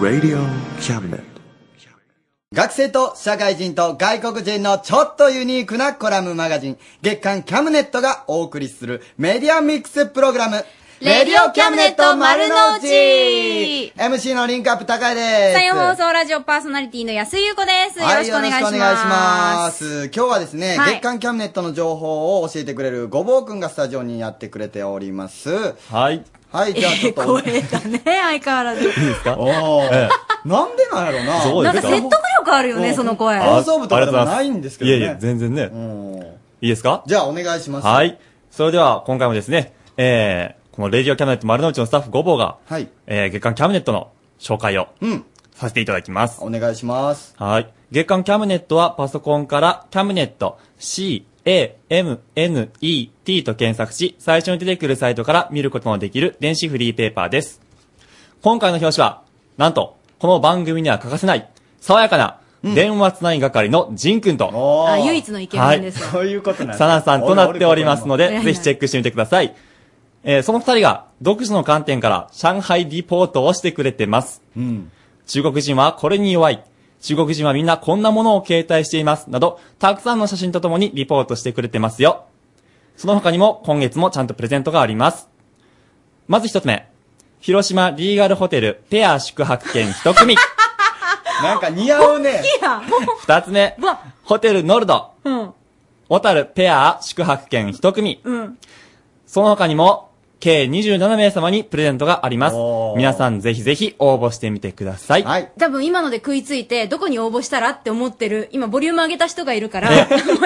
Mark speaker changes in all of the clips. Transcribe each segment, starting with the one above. Speaker 1: Radio Cabinet.
Speaker 2: 学生と社会人と外国人のちょっとユニークなコラムマガジン、月刊キャムネットがお送りするメディアミックスプログラム、
Speaker 3: レディオキャムネット丸の内
Speaker 2: !MC のリンクアップ高いです。
Speaker 3: 山陽放送ラジオパーソナリティの安井優子です。よろしくお願
Speaker 2: はい、よろ
Speaker 3: いします。
Speaker 2: しくお願いします。今日はですね、
Speaker 3: はい
Speaker 2: 月刊キャムネットの情報を教えてくれるごぼうくんがスタジオにやってくれております。
Speaker 4: はい。
Speaker 2: はい、じゃあちょっと。
Speaker 3: 声が ね、相変わらず。
Speaker 2: おー
Speaker 4: え
Speaker 2: なんでなんやろうな。
Speaker 4: そう
Speaker 3: なん
Speaker 4: で
Speaker 3: か
Speaker 4: すか
Speaker 3: 説得力あるよね、その声。
Speaker 2: あ
Speaker 3: は
Speaker 2: 放送部とかでもないんですけどね
Speaker 4: ありがとうございますいやいや、全
Speaker 2: う
Speaker 4: 然
Speaker 2: ん
Speaker 4: ね。いいですか
Speaker 2: じゃあお願いします。
Speaker 4: はい。それでは、今回もですね、えー、このレジオキャムネット丸の内のスタッフ5号が、
Speaker 2: はい。
Speaker 4: えー、月刊キャムネットの紹介を
Speaker 2: うん。
Speaker 4: させていただきます。
Speaker 2: お願いします。
Speaker 4: はい。月間キャムネットはパソコンからキャムネット C、A、M、N、E、T と検索し、最初に出てくるサイトから見ることのできる電子フリーペーパーです。今回の表紙は、なんと、この番組には欠かせない、爽やかな、電話つない係のジンくんと、
Speaker 2: お
Speaker 3: あ
Speaker 2: ー
Speaker 3: 唯一のイケメンですよ。
Speaker 2: そういうことなんです
Speaker 4: サナさんとなっておりますの
Speaker 2: で。
Speaker 3: いやい
Speaker 4: で、
Speaker 3: や
Speaker 4: ぜひチェックしてみてください。えーその二人が、独自の観点から上海リポートをしてくれてます。
Speaker 2: うん。
Speaker 4: 中国人はこれに弱い。中国人はみんなこんなものを携帯しています。など、たくさんの写真とともにリポートしてくれてますよ。その他にも今月もちゃんとプレゼントがあります。まず一つ目。広島リーガルホテルペア宿泊券 一組。
Speaker 2: なんか似合うね。
Speaker 3: いや、
Speaker 4: 二つ目
Speaker 3: うわ。
Speaker 4: ホテルノルド。
Speaker 3: うん。
Speaker 4: 小樽ペア宿泊券一組。
Speaker 3: うん。
Speaker 4: その他にも、計27名様にプレゼントがあります
Speaker 2: おー。
Speaker 4: 皆さんぜひぜひ応募してみてください。
Speaker 2: はい。
Speaker 3: 多分今ので食いついて、どこに応募したらって思ってる、今ボリューム上げた人がいるから、 もう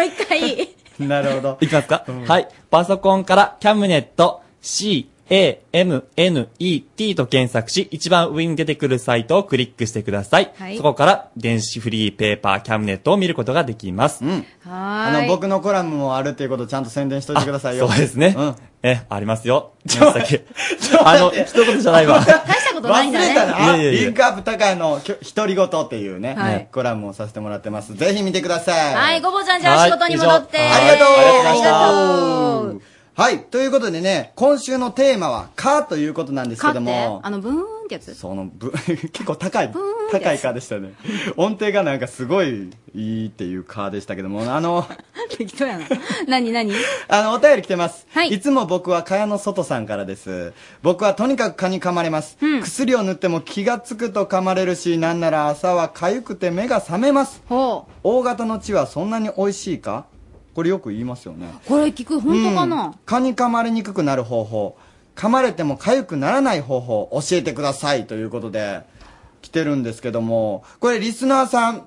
Speaker 3: 一回。
Speaker 2: なるほど
Speaker 4: い。きますか、はい。パソコンからキャムネット C、A、M、N、E、T と検索し、一番上に出てくるサイトをクリックしてください。
Speaker 3: はい
Speaker 4: そこから電子フリーペーパーキャムネットを見ることができます。
Speaker 2: うん。
Speaker 3: は
Speaker 2: あ
Speaker 3: ーい。
Speaker 2: の、僕のコラムもあるっていうことちゃんと宣伝しといてください
Speaker 4: そ
Speaker 2: よ。
Speaker 4: うですね。
Speaker 2: うん。
Speaker 4: え、ありますよ。ちょっと待ってあ
Speaker 2: 待
Speaker 4: の、
Speaker 2: って
Speaker 4: 一言じゃないわ。
Speaker 3: 大したことない
Speaker 2: 忘
Speaker 3: んだ
Speaker 2: れ
Speaker 3: ね。
Speaker 2: たな。
Speaker 4: いやいやいや
Speaker 2: リンクアップ高いの、きょ独り言っていうね、
Speaker 3: はい
Speaker 2: コラムをさせてもらってます。ぜひ見てください。
Speaker 3: はい、ごぼちゃんじゃあ仕事に戻って。
Speaker 4: はい以
Speaker 2: あ
Speaker 4: 上
Speaker 2: りがとう
Speaker 3: ありがとう。
Speaker 2: はい、ということでね、今週のテーマは、かということなんです
Speaker 3: か
Speaker 2: け
Speaker 3: って
Speaker 2: ども
Speaker 3: あ、の、ブーンってやつ
Speaker 2: そのぶ、 結構高い
Speaker 3: ーン、って
Speaker 2: 高いかでしたね。音程がなんかすごいいいっていうかでしたけども、あの、
Speaker 3: 適当やな。なにな に
Speaker 2: あの、お便り来てます。
Speaker 3: はい
Speaker 2: つも僕は蚊帳の外さんからです。僕はとにかく蚊に噛まれます。
Speaker 3: うん
Speaker 2: 薬を塗っても気がつくと噛まれるし、なんなら朝は痒くて目が覚めます。
Speaker 3: ほう。
Speaker 2: 大型の血はそんなに美味しいかこれよく言いますよね。
Speaker 3: これ聞く、本当か
Speaker 2: うん
Speaker 3: な
Speaker 2: 蚊に噛まれにくくなる方法。噛まれても痒くならない方法を教えてくださいということで来てるんですけども、これリスナーさん、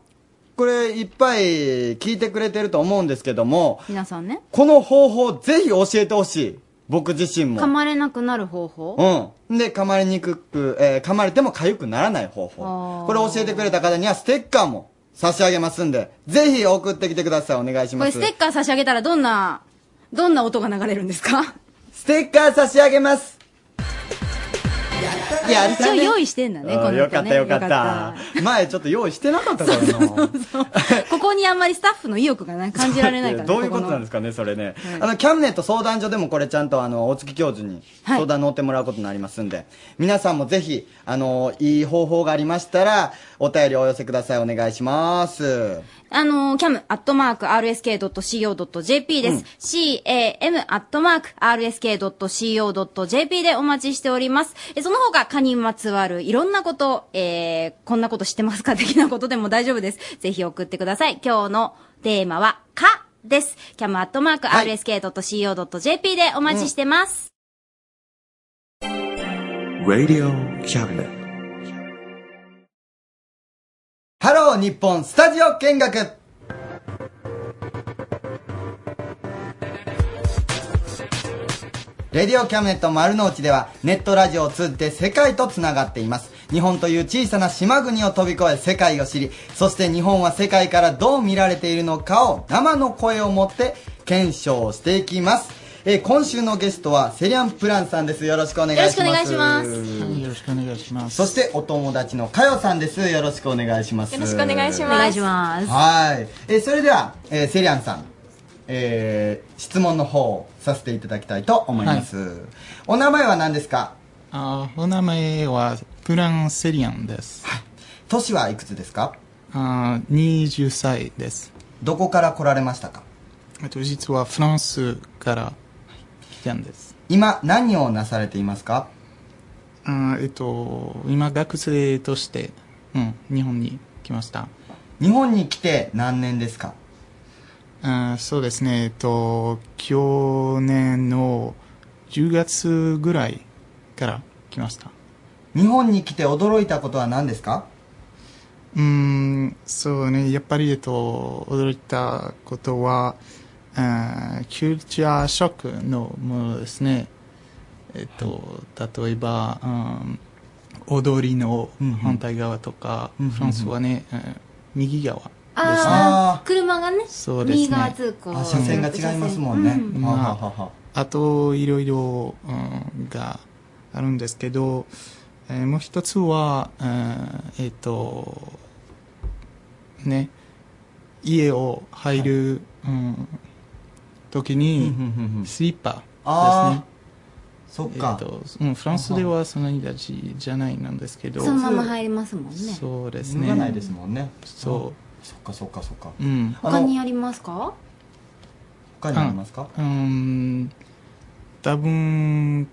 Speaker 2: これいっぱい聞いてくれてると思うんですけども、
Speaker 3: 皆さんね。
Speaker 2: この方法ぜひ教えてほしい。僕自身も。
Speaker 3: 噛まれなくなる方法
Speaker 2: うん。で、噛まれにくく、えー噛まれても痒くならない方
Speaker 3: あ
Speaker 2: 法。
Speaker 3: ー
Speaker 2: これ教えてくれた方にはステッカーも差し上げますんで、ぜひ送ってきてください。お願いし
Speaker 3: こ
Speaker 2: ま
Speaker 3: れ
Speaker 2: す。
Speaker 3: ステッカー差し上げたらどんな、どんな音が流れるんですか
Speaker 2: ステッカー差し上げます。やっ
Speaker 3: 一応用意してんだね、この
Speaker 2: よか
Speaker 3: 歌
Speaker 2: っ
Speaker 3: ね。
Speaker 2: たよかった。前ちょっと用意してなかった からな。
Speaker 3: よかったここにあんまりスタッフの意欲がね、感じられないから ね。
Speaker 2: どういうことなんですすかね、それね。
Speaker 3: はい
Speaker 2: あの、キャムネット相談所でもこれちゃんと、あの、大月教授に
Speaker 3: はい
Speaker 2: 相談乗ってもらうことになりますんで、皆さんもぜひ、あの、いい方法がありましたら、お便りお寄せください。お願いします。
Speaker 3: あのー、cam、アットマーク、rsk.co.jp です。cam、アットマーク、rsk.co.jp でお待ちしております。えその他、蚊にまつわるいろんなこと、えー、こんなこと知ってますか的なことでも大丈夫です。 ぜひ送ってください。今日のテーマは、蚊です。cam、アットマーク、
Speaker 2: はい
Speaker 3: rsk.co.jp でお待ちしてます。
Speaker 1: Radio Cabinet.
Speaker 2: ハロー日本スタジオ見学レディオキャムネット丸の内ではネットラジオを通じて世界とつながっています。日本という小さな島国を飛び越え世界を知り、そして日本は世界からどう見られているのかを生の声を持って検証していきます。えー今週のゲストはセリャンプランさんです。よろしくお願いします。
Speaker 3: よろしくお願いし
Speaker 5: よろしくお願いします。
Speaker 2: そしてお友達のかよさんです。よろしくお願いします。
Speaker 6: よろしくお願いし
Speaker 3: お
Speaker 6: ま
Speaker 3: 願いします。
Speaker 2: はい。えーそれでは、えーセリアンさん、えー質問の方をさせていただきたいと思います。お名前は何ですか
Speaker 5: あお名前はフラン・セリアンです。
Speaker 2: 年はいくつですか
Speaker 5: あー20歳です。
Speaker 2: どこから来られましたか
Speaker 5: えっと、実はフランスから来たんです。
Speaker 2: 今何をなされていますか
Speaker 5: あーえっと、今、学生として、うん、日本に来ました。
Speaker 2: 日本に来て何年ですか
Speaker 5: あーそうですね、えっと、去年の10月ぐらいから来ました。
Speaker 2: 日本に来て驚いたことは何ですか
Speaker 5: うーん、そうね、やっぱり、えっと、驚いたことは、あーキュルチャーショックのものですね。えっと、例えば、うん踊りの反対側とか、
Speaker 2: うんうん
Speaker 5: フランスはね、うん右側ですね。
Speaker 3: ああ、車がね、
Speaker 5: そうですね
Speaker 3: 右側通行。
Speaker 2: あ車線が違いますもんね、
Speaker 3: う
Speaker 5: うん
Speaker 2: はははは
Speaker 5: あと、いろいろ、うんがあるんですけど、えーもう一つは、うんえっ、と、ね、家を入る、うん、時
Speaker 2: うんうん
Speaker 5: に、
Speaker 2: うんうん
Speaker 5: スリッパです
Speaker 2: あ
Speaker 5: ね。
Speaker 2: ーそっ
Speaker 5: え
Speaker 2: か
Speaker 5: っ、とうん、フランスではそんなに大事じゃないなんですけど、
Speaker 3: そのまま入りますもんね。
Speaker 5: そうです
Speaker 2: 脱がないで
Speaker 5: ね。
Speaker 2: すもんね
Speaker 5: そ
Speaker 2: そっかそっかそっか
Speaker 5: う。うん。
Speaker 2: あの
Speaker 3: 他にありますか
Speaker 2: 他にありますか
Speaker 5: うん、多分、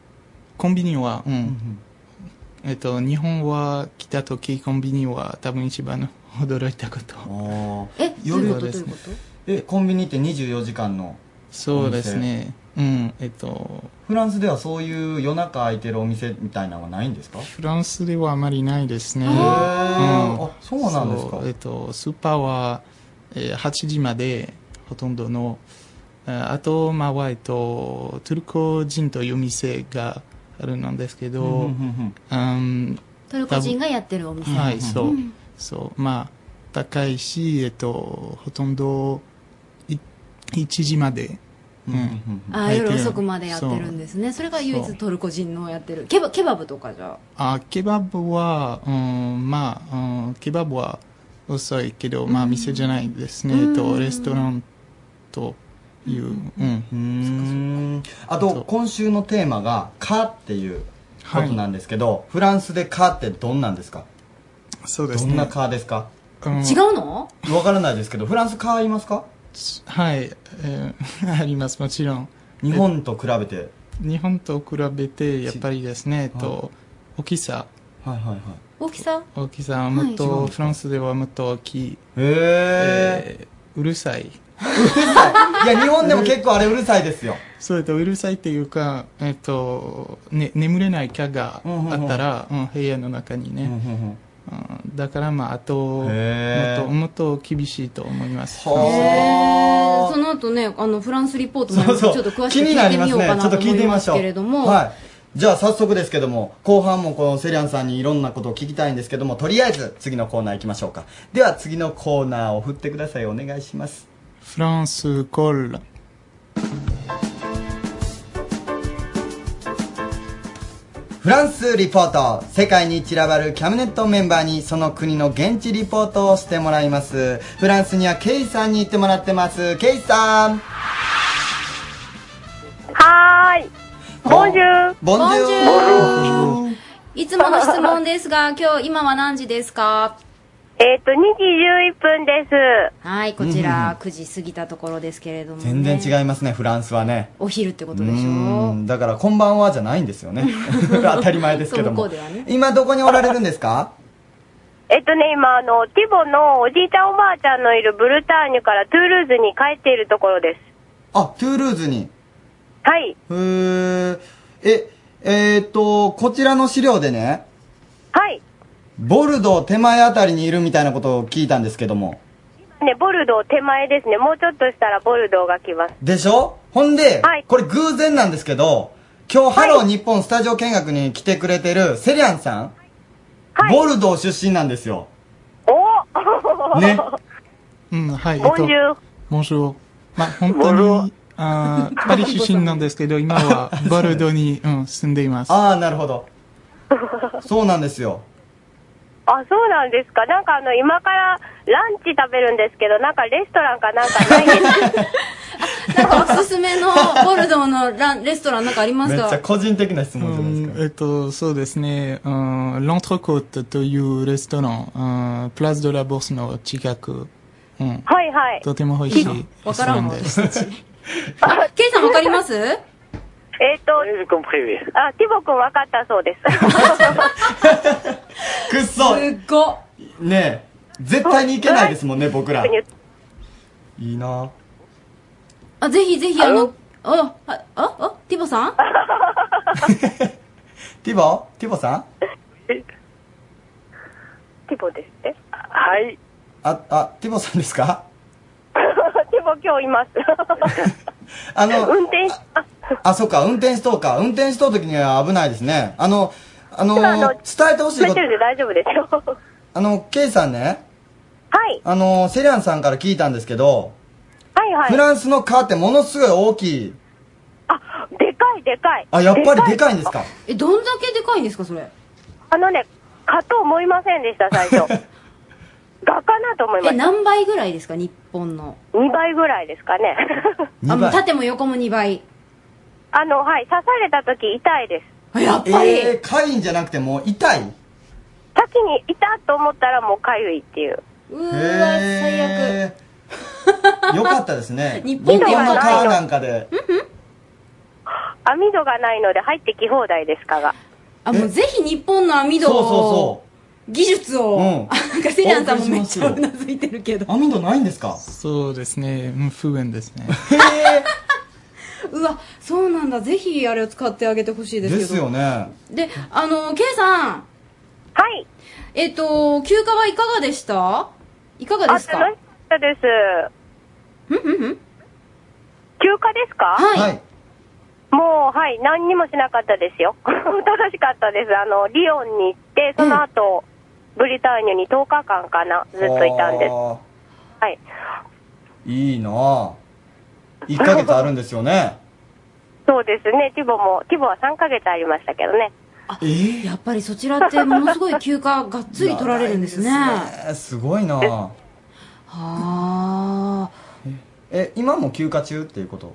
Speaker 5: コンビニは、う
Speaker 2: うん
Speaker 5: ん、えっと、日本は来た時コンビニは多分一番驚いたこと
Speaker 2: うんおー
Speaker 3: え、どういうことどうい
Speaker 5: 夜で
Speaker 3: う
Speaker 5: す
Speaker 3: こ
Speaker 5: ね
Speaker 3: と
Speaker 2: えコンビニって24時間の
Speaker 5: そうですねうんえっと
Speaker 2: フランスではそういう夜中空いてるお店みたいなのはないんですかへ
Speaker 5: フランスではあまりないですね
Speaker 2: えあそうなんですか
Speaker 5: そうえっとスーパーは、えー8時までほとんどのああとまあはえっとトルコ人という店があるんですけ
Speaker 2: うんうん
Speaker 5: ど、
Speaker 2: うん
Speaker 5: うん、
Speaker 3: トルコ人がやってるお店。
Speaker 5: はい、そう、そう、まあ、高いし、えっと、ほとんど、い、1時まで、
Speaker 2: う
Speaker 5: う
Speaker 2: んうん
Speaker 5: ん。
Speaker 2: うん
Speaker 3: あー
Speaker 5: はい
Speaker 3: 夜遅くまでやってるんですねそれが唯一
Speaker 5: そう
Speaker 3: トルコ人のやってるケバケバブとかじゃ
Speaker 5: あ、ケバブは、うん、まあ、うん、ケバブは遅いけど、まあ、店じゃないですね。えっと、レストランという、うん。
Speaker 2: うーんあと今週のテーマが「か」っていうことなんですけど、フランスで「か」ってどんなんですか
Speaker 5: そうで
Speaker 2: ど
Speaker 5: す
Speaker 2: んな「
Speaker 5: ね。
Speaker 2: か」ですか
Speaker 5: うん
Speaker 3: 違うの
Speaker 2: わからないですけどフランス「か」いますか
Speaker 5: はい、えー あります、もちろん。
Speaker 2: 日本と比べて
Speaker 5: 日本と比べて、やっぱりですね、えっと、大きさ、
Speaker 2: はいはいはい
Speaker 3: 大きさ
Speaker 5: 大きさはもっ
Speaker 2: は
Speaker 5: と、
Speaker 2: い
Speaker 5: フランスではもっと大きい。
Speaker 2: へえ
Speaker 5: えーうるさい。
Speaker 2: いや日本でも結構あれうるさいですよ
Speaker 5: そうえっとうるさいっていうか、えっとね、眠れない蚊があったら、うん部屋の中にね、うんだからまああとも
Speaker 2: へ
Speaker 5: っ
Speaker 2: ー
Speaker 5: ともっと厳しいと思います、
Speaker 3: へ
Speaker 2: は
Speaker 3: えその後ねあのフランスリポートもありますちょっと詳しく聞いてみようかな
Speaker 2: ちょっ
Speaker 3: と
Speaker 2: と聞
Speaker 3: 思
Speaker 2: いて
Speaker 3: い
Speaker 2: み
Speaker 3: ま
Speaker 2: まし
Speaker 3: す
Speaker 2: ょう
Speaker 3: けれども
Speaker 2: はいじゃあ早速ですけども後半もこのセリアンさんにいろんなことを聞きたいんですけどもとりあえず次のコーナー行きましょうかでは次のコーナーを振ってくださいお願いします
Speaker 5: フランスコール
Speaker 2: フランスリポート世界に散らばるキャムネットメンバーにその国の現地リポートをしてもらいますフランスにはケイさんに行ってもらってますケイさん
Speaker 7: はーい。ボンジュール。
Speaker 2: ボンジュール
Speaker 3: いつもの質問ですが今日今は何時ですか
Speaker 7: えっ、と、2時11分です。
Speaker 3: はいこちら9時過ぎたところですけれども、ね、
Speaker 2: 全然違いますねフランスはね
Speaker 3: お昼ってこと
Speaker 2: う
Speaker 3: でし
Speaker 2: ー
Speaker 3: ょ
Speaker 2: んだから「こんばんは」じゃないんですよ ね当たり前ですけども
Speaker 3: そう向こうではね
Speaker 2: 今どこにおられるんですか
Speaker 7: えっ、とね、今、あの、ティボのおじいちゃんおばあちゃんのいるブルターニュからトゥールーズに帰っているところです。
Speaker 2: あトゥールーズに
Speaker 7: はい。
Speaker 2: へーええー、っとこちらの資料でね
Speaker 7: はい。
Speaker 2: ボルドー手前あたりにいるみたいなことを聞いたんですけども
Speaker 7: ね、ボルドー手前ですね。もうちょっとしたらボルドーが来ます。
Speaker 2: でしょほんで、
Speaker 7: はい
Speaker 2: これ偶然なんですけど今日、ハロー日本スタジオ見学に来てくれてるセリアンさん、
Speaker 7: はい。
Speaker 2: ボルドー出身なんですよ
Speaker 7: お
Speaker 2: ね
Speaker 5: うんはい
Speaker 7: ボンジュール。
Speaker 5: ボンジュールまあ本当にあーパリ出身なんですけど今はボルドーに、うん、住んでいます
Speaker 2: ああなるほどそうなんですよ
Speaker 7: あ、そうなんですか。なんかあの、今からラ ンチ食べるんですけど、なんかレストランかなんかないです。
Speaker 3: なんかおすすめのボルドーのランレストランなんかあります
Speaker 2: めっちゃ
Speaker 3: か
Speaker 2: 個人的な質問じゃないですか。
Speaker 5: うんえっと、そうですね、うん、ラントロコートというレストラン、うん、プラスドラボスの近く、うん、
Speaker 7: はいはい。
Speaker 5: とても美味しいレ
Speaker 3: わ
Speaker 5: スト
Speaker 3: か
Speaker 5: ラ
Speaker 3: ら
Speaker 5: ン
Speaker 3: ん
Speaker 5: で
Speaker 3: わ
Speaker 5: す。
Speaker 3: あケイさんわかります
Speaker 7: えっ、と、
Speaker 8: J'ai compris, oui.
Speaker 7: あ、ティボ君分かったそう です。
Speaker 2: くっ
Speaker 3: す
Speaker 2: そ
Speaker 3: っご
Speaker 2: ねえ、絶対に行けないですもんね、僕ら。いいな
Speaker 3: あぜひぜひあのあああティ ボさん
Speaker 2: ティボティボさん
Speaker 7: ティボですね。
Speaker 8: はい。
Speaker 2: あ、あ、ティボさんですか
Speaker 7: ティボ今日います。
Speaker 2: あの、
Speaker 7: 運転し、あ、
Speaker 2: あ、そっか、運転しとうか。運転しとうときには危ないですね。あの、あの、
Speaker 7: 今あの
Speaker 2: 伝えてほしい
Speaker 7: 滑
Speaker 2: こと
Speaker 7: って、るんで大丈夫ですよ。
Speaker 2: あの、ケイさんね、
Speaker 7: はい。
Speaker 2: あの、セリアンさんから聞いたんですけど、
Speaker 7: はいはい。
Speaker 2: フランスの川ってものすごい大きい。
Speaker 7: あ、でかいでかい。
Speaker 2: あ、やっぱりでかいんですか
Speaker 3: えどんだけでかいんですかそれ
Speaker 7: あのね、かと思いません でした、最初。画かなと思いま
Speaker 3: え
Speaker 7: した。
Speaker 3: 何倍ぐらいですか日本の
Speaker 7: 2倍ぐらいですかね。
Speaker 3: あ
Speaker 2: 2
Speaker 3: もう
Speaker 2: 倍。
Speaker 3: 縦も横も2倍
Speaker 7: あの、はい、刺された時痛いです。
Speaker 3: あやっぱり、
Speaker 2: えー、かいんじゃなくてもう痛い
Speaker 7: 先に痛と思ったらもうかゆいっていう。
Speaker 3: うーわ最
Speaker 2: へ
Speaker 3: 悪
Speaker 2: ー。よかったですね。
Speaker 3: 日本
Speaker 2: 日
Speaker 3: では
Speaker 2: 本
Speaker 3: ない
Speaker 2: の川なんかで。
Speaker 7: 網戸がないので入ってき放題ですかが。
Speaker 3: あもうぜひ日本の網戸
Speaker 2: そう
Speaker 3: を
Speaker 2: そ
Speaker 3: 技術を、
Speaker 2: うん
Speaker 3: あ なんかセリアンさんもめっちゃ
Speaker 2: お
Speaker 3: う
Speaker 2: 送りし
Speaker 3: なずいてるけど
Speaker 2: うそう。網戸ないんですか
Speaker 5: そうですね、うん不便です ね。
Speaker 2: へ
Speaker 3: うわそうなんだぜひあれを使ってあげてほしい
Speaker 2: え。
Speaker 3: ですけ
Speaker 2: で
Speaker 3: ど
Speaker 2: すよね。
Speaker 3: であの K さん
Speaker 7: はい。
Speaker 3: えっ、と休暇はいかがでしたいかが
Speaker 7: あ、
Speaker 3: で
Speaker 7: 楽
Speaker 3: す
Speaker 7: し
Speaker 3: か
Speaker 7: かったです。休暇ですか
Speaker 3: はい、
Speaker 2: はい。
Speaker 7: もう、はい、何にもしなかったですよ。 楽しかったです。あの、リヨンに行って、その後、ブリターニュに10日間かな、ずっといたんです。
Speaker 2: あ
Speaker 7: はい。
Speaker 2: ーいいなぁ。1ヶ月あるんですよ ね。
Speaker 7: そうですね、ティボも、ティボは3ヶ月ありましたけどね。
Speaker 2: え
Speaker 3: やっぱりそちらってものすごい休暇がっつり取られるんですねは
Speaker 2: えーすごいなぁ。
Speaker 3: あ
Speaker 2: え、今も休暇中っていうこと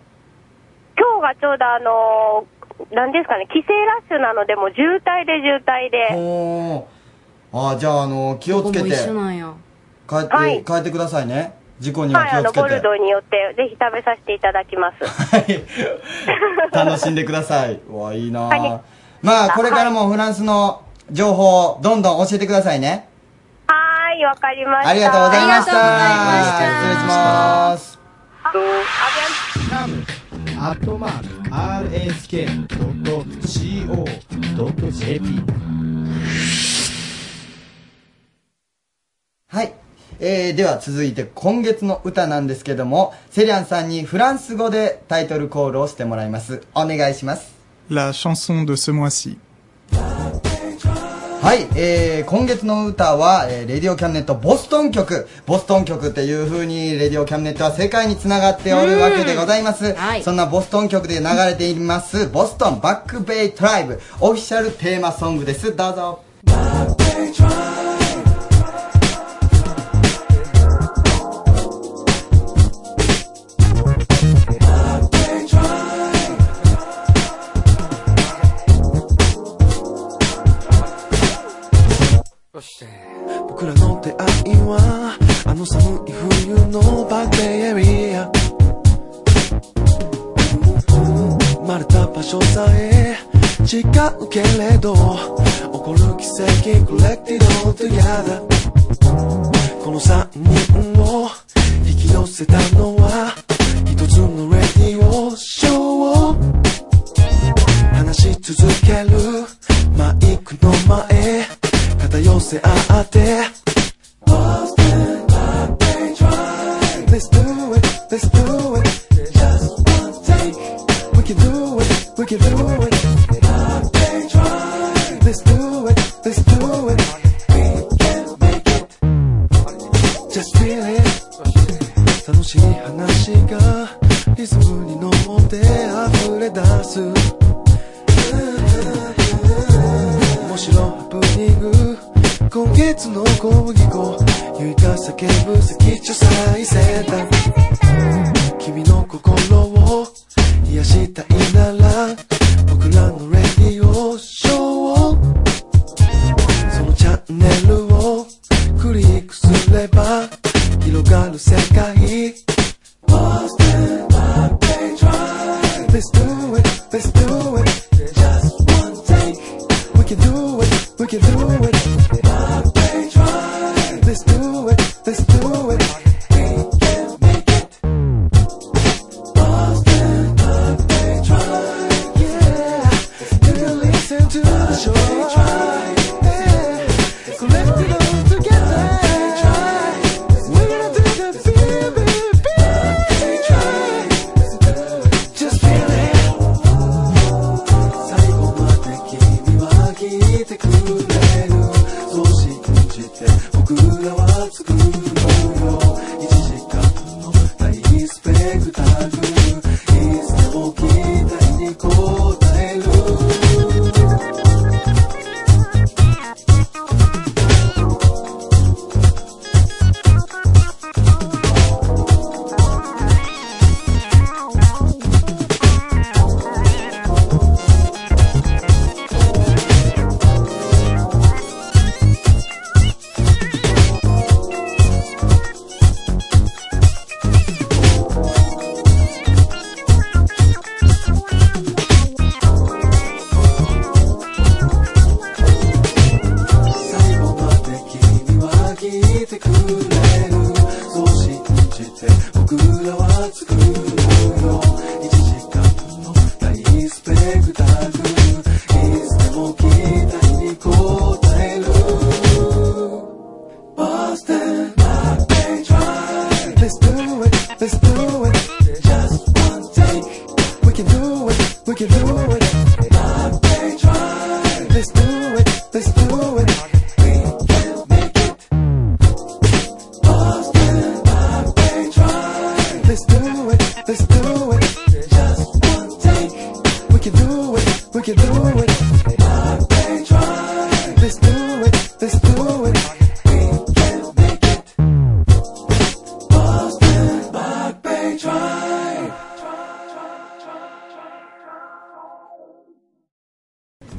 Speaker 7: 今日がちょうどあのー、なんですかね、帰省ラッシュなので、もう渋滞で渋滞で、
Speaker 2: おー。あーじゃあ、あの、気を
Speaker 3: こ
Speaker 2: つ
Speaker 3: こ
Speaker 2: け
Speaker 3: も
Speaker 2: て、
Speaker 3: 一緒
Speaker 2: 帰
Speaker 3: なんや
Speaker 2: っ
Speaker 7: はい
Speaker 2: て、帰ってくださいね。事故には
Speaker 7: はい、
Speaker 2: 気
Speaker 7: あ
Speaker 2: を
Speaker 7: の、
Speaker 2: つけ
Speaker 7: ボル
Speaker 2: て。
Speaker 7: ドーによって、ぜひ食べさせていただきます。
Speaker 2: はい。楽しんでください。うわ、いいなぁ。
Speaker 7: はい
Speaker 2: まあ、これからもフランスの情報をどんどん教えてくださいね。
Speaker 7: はーい、わかりました。
Speaker 2: ありがとうございました。
Speaker 3: ありがとうございました
Speaker 2: 失礼しま
Speaker 9: ア
Speaker 2: す。
Speaker 9: ットマーク RSK.CO.JP
Speaker 2: はい。えー、では続いて今月の歌なんですけども、セリアンさんにフランス語でタイトルコールをしてもらいます。お願いします。
Speaker 5: La chanson de ce mois-ci.
Speaker 2: はい、えー、今月の歌は、えーレディオキャムネットボストン局。ボストン局っていう風に、レディオキャムネットは世界につながっておるわけでございます。
Speaker 3: はい
Speaker 2: そんなボストン局で流れています、ボストンバックベイトライブ、オフィシャルテーマソングです。どうぞ。
Speaker 10: 僕らの出会いはあの寒い冬のバックベイエリア生まれた場所さえ違うけれど起こる奇跡コレクティドトゥヤダこの3人を引き寄せたのは一つのレディオショー話し続けるマイクの前肩寄せ合って Let's do it, let's do it Just one take We can do it, we can do it Let's do it, let's do it We can make it Just feel it 楽しい話がリズムに乗って溢れ出す面白ハプニング今月の小麦粉唯が叫ぶ赤潮最先端君の心をを癒やしたいなら僕らのレディオショーをそのチャンネルをクリックすれば広がる世界 Boston Pop Day Drive Let's do it, let's do it Just one take We can do it, we can do it Pop Day Drive Let's do it, let's do it We can make it Boston Pop Day Drive Yeah You can listen to the show Yeah Collect it all together We're gonna do the Just feel it 最後まで君は聞いてくれるそう信じて僕らは作るのよ1時間の大スペクタクルいつでも期待に応える最後まで君は聞いてくれるそう信じて僕らは作るよ1時間の大スペクタクルいつでも期待に応える Boston Rock Bay Drive Let's do it, let's do it Just one take We can do it, we can do it Rock Bay Drive Let's do it, let's do it We can make it Boston Rock Bay Drive Let's do it, let's do it Just one take We can do it, we can do it Rock Bay Drive Let's do it, let's do it We can make it Boston Rock Bay Drive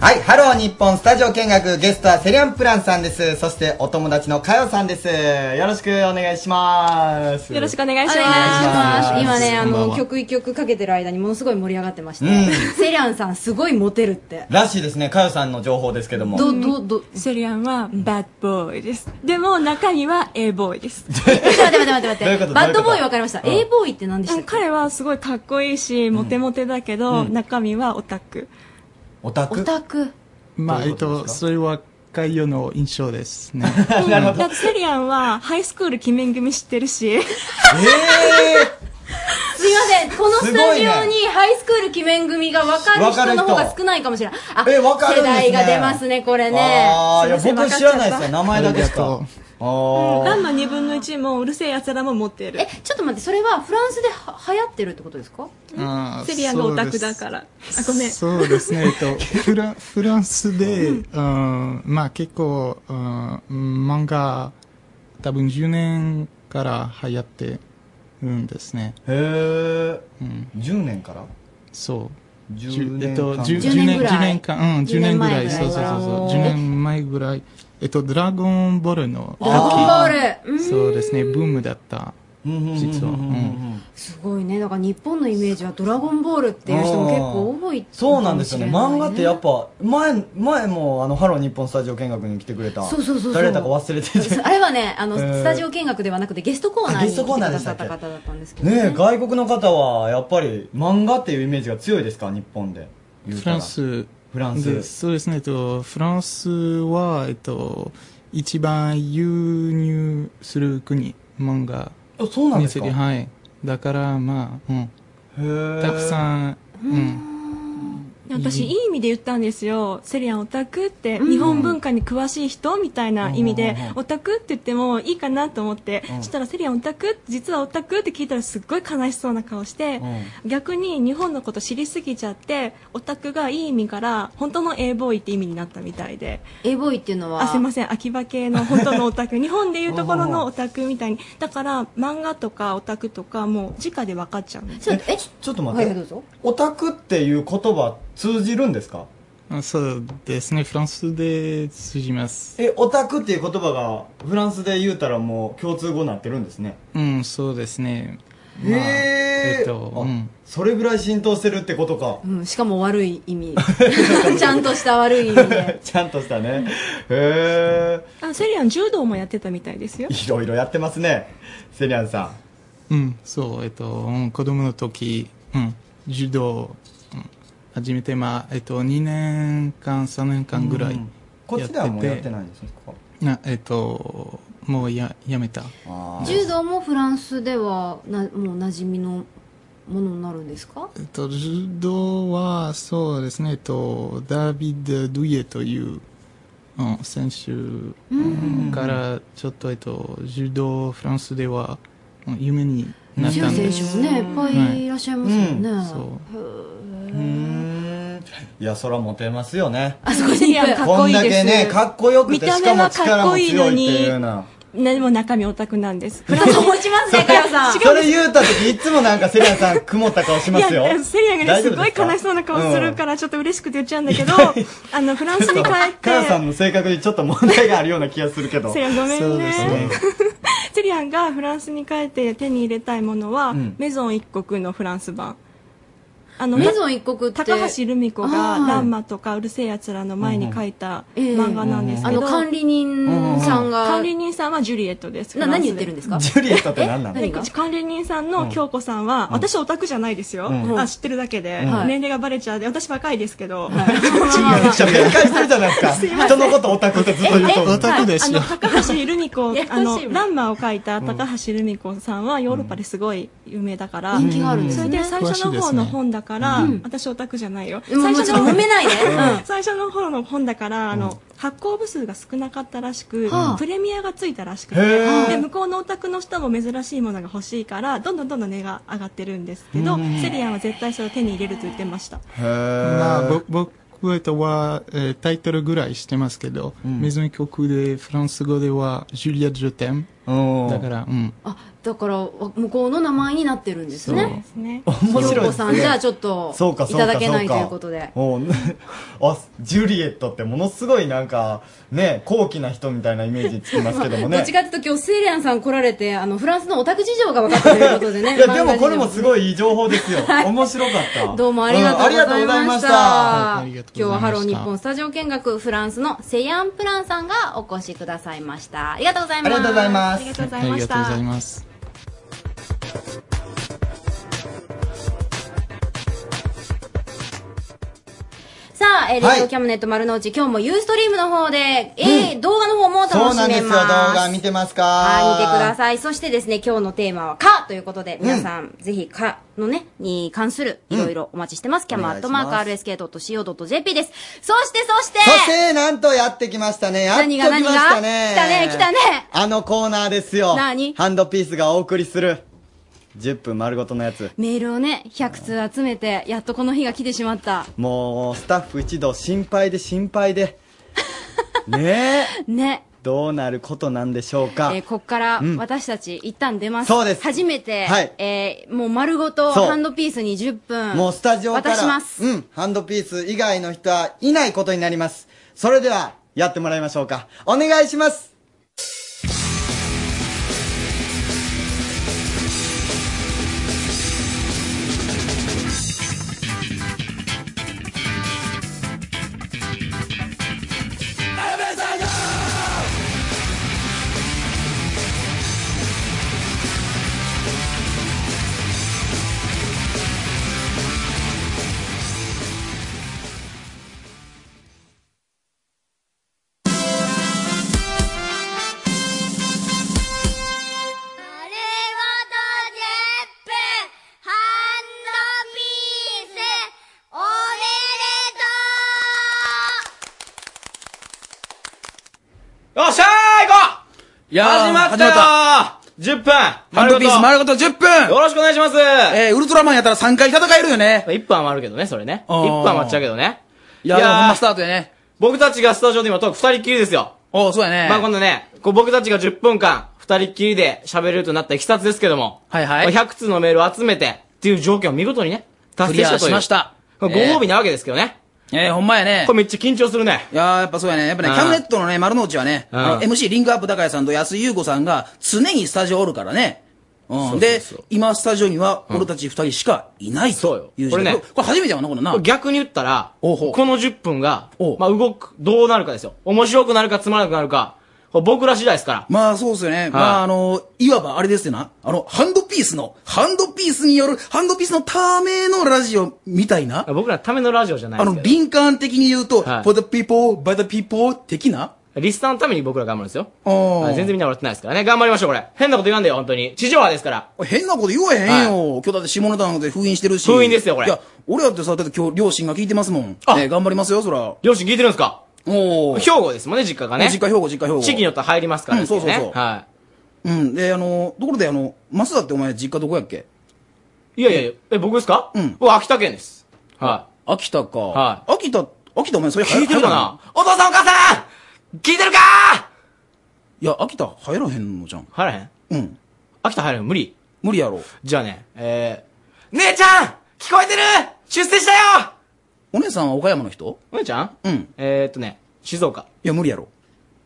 Speaker 2: はい、ハロー日本スタジオ見学、ゲストはセリャンプランさんです。そしてお友達のかよさんです。よろしくお願いします。
Speaker 11: よろしくお願いし
Speaker 3: お願いし
Speaker 11: ま。
Speaker 3: ますす今ねあ
Speaker 5: こんばん
Speaker 3: の
Speaker 5: は
Speaker 3: 曲一曲かけてる間にものすごい盛り上がってまして、
Speaker 2: うん
Speaker 3: セリャンさんすごいモテるって
Speaker 2: らしいですね、かよさんの情報ですけども。
Speaker 3: どどど
Speaker 11: セリアンはバッドボーイです。でも中身は A ボーイ です。
Speaker 3: 待って待って待
Speaker 2: どういう
Speaker 3: って待っ
Speaker 2: こ
Speaker 3: て
Speaker 2: と
Speaker 3: バッド
Speaker 2: ど
Speaker 3: ボ
Speaker 2: う
Speaker 3: ー
Speaker 2: いうこと
Speaker 3: イ分かりました、
Speaker 2: うん
Speaker 3: A ボーイって何でしたっけ
Speaker 11: 彼はすごいかっこいいし、モテモテだけど、中身はオタク。
Speaker 2: オタ
Speaker 3: オ
Speaker 2: ク
Speaker 3: タク
Speaker 5: まあ、
Speaker 2: どうい
Speaker 5: え
Speaker 2: う
Speaker 5: っ
Speaker 2: こと
Speaker 5: と、
Speaker 2: ですか
Speaker 5: それは、海洋の印象ですね。
Speaker 11: なるほど。だってセリアンはハイスクール鬼面組知ってるし、
Speaker 2: え
Speaker 3: すいませんこのス
Speaker 2: すご
Speaker 3: タ
Speaker 2: い
Speaker 3: ジ
Speaker 2: ね
Speaker 3: オにハイスクール鬼面組が分かる人の方が少ないかもしれないあ
Speaker 2: え分かるん
Speaker 3: 世
Speaker 2: ですね
Speaker 3: 代が出ます ねこれ
Speaker 2: ー、
Speaker 3: ね
Speaker 2: あーいや、
Speaker 11: すいま
Speaker 2: 僕
Speaker 11: せん
Speaker 2: 知らないですよ、名
Speaker 5: あ
Speaker 2: 前だ
Speaker 5: り
Speaker 2: け
Speaker 5: が
Speaker 2: しか。
Speaker 5: と
Speaker 2: あー
Speaker 11: ランの2分の1もうるせえ奴らも持ってる
Speaker 3: え。ちょっと待ってそれはフランスでは流行ってるってことですか
Speaker 5: う。あー
Speaker 11: セリアンがオタクだから。あ、ごめん。
Speaker 5: そうですね、えっと、フラフランスで、うんまあ結構、うん漫画、多分10年から流行ってるんですね。
Speaker 2: へー
Speaker 5: うん、
Speaker 2: 10年から
Speaker 5: そう。
Speaker 2: 10年
Speaker 5: えっと、
Speaker 2: 間
Speaker 5: 10
Speaker 3: 10年ぐらい
Speaker 5: 10年間、うん、10年ぐらい、
Speaker 3: 10年前ぐらい
Speaker 5: そうそうそうそう、
Speaker 3: おー
Speaker 5: 10年前ぐらい、えっと、ドラゴンボールの
Speaker 3: ドラゴンボールう
Speaker 5: 時
Speaker 3: ん
Speaker 5: そうですね、ブームだった。
Speaker 2: うんうんうんうんうん
Speaker 5: 実はうん
Speaker 3: すごいねだから日本のイメージは「ドラゴンボール」っていう人も結構多い
Speaker 2: そうなんですよね
Speaker 3: かも
Speaker 2: 漫
Speaker 3: しれない
Speaker 2: 画ってやっぱ前前もあのハロー日本スタジオ見学に来てくれた
Speaker 3: そうそうそうそう
Speaker 2: 誰だか忘れて
Speaker 3: そう
Speaker 2: て
Speaker 3: あれはねあの、
Speaker 2: えー
Speaker 3: スタジオ見学ではなくてゲストコーナ
Speaker 2: あ
Speaker 3: ー
Speaker 2: ゲ
Speaker 3: に
Speaker 2: ス
Speaker 3: 来て
Speaker 2: トコー
Speaker 3: く
Speaker 2: ナー
Speaker 3: だ
Speaker 2: でし
Speaker 3: さ
Speaker 2: たっ
Speaker 3: っ
Speaker 2: け
Speaker 3: た方だったんですけど
Speaker 2: ねえ外国の方はやっぱり漫画っていうイメージが強いですか日本で言う
Speaker 5: フ
Speaker 2: た
Speaker 5: ラ
Speaker 2: ら
Speaker 5: ンス
Speaker 2: フラン
Speaker 5: で
Speaker 2: ス
Speaker 5: そうですね、えっと、フランスは、えっと、一番輸入する国、漫画
Speaker 2: あそうなん
Speaker 5: に
Speaker 2: です
Speaker 5: つい
Speaker 2: か
Speaker 5: て、
Speaker 2: へ
Speaker 5: はい。だから、まあ、うん、
Speaker 2: え
Speaker 5: たくさん、うん、
Speaker 11: 私いい意味で言ったんですよセリアンオタクって日本文化に詳しい人みたいな意味でオタクって言ってもいいかなと思ってそしたらセリアンオタク実はオタクって聞いたらすっごい悲しそうな顔して逆に日本のこと知りすぎちゃってオタクがいい意味から本当の A ボーイって意味になったみたいで
Speaker 3: A ボーイっていうのは
Speaker 11: あすいません秋葉系の本当の オタク日本でいうところのオタクみたいにだから漫画とかオタクとかもう直で分かっちゃうんで
Speaker 3: ち
Speaker 11: す
Speaker 3: ょっとえ
Speaker 2: ちょちょっと
Speaker 3: は
Speaker 2: 待っ
Speaker 3: いど
Speaker 2: て
Speaker 3: うぞ
Speaker 2: オタクっていう言葉通じるんですか
Speaker 12: あそうですね、フランスで通じます。
Speaker 2: えオタクっていう言葉がフランスで言うたらもう共通語になってるんですね
Speaker 12: うん、そうですね。
Speaker 2: へ
Speaker 12: まあ
Speaker 2: え
Speaker 12: えっと、うん。
Speaker 2: それぐらい浸透してるってことか
Speaker 3: うん、しかも悪い意味ちゃんとした悪い意味で
Speaker 2: ちゃんとしたねへえ
Speaker 11: あセリアン柔道もやってたみたいですよ
Speaker 2: いろいろやってますねセリアンさん
Speaker 12: うん、そう、えっと、うん子供の時、うん、柔道、うん、始めて、まあ、えっと、2年間、3年間ぐらい。
Speaker 2: うんこっちではもうやってないんですか
Speaker 12: なえっと、もうや、やめた。
Speaker 2: あ
Speaker 3: 柔道もフランスではなもう馴染みのものになるんですか
Speaker 12: えっと、柔道は、そうですね、えっと、ダービッド・ドゥイエという、うん、選手から、ちょっと、えっと、柔道、フランスでは、うん夢になっ
Speaker 3: 強
Speaker 12: た
Speaker 3: い
Speaker 12: ん
Speaker 3: 選
Speaker 12: です。
Speaker 3: 手もねいっぱいいらっしゃいますよね、
Speaker 12: うんそう
Speaker 2: うーんいやそらモテますよね
Speaker 3: あそこ
Speaker 11: セ
Speaker 3: にい
Speaker 11: リアン
Speaker 3: っぱ
Speaker 11: か
Speaker 3: い
Speaker 11: っこいいです
Speaker 2: んだけねかっこよく
Speaker 11: 見
Speaker 2: て
Speaker 11: た
Speaker 2: し
Speaker 11: 目
Speaker 2: かも
Speaker 11: はか
Speaker 2: 力
Speaker 11: っ
Speaker 2: も
Speaker 11: こいいの
Speaker 2: 強い
Speaker 11: に
Speaker 2: っていうような
Speaker 11: でも中身オタクなんですフラン
Speaker 3: ちょっと持ちます ね、かよさん。
Speaker 2: それ言うた時いつもなんかセリアンさん曇った顔しますよ
Speaker 11: いやセリアがねすごい悲しそうな顔するかららちょっと嬉しくて言っちゃうんだ けど、あのフランスに帰っ
Speaker 2: かよさん
Speaker 11: て
Speaker 2: の性格にちょっと問題があるような気がするけど
Speaker 11: セリアンごめ
Speaker 12: そ
Speaker 11: ん
Speaker 12: うで
Speaker 11: ね
Speaker 12: す ね。
Speaker 11: セリアンがフランスに帰って手に入れたいものは、
Speaker 2: うん
Speaker 11: メゾン一国のフランス版あの
Speaker 3: メゾン一国って。
Speaker 11: 高橋留美子が
Speaker 3: あー
Speaker 11: 「ランマ」とか「うるせえやつら」の前に書いた
Speaker 3: ええ
Speaker 11: 漫画なんです
Speaker 3: あ
Speaker 11: けど、
Speaker 3: の、管理人さんが。
Speaker 11: 管理人さんはジュリエットです
Speaker 3: な、
Speaker 11: フラ
Speaker 3: 何
Speaker 11: ンス
Speaker 3: 言ってるんですか
Speaker 2: ジュリエットって 何なの
Speaker 3: え何
Speaker 11: うち管理人さんの京子さんは、私オタクじゃないですよ、
Speaker 2: うん
Speaker 11: あ知ってるだけで、
Speaker 3: はい
Speaker 11: 年齢がバレちゃうで私若いですけど、
Speaker 2: めっちゃ弁解してるじゃない ですか人のことオタクってずっと言うと
Speaker 12: オタクです
Speaker 11: あの
Speaker 12: よ。
Speaker 11: 高橋留美子
Speaker 3: ややこしい
Speaker 11: あのランマを書いた高橋留美子さんはヨーロッパですごい有名だから、
Speaker 3: 人気があるんで
Speaker 11: そ
Speaker 3: す
Speaker 11: れで
Speaker 3: ね。
Speaker 11: 最初の方の本だ
Speaker 3: 詳しいですね
Speaker 11: から、
Speaker 3: うん
Speaker 11: 私オタクじゃないよ、
Speaker 3: もう
Speaker 11: 最
Speaker 3: もう
Speaker 11: 初
Speaker 3: ちょっと
Speaker 11: の
Speaker 3: 揉めないで。
Speaker 11: 最初の方の本だから、あの発行部数が少なかったらしく、
Speaker 3: はあ
Speaker 11: プレミアがついたらしく
Speaker 2: へ
Speaker 11: て
Speaker 2: ー
Speaker 11: で向こうのお宅の人も珍しいものが欲しいからどんどんどんどん値が上がってるんですけど、セリアンは絶対それを手に入れると言ってました
Speaker 2: へー
Speaker 12: まあ、ぼ僕とは、えータイトルぐらいしてますけど、メゾン曲でフランス語では、ジュリア・ジュテン。
Speaker 2: うん
Speaker 12: だから、うん。
Speaker 3: あ、だから、向こうの名前になってるんです
Speaker 12: そう
Speaker 3: ね。
Speaker 11: ですね
Speaker 2: 面白い
Speaker 3: 洋
Speaker 2: で
Speaker 3: 子
Speaker 2: す
Speaker 3: さん
Speaker 2: ね
Speaker 3: じゃあちょっと、
Speaker 2: そうか
Speaker 3: い
Speaker 2: そうか
Speaker 3: ただけないと
Speaker 2: そ
Speaker 3: い
Speaker 2: か
Speaker 3: うことで。
Speaker 2: お うあジュリエットってものすごいなんかね高貴な人みたいなイメージつきますけども
Speaker 3: ど
Speaker 2: ね
Speaker 3: っちかっていうと今日セリアンさん来られて、あの、フランスのオタク事情が分かったということでね。
Speaker 2: いやでもこれもす
Speaker 3: い。
Speaker 2: ごいいい情報ですよ面白かった
Speaker 3: どうもありがとうございました。
Speaker 12: はいあ
Speaker 3: 今
Speaker 12: りがとうございました
Speaker 3: 日はハロー日本スタジオ見学、フランスのセヤンプランさんがお越しくださいました。ありがとうござい
Speaker 2: あり
Speaker 3: ます。
Speaker 2: がとうござい
Speaker 11: あ
Speaker 2: ま
Speaker 11: り
Speaker 2: す
Speaker 11: がとうございました
Speaker 12: ありがとうございます。
Speaker 3: さあ、えー、レ
Speaker 2: はい
Speaker 3: ディオキャムネット丸の内、今日もユーストリームの方で、えー動画の方も楽しめます。
Speaker 2: そうなんですよ動画見てますか
Speaker 3: はい、見てくだ
Speaker 2: さ
Speaker 3: さい。そしてですね、今日のテーマは、かということで、皆さん、ぜひ、かのね、に関する、いろいろお待ちしてます。キャム
Speaker 2: お願
Speaker 3: アッ
Speaker 2: いし
Speaker 3: ト
Speaker 2: ま
Speaker 3: マ
Speaker 2: す
Speaker 3: ーク RSK.CO.JP です。そして、そして、
Speaker 2: そして、なんとやってきましたね。やっと
Speaker 3: 何
Speaker 2: 来
Speaker 3: が
Speaker 2: ましたね。
Speaker 3: 何が来たね来たね
Speaker 2: あのコーナーですよ。
Speaker 3: 何
Speaker 2: ハンドピースがお送りする。10分丸ごとのやつ。
Speaker 3: メールをね、100通集めて、やっとこの日が来てしまった。
Speaker 2: もう、スタッフ一同心配で心配 で。ねえ。
Speaker 3: ね。
Speaker 2: どうなることなんでしょうか。
Speaker 3: えーこっから
Speaker 2: ん
Speaker 3: 私たち一旦出ます。
Speaker 2: そうです
Speaker 3: 初めて、
Speaker 2: はい
Speaker 3: えーもう丸ごと
Speaker 2: そう
Speaker 3: ハンドピースに10分。
Speaker 2: もうスタジオから。
Speaker 3: 渡します。
Speaker 2: うん。ハンドピース以外の人はいないことになります。それでは、やってもらいましょうか。お願いします。
Speaker 13: いやー
Speaker 7: 始まったよー !10 分
Speaker 13: ハンドピース丸ごと10分
Speaker 7: よろしくお願いします
Speaker 13: えー、ウルトラマンやったら3回戦えるよね。
Speaker 7: 1分余るけどね、それね。
Speaker 13: あー
Speaker 7: 1分待っちゃうけどね。
Speaker 13: いやー、
Speaker 7: いやー
Speaker 13: ほんまスタートやね。
Speaker 7: 僕たちがスタジオで今トーク2人っきりですよ。
Speaker 13: おー、そうやね。
Speaker 7: まあ今度ね、こう僕たちが10分間2人っきりで喋るとなったいきさつですけども。
Speaker 13: はいはい。
Speaker 7: 100通のメールを集めてっていう条件を見事にね、達成したという。
Speaker 13: クリアしました
Speaker 7: これご褒美なわけですけどね。
Speaker 13: えー、ほんまやね。
Speaker 7: これめっちゃ緊張するね。
Speaker 13: いやー、やっぱそうやね。やっぱね、
Speaker 7: うん
Speaker 13: キャムネットのね、丸の内はね、
Speaker 7: うん
Speaker 13: あの MC リンクアップ高谷さんと安井優子さんが常にスタジオおるからね。うん。で、今スタジオには俺たち二人しかいないという
Speaker 7: こ
Speaker 13: 状況。
Speaker 7: れね
Speaker 13: これ初めてやもんな、これな。
Speaker 7: 逆に言ったら、この10分が、まあ動く、どうなるかですよ。面白くなるかつまらなくなるか、これ僕ら次第ですから。
Speaker 13: まあそうですよね。まああの、いわばあれですよな。あの、ハンドピースの、ハンドピースによる、ハンドピースのためのラジオみたいな。
Speaker 7: 僕らためのラジオじゃない
Speaker 13: あ
Speaker 7: です
Speaker 13: の、
Speaker 7: けど。
Speaker 13: 敏感的に言うと、
Speaker 7: はい
Speaker 13: for the people, by the people 的な。
Speaker 7: リスターのために僕ら頑張るんですよ。
Speaker 13: あ
Speaker 7: はい全然みんな笑ってないですからね。頑張りましょう、これ。変なこと言わんでよ、本当に。地上波ですから。
Speaker 13: 変なこと言わへんよ。今日だって下ネタなんて封印してるし。
Speaker 7: 封印ですよこれ
Speaker 13: いや、俺だってさ、だって今日両親が聞いてますもん。あ、ね、頑張りますよ、そら。
Speaker 7: 両親聞いてるんですか
Speaker 13: おー
Speaker 7: 兵庫ですもんね、実家がね。
Speaker 13: 実家兵庫、実家兵庫。
Speaker 7: 地域によっては入りますからですけどね。
Speaker 13: うんそうそうそう
Speaker 7: は
Speaker 13: うん。で、あの、ところであの、マスダってお前実家どこやっけ
Speaker 7: い。いやいやいや、え、僕ですかうん。僕、秋田県です。はい。
Speaker 13: 秋田か。
Speaker 7: は
Speaker 13: 秋田、秋田お前それ
Speaker 7: 聞いてるかなお父さんお母さん聞いてるか
Speaker 13: いや、秋田入らへんのじゃん。
Speaker 7: 入らへん
Speaker 13: うん。
Speaker 7: 秋田入らへん無理。
Speaker 13: 無理やろ。
Speaker 7: じゃあね、えー、姉ちゃん聞こえてる出世したよ
Speaker 13: お姉さんは岡山の人
Speaker 7: お姉ちゃん
Speaker 13: うん。
Speaker 7: えー、っとね、静岡。
Speaker 13: いや、無理やろ。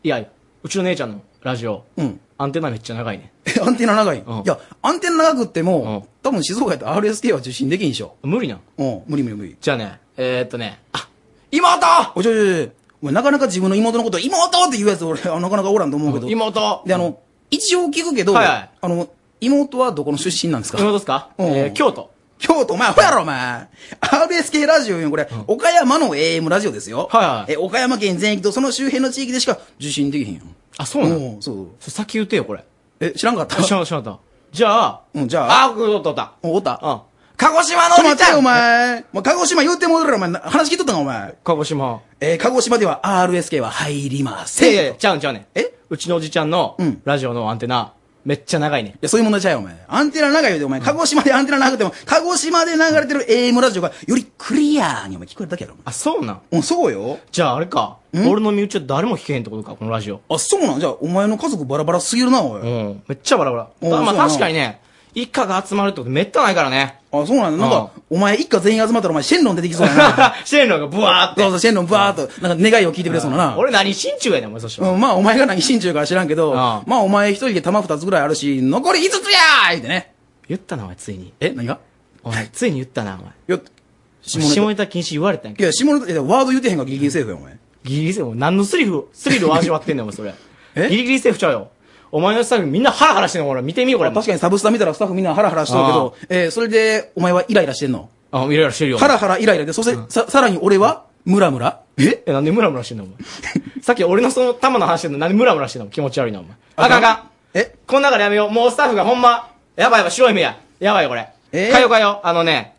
Speaker 7: いや、うちの姉ちゃんのラジオ、
Speaker 13: うん。
Speaker 7: アンテナめっちゃ長いね。
Speaker 13: えアンテナ長いん。いや、アンテナ長くっても、多分静岡やったら RSK は受信できんでしょ。
Speaker 7: 無理な。
Speaker 13: うん、無理無理無理。
Speaker 7: じゃあね、えー、っとね、あ、妹
Speaker 13: おいちょいちょいちょいお前なかなか自分の妹のこと、妹って言うやつ俺、あなかなかおらんと思うけど。
Speaker 7: 妹
Speaker 13: で、あの、一応聞くけど、
Speaker 7: はいはい
Speaker 13: あの、妹はどこの出身なんですか
Speaker 7: 妹ですか
Speaker 13: うん
Speaker 7: えー、京都。
Speaker 13: 京都、お前、ほやろ、お前。RSK ラジオよ、これ、岡山の AM ラジオですよ。
Speaker 7: はい
Speaker 13: え、岡山県全域とその周辺の地域でしか受信できへんよ。
Speaker 7: あ、そうなの
Speaker 13: んそう。
Speaker 7: それ先言ってよ、これ。
Speaker 13: え、知らんかった
Speaker 7: 知らん、知らんかった。じゃあ、
Speaker 13: うん、じゃあ。
Speaker 7: あ、おったおった。
Speaker 13: おった
Speaker 7: うん。鹿児島の
Speaker 13: ちょっと
Speaker 7: お兄
Speaker 13: 待
Speaker 7: ち
Speaker 13: って
Speaker 7: ゃん
Speaker 13: よ、お前。もう鹿児島言うてもらうお前、話聞いとったんか、お前。
Speaker 7: 鹿児島。
Speaker 13: えー鹿児島では RSK は入りま
Speaker 7: いやい
Speaker 13: せん。
Speaker 7: や、ちゃうんちゃうね。えうちのおじちゃんの、ラジオのアンテナ、めっちゃ長いね。
Speaker 13: いや、そういう問題ちゃうよ、お前。アンテナ長いよ、お前。鹿児島でアンテナ長くても、鹿児島で流れてる AM ラジオが、よりクリアーにお前聞こえるだけやろ、お前。
Speaker 7: あ、そうなん
Speaker 13: うん、そうよ。
Speaker 7: じゃああれか。俺の身内は誰も聞けへんってことか、このラジオ。
Speaker 13: あ、そうなんじゃあ、お前の家族バラバラすぎるな、おい。
Speaker 7: うん。めっちゃバラバ
Speaker 13: おう
Speaker 7: ラ。まあ
Speaker 13: そうやな
Speaker 7: 確かにね、一家が集まるってことめったないからね。
Speaker 13: あ、そうなんだ。なんか、お前一家全員集まったら、お前、シェンロン出てきそうやな。
Speaker 7: シェンロンがブワーって。
Speaker 13: そうそう、シェンロンバーっと、なんか願いを聞いてくれそうなな。
Speaker 7: 俺何心中やねん、お前そしたら。
Speaker 13: うん、まあ、お前が何心中かは知らんけど、まあ、お前一人で玉二つぐらいあるし、残り五つやー言ってね。
Speaker 7: 言ったな、お前ついに。
Speaker 13: え、何が
Speaker 7: お前、ついに言ったな、お前。
Speaker 13: よ
Speaker 7: 下ネタ下ネタ禁止言われたんや
Speaker 13: いや、下ネタ、いやワード言うてへんがギリギリセーフや、お前。
Speaker 7: ギリギリセーフ。何のスリル、スリルを味わってんねん、お前、それ。ギリギリセーフちゃうよ。お前のスタッフみんなハラハラしてんの、ほら、見てみよ、これ。
Speaker 13: 確かにサブスタ見たらスタッフみんなハラハラしとるけど、えー、それで、お前はイライラしてんの
Speaker 7: あ、イライラしてるよ。
Speaker 13: ハラハライライラで、そして、さ、さらに俺は、ムラムラえ
Speaker 7: え、なんでムラムラしてんの お前。さっき俺のその玉の話してんの、なんでムラムラしてんの気持ち悪いな、お前。あかんあかん。
Speaker 13: え
Speaker 7: こん中でやめよう。もうスタッフがほんま、やばいやばい、白い目や。やばいよ、これ。
Speaker 13: え
Speaker 7: かよかよ。あのね、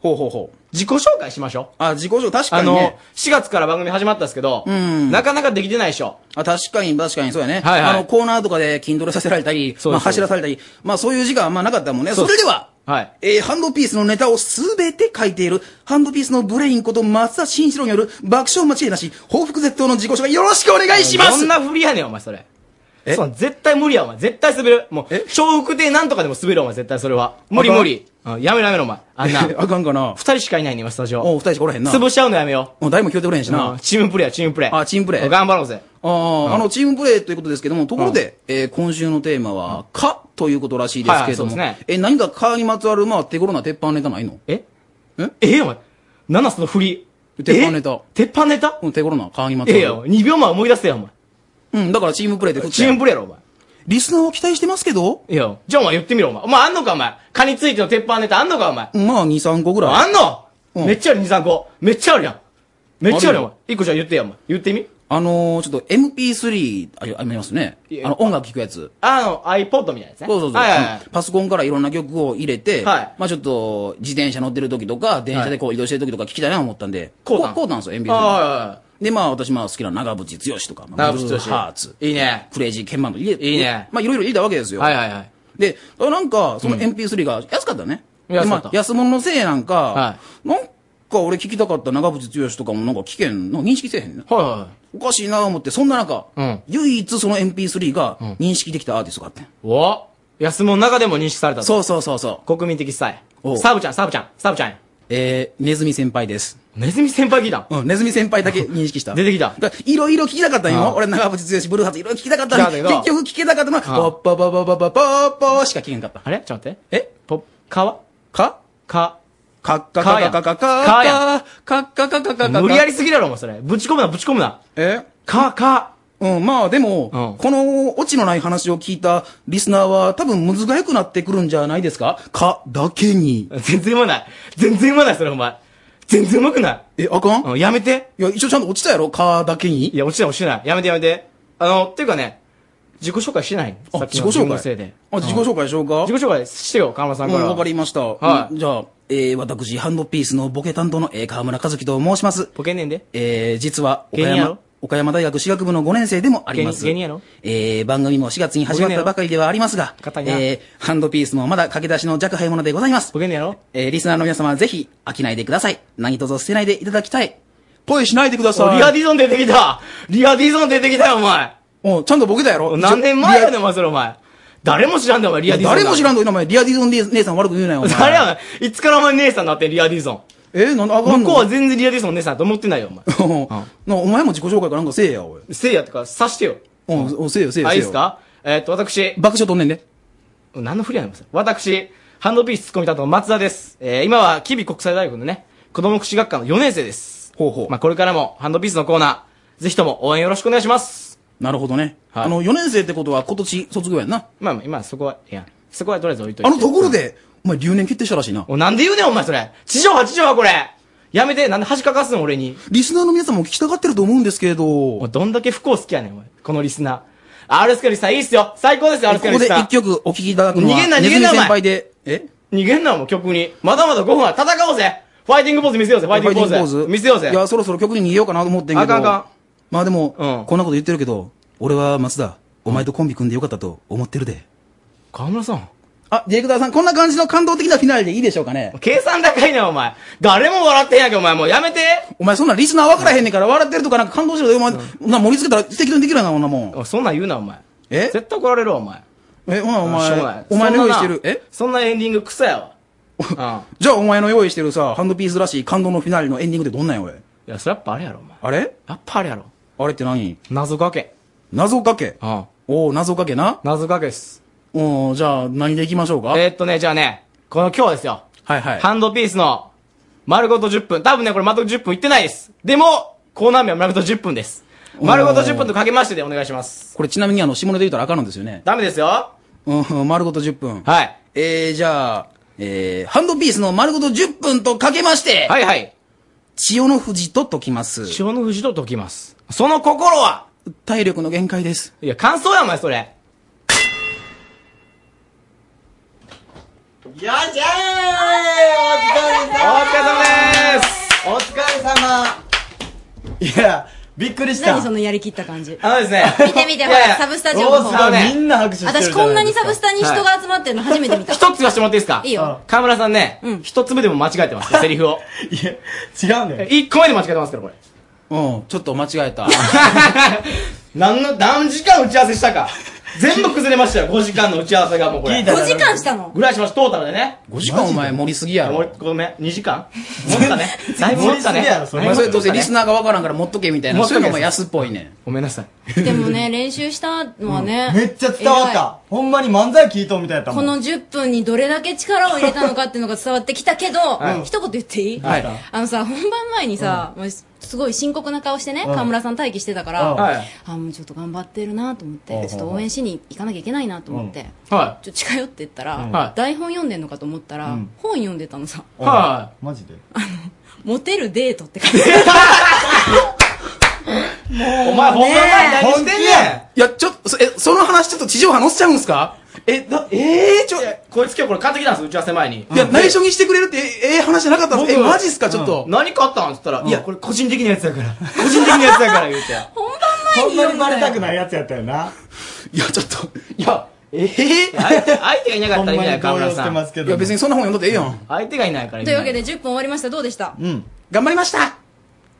Speaker 13: ほうほうほう。
Speaker 7: 自己紹介しましょう。
Speaker 13: あ、自己紹介、確か
Speaker 7: あ
Speaker 13: に
Speaker 7: の
Speaker 13: ね。、
Speaker 7: 4月から番組始まったんですけど、
Speaker 13: うん
Speaker 7: なかなかできてないでしょ。
Speaker 13: あ、確かに、確かに、そうやね。
Speaker 7: はいはい
Speaker 13: あの、コーナーとかで筋トレさせられたり、
Speaker 7: そう
Speaker 13: ま
Speaker 7: で
Speaker 13: あ、
Speaker 7: す
Speaker 13: 走らされたり、まあ、そういう時間はあんまなかったもんね。そ
Speaker 7: そうで
Speaker 13: れ
Speaker 7: す
Speaker 13: では、
Speaker 7: はい。
Speaker 13: えーハンドピースのネタをすべて書いている、ハンドピースのブレインこと松田慎一郎による爆笑間違いなし、報復絶倒の自己紹介よろしくお願いします
Speaker 7: どんな振りやねん、お前、それ。えそう、絶対無理や、お前。絶対滑る。もう、重複でなんとかでも滑る、お前、絶対それは。無理
Speaker 13: あかん
Speaker 7: 無理。うんやめろやめろ、お前。あんな。
Speaker 13: あかんかな。
Speaker 7: 二人しかいないね、今、スタジオ。
Speaker 13: おう二人しかおらへんな
Speaker 7: 潰しちゃうのやめよ
Speaker 13: もう誰も聞いてくれへんし
Speaker 7: う。
Speaker 13: な。
Speaker 7: うんチームプレーや、チームプレー。
Speaker 13: あ、チームプレー。
Speaker 7: 頑張ろうぜ。
Speaker 13: あ
Speaker 7: う
Speaker 13: あ、
Speaker 7: ん
Speaker 13: あの、チームプレーということですけども、ところで、えー今週のテーマは、かということらしいですけれども、
Speaker 7: はいはいそうです
Speaker 13: えー、何かかにまつわる、まあ、手頃な鉄板ネタないの
Speaker 7: ええお前。なんなんその振り。
Speaker 13: 鉄板ネタ。
Speaker 7: 鉄板ネタ
Speaker 13: うん、手頃な、かにまつわ
Speaker 7: え
Speaker 13: る。
Speaker 7: えよ、2秒前思い出せよ、お前。
Speaker 13: うん、だからチームプレーで
Speaker 7: チームプレーやろ、お前。
Speaker 13: リスナーは期待してますけど
Speaker 7: いや、じゃあお前言ってみろ、お前。お前あんのか、お前。蚊についての鉄板ネタあんのか、お前。
Speaker 13: まあ、2、3個ぐらい。
Speaker 7: あんのめっちゃある、2、3個。めっちゃあるやん。めっちゃあるやん、
Speaker 13: あ
Speaker 7: お
Speaker 13: る
Speaker 7: 前。一個じゃあ言ってや、お前。言ってみ。
Speaker 13: あのー、ちょっと MP3、あ、ありますね
Speaker 7: い。や
Speaker 13: あの、音楽聴くやつ。
Speaker 7: あの、iPod みたいなやつね。
Speaker 13: そうそうそう。
Speaker 7: はいはいはい
Speaker 13: うんパソコンからいろんな曲を入れて、
Speaker 7: はい
Speaker 13: まあちょっと、自転車乗ってる時とか、電車でこう移動してる時とか聞きたいなと思ったんで、
Speaker 7: こうたん
Speaker 13: こうたんですよ、MP3。
Speaker 7: あ
Speaker 13: で、まあ私、まあ好きな長渕剛とか、まあ
Speaker 14: 長渕剛
Speaker 13: ブルーハーツ。
Speaker 14: いいね。
Speaker 13: クレイジーケンマンとか、いい
Speaker 14: いね
Speaker 13: まあいろいろいたわけですよ。
Speaker 14: はいはいはい。
Speaker 13: で、あなんか、その MP3 が安かったね。
Speaker 14: 安かった
Speaker 13: でまあ安物のせいなんか、なんか俺聞きたかった長渕剛とかもなんか危険の認識せえへんね
Speaker 14: はいは
Speaker 13: おかしいなと思って、そんな中、
Speaker 14: うん
Speaker 13: 唯一その MP3 が認識できたアーティストがあってん。
Speaker 14: い。お安物の中でも認識された
Speaker 13: そうそうそうそう。
Speaker 14: 国民的スタイ
Speaker 13: おう
Speaker 14: ル。サブちゃん、サブちゃん、サブちゃんや。
Speaker 13: えー、ネズミ先輩です。
Speaker 14: ネズミ先輩聞いた
Speaker 13: うん、ネズミ先輩だけ認識した。
Speaker 14: 出てきた。
Speaker 13: いろいろ聞きたかったん
Speaker 14: あ
Speaker 13: よ。
Speaker 14: あ
Speaker 13: 俺、長渕剛、ブルーハーツ、いろいろ聞きたかったの
Speaker 14: 聞
Speaker 13: に
Speaker 14: きたかった
Speaker 13: 結
Speaker 14: けど
Speaker 13: 局聞けなかったのは、
Speaker 14: ああ
Speaker 13: ポッポポポポポポポポしか聞けんかった。
Speaker 14: あれちょっと待って。
Speaker 13: え
Speaker 14: ポッ、かわ
Speaker 13: か
Speaker 14: か。
Speaker 13: かっか
Speaker 14: かやん
Speaker 13: かかか
Speaker 14: かやん
Speaker 13: かかかかかかか
Speaker 14: 無理やりすぎだろ、お前それ。ぶち込むな、ぶち込むな。
Speaker 13: え
Speaker 14: か、か。
Speaker 13: うん、まあでも、このオチのない話を聞いたリスナーは多分むずがよくなってくるんじゃないですかかだけに。
Speaker 14: 全然うまない。全然うまない、それお前。全然うまくない。
Speaker 13: え、あかん、
Speaker 14: やめて。
Speaker 13: いや、一応ちゃんと落ちたやろかだけに。
Speaker 14: いや、落ちてない、落ちてない。やめてやめて。あの、っていうかね、自己紹介してない。
Speaker 13: あ
Speaker 14: さっき
Speaker 13: 自己
Speaker 14: の
Speaker 13: 紹介
Speaker 14: 自分のせいで。
Speaker 13: あ、自己紹介でしょうか、
Speaker 14: 自己紹介してよ、河村さん
Speaker 13: う
Speaker 14: か
Speaker 13: ん、
Speaker 14: ら。
Speaker 13: わかりました。
Speaker 14: はい
Speaker 13: うんじゃあ、えー、私、ハンドピースのボケ担当の、えー、河村和樹と申します。ボ
Speaker 14: ケねんで。
Speaker 13: えー、実は、岡
Speaker 14: 芸人や
Speaker 13: 山
Speaker 14: ろ、
Speaker 13: 岡山大学私学部の5年生でもあります。
Speaker 14: 芸人芸人やろ
Speaker 13: えー、番組も4月に始まったばかりではありますが、え
Speaker 14: ボケねやろ
Speaker 13: ー、ハンドピースもまだ駆け出しの弱敗者でございます。ボ
Speaker 14: ケねやろ
Speaker 13: えー、リスナーの皆様、ぜひ、飽きないでください。何卒捨てないでいただきたい。ポイしないでください。
Speaker 14: おリアディゾン出てきたリアディゾン出てきたよ、お前
Speaker 13: おちゃんとボケたやろ
Speaker 14: 何年前やねん、お前、それ、お前。誰も知らんだよ、お前、リアディゾン。
Speaker 13: 誰も知らん
Speaker 14: ん
Speaker 13: のに、お前、リアディゾン姉さん悪く言うなよ、お前。
Speaker 14: 誰やねんいつからお前姉さんになってんリアディゾン。
Speaker 13: え、なんであかんの
Speaker 14: 向こうは全然リアディゾンの姉さんだと思ってないよ、お前。
Speaker 13: なお前も自己紹介かなんかせえや、おい。
Speaker 14: せいやとか、さしてよ。
Speaker 13: うん、おせえよ、せえよ。
Speaker 14: あ、
Speaker 13: せえよ
Speaker 14: いいですかえーっと、私。
Speaker 13: 爆笑とんねんで。
Speaker 14: 何の振りやねん、お前私、ハンドピース突っ込み担当の松田です。えー、今は、吉備国際大学のね、子供福祉学科の4年生です。
Speaker 13: ほうほう。
Speaker 14: まあ、これからも、ハンドピースのコーナー、ぜひとも応援よろしくお願いします。
Speaker 13: なるほどね。
Speaker 14: はい。
Speaker 13: あの、4年生ってことは今年卒業やんな。
Speaker 14: まあまあ、今、そこは、いや、そこはとりあえず置いといて。
Speaker 13: あのところで、お前留年決定したらしいな。
Speaker 14: おなんで言うねん、お前それ。地上波、地上波、これ。やめて、なんで恥かかすの、俺に。
Speaker 13: リスナーの皆さんも聞きたがってると思うんですけれど。
Speaker 14: どんだけ不幸好きやねん、お前。このリスナー。RS カリスさん、いいっすよ。最高ですよ、RS
Speaker 13: こ
Speaker 14: カ
Speaker 13: こ
Speaker 14: リス
Speaker 13: で
Speaker 14: さん。
Speaker 13: 一曲お聴きいただくのは、
Speaker 14: 逃げんな、逃
Speaker 13: ネズ
Speaker 14: げん
Speaker 13: ミ
Speaker 14: な、お
Speaker 13: 先
Speaker 14: 前。
Speaker 13: 輩で。え
Speaker 14: 逃げんな、もう曲に。まだまだ5分は戦おうぜ。ファイティングポーズ見せようぜ、ファイティングポーズ。見せようぜ。
Speaker 13: いや、そろそろ曲に逃げようかなと思ってんけど。
Speaker 14: あかんあかん
Speaker 13: まあでも、こんなこと言ってるけど、俺は松田、お前とコンビ組んでよかったと思ってるで。
Speaker 14: 河村さん。
Speaker 13: あ、ディレクターさん、こんな感じの感動的なフィナーレでいいでしょうかね。
Speaker 14: 計算高いな、お前。誰も笑ってへんやんけ、お前。もうやめて。
Speaker 13: お前そんなリスナー分からへんねんから、笑ってるとかなんか感動してるよ。お前、な盛り付けたら適当にできるよな、こんなもん。
Speaker 14: そんなん言うな、お前。
Speaker 13: え
Speaker 14: 絶対怒られるわ、お前。
Speaker 13: え、ほな、お
Speaker 14: しょうがな
Speaker 13: 前
Speaker 14: い、
Speaker 13: お前の用意してる。
Speaker 14: えそんなエンディング草やわ。
Speaker 13: じゃあお前の用意してるさ、ハンドピースらしい感動のフィナーレのエンディングってどんなんや、俺。
Speaker 14: いや、それやっぱあれやろ、お前。
Speaker 13: あれ
Speaker 14: やっぱあれやろ。
Speaker 13: あれって何
Speaker 14: 謎かけ。
Speaker 13: 謎かけ
Speaker 14: あ
Speaker 13: おお謎かけな
Speaker 14: 謎かけっす。
Speaker 13: おーじゃあ何でいきましょうか
Speaker 14: えーっとね、じゃあね、この今日ですよ。
Speaker 13: はいはい。
Speaker 14: ハンドピースの、丸ごと10分。多分ね、これ丸ごと10分いってないです。でも、コーナー名は丸ごと10分です。丸ごと10分とかけましてでお願いします。
Speaker 13: これちなみにあの、下ネタ言ったらあかんのですよね。
Speaker 14: ダメですよ。
Speaker 13: うん、丸ごと10分。
Speaker 14: はい。
Speaker 13: えー、じゃあ、えー、ハンドピースの丸ごと10分とかけまして、
Speaker 14: はいはい。
Speaker 13: 千代の富士と解きます。千
Speaker 14: 代の富士と解きます。その心は
Speaker 13: 体力の限界です。
Speaker 14: いや、感想や、お前、それ。
Speaker 2: よっしゃーお疲れ様お疲れ様いや、びっくりした。
Speaker 3: 何そのやりきった感じ
Speaker 14: あのですね。
Speaker 3: 見て見て、ほら、サブスタジオの
Speaker 2: ロー
Speaker 3: 方
Speaker 2: ズさんみんな拍手してるじゃないです
Speaker 3: 私
Speaker 2: か
Speaker 3: こんなにサブスタに人が集まってるの初めて見た。
Speaker 14: 一つ言わせてもらっていいですか
Speaker 3: いいよ。
Speaker 14: 河村さんね、一粒でも間違えてます、セリフを。
Speaker 2: いや、違うね
Speaker 14: 一個目で間違えてますから、これ。
Speaker 13: うん、ちょっと間違えた。
Speaker 14: 何の、何時間打ち合わせしたか。全部崩れましたよ、5時間の打ち合わせがもうこれ。
Speaker 3: 5時間したの
Speaker 14: ぐらいしました、トータルでね。
Speaker 13: 5時間お前盛りすぎやろ。
Speaker 14: ごめん、2時間持った ね。だいぶ持ったね。
Speaker 13: お前それどうせリスナーがわからんから持っとけみたいな。
Speaker 14: 持っと
Speaker 13: そ
Speaker 14: け
Speaker 13: ういうのも安っぽいね。
Speaker 14: ごめんなさい。
Speaker 3: でもね、練習したのはね。
Speaker 2: めっちゃ伝わった。ほんまに漫才聞いとうみたいやった
Speaker 3: 偉い。
Speaker 2: も
Speaker 3: こ
Speaker 2: ん。
Speaker 3: の10分にどれだけ力を入れたのかっていうのが伝わってきたけど、
Speaker 2: はい
Speaker 3: 一言言っていい、
Speaker 2: はい
Speaker 3: あのさ、本番前にさ、もうすごい深刻な顔してね、
Speaker 2: うん
Speaker 3: 河村さん待機してたから、
Speaker 2: はい
Speaker 3: あ、もうちょっと頑張ってるなと思っ
Speaker 2: うん
Speaker 3: て、ちょっと応援しに行かなきゃいけないなと思って、
Speaker 14: は
Speaker 3: ちょっと近寄ってったら、
Speaker 2: うんはい
Speaker 3: 台本読んでんのかと思ったら、
Speaker 2: うん
Speaker 3: 本読んでたのさ。
Speaker 2: い。マジで
Speaker 3: モテるデートって書い
Speaker 14: お前、本番前何してんねん
Speaker 13: いや、ちょっと、そえ、その話ちょっと地上波乗せちゃうんすかえ、だ、えー、ちょ、こいつ今日これ買ってきたんです、打ち合わせ前に。い
Speaker 15: や、内緒にしてくれるって、えええ話じゃなかったんですえ、
Speaker 13: 僕
Speaker 15: マジっすか、ちょっと。
Speaker 13: 何買ったんって言ったら、いや、これ個人的なやつだから。個人的なやつだから言うて。
Speaker 14: ほんまにバレたくないやつやったよな。
Speaker 13: ええ相手相手がいなかったら意味ない、河村さん。
Speaker 15: いや、別にそんな本読んどってええやん。
Speaker 13: 相手がいないから意
Speaker 3: とい
Speaker 13: 味
Speaker 3: う
Speaker 13: な
Speaker 3: わけ
Speaker 13: い。
Speaker 3: で10分終わりましたどうでした
Speaker 15: うん。頑張りました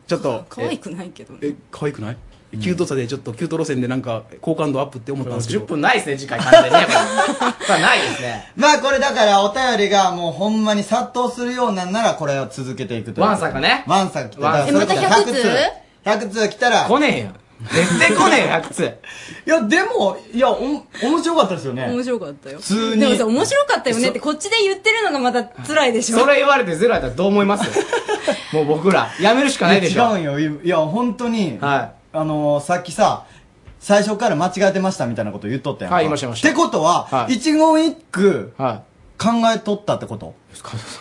Speaker 15: ちょっと。
Speaker 3: 可愛くないけどね
Speaker 15: え、可愛くないキュートさで、ちょっとキュート路線でなんか、好感度アップって思ったんですけど。10
Speaker 13: 分ないですね、次回完全 ね。ないですね。
Speaker 2: まあこれだからお便りがもうほんまに殺到するようなんならこれを続けていくという。
Speaker 13: ワンサカね
Speaker 2: ワンサカ来て
Speaker 13: ワンサカえまた100通
Speaker 2: ?100 通来たら。
Speaker 13: 来ねえよ。絶対来ねえよ、100通。
Speaker 14: いや、でも、いや、おも、面白かったですよね。
Speaker 3: 面白かったよ普
Speaker 14: 通に
Speaker 3: でもさ面白かったよねってこっちで言ってるのがまた辛いでしょ
Speaker 13: それ言われてゼロやったらどう思います もう僕ら、やめるしかないでしょ。
Speaker 2: いや違うんよ。いや、本当に、あのー、さっきさ、最初から間違えてましたみたいなこと言っとったやんか。
Speaker 13: はい言いました言いました
Speaker 2: ってことは、
Speaker 13: はい
Speaker 2: 一言一句、考えとったってこと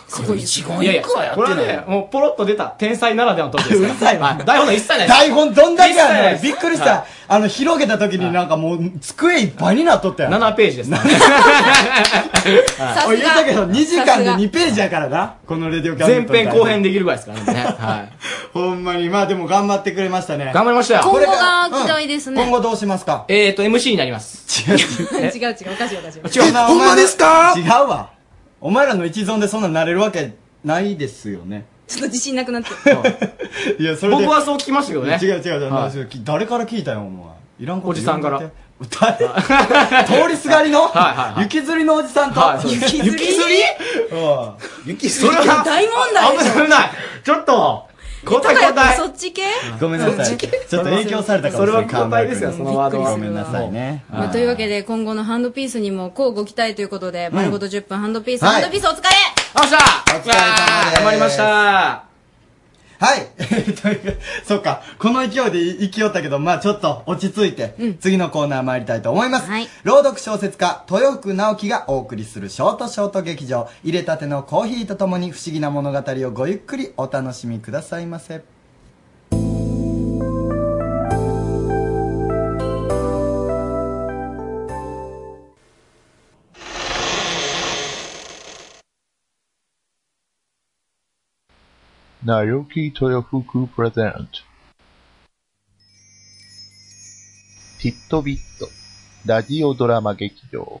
Speaker 13: す
Speaker 2: ごい
Speaker 13: 一
Speaker 2: 言一句はやってない
Speaker 13: これはね、もうポロッと出た、天才ならではの時で すから。うる
Speaker 2: さい
Speaker 13: わ。台本の一切ないです
Speaker 2: 台本どんだけ
Speaker 13: 一切な
Speaker 2: あ
Speaker 13: い
Speaker 2: る
Speaker 13: で
Speaker 2: の
Speaker 13: す
Speaker 2: びっくりし
Speaker 13: は
Speaker 2: た。あの、広げた時になんかもう、机いっぱいになっとったやん。
Speaker 13: 7ページですね。
Speaker 14: おい言ったけど、2時間で
Speaker 2: さす
Speaker 14: 2ページやからな。このレディオキャンプ
Speaker 13: 前編後編できるぐらいですからね。はい。
Speaker 2: ほんまに、まあでも頑張ってくれましたね。
Speaker 13: 頑張りましたよ
Speaker 3: 今後
Speaker 13: これ
Speaker 3: が期待ですね、
Speaker 2: 今後どうしますか
Speaker 13: えーと、MC になります。
Speaker 3: 違う違うおかしいおかしい
Speaker 2: 違うな、お前ら違うわ。お前らの一存でそんななれるわけないですよね。
Speaker 3: ちょっと自信なくなって
Speaker 2: いや、それで。
Speaker 13: 僕はそう聞きましたけどね
Speaker 2: 違う違う違う。
Speaker 13: はい
Speaker 2: き誰から聞いたよ、お前。いらんこと
Speaker 13: おじさんから
Speaker 2: 言わんといて。誰通りすがりの
Speaker 13: はいはいはい
Speaker 2: 雪吊りのおじさんと、
Speaker 13: はいそうです雪吊り
Speaker 2: り雪吊り
Speaker 13: それは
Speaker 3: 大問題でしょ
Speaker 13: 危ない。ちょっと、答え
Speaker 3: だからやっぱ
Speaker 13: 答え。
Speaker 3: そっち系
Speaker 2: ごめんなさい。ちょっと影響されたかもしれない。
Speaker 13: それは交代ですよ
Speaker 2: 河
Speaker 13: そのワードは
Speaker 2: 村君にごめんなさいね。
Speaker 3: まあ、というわけで今後のハンドピースにもこうご期待ということで、
Speaker 2: うん
Speaker 3: 丸ごと10分ハンドピース、
Speaker 2: はい
Speaker 3: ハンドピースお疲れ
Speaker 13: あっしゃお疲
Speaker 2: で
Speaker 13: れ様
Speaker 2: す
Speaker 13: 頑張りました。
Speaker 2: そっか、この勢いでい生きよったけど、まあちょっと落ち着いて、次のコーナー参りたいと思います。朗読小説家、豊福直樹がお送りするショートショート劇場、入れたてのコーヒーとともに不思議な物語をごゆっくりお楽しみくださいませ。
Speaker 16: Naoki Toyofuku present ティットビットラジオドラマ劇場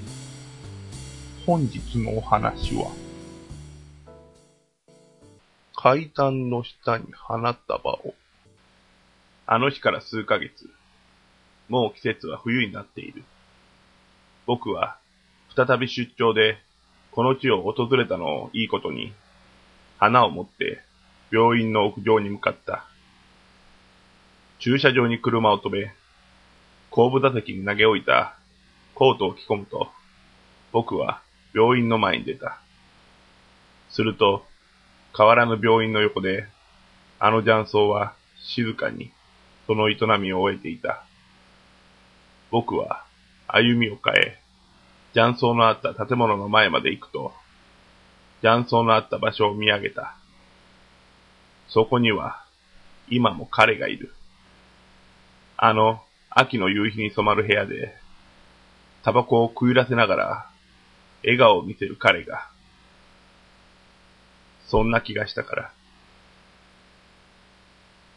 Speaker 16: 本日のお話は、階段の下に花束を。
Speaker 17: あの日から数ヶ月。もう季節は冬になっている。僕は、再び出張で、この地を訪れたのをいいことに、花を持って、病院の屋上に向かった。駐車場に車を止め、後部座席に投げ置いたコートを着込むと、僕は病院の前に出た。すると、変わらぬ病院の横で、あの雀荘は静かにその営みを終えていた。僕は歩みを変え、雀荘のあった建物の前まで行くと、雀荘のあった場所を見上げた。そこには、今も彼がいる。あの、秋の夕日に染まる部屋で、タバコをくゆらせながら、笑顔を見せる彼が、そんな気がしたから、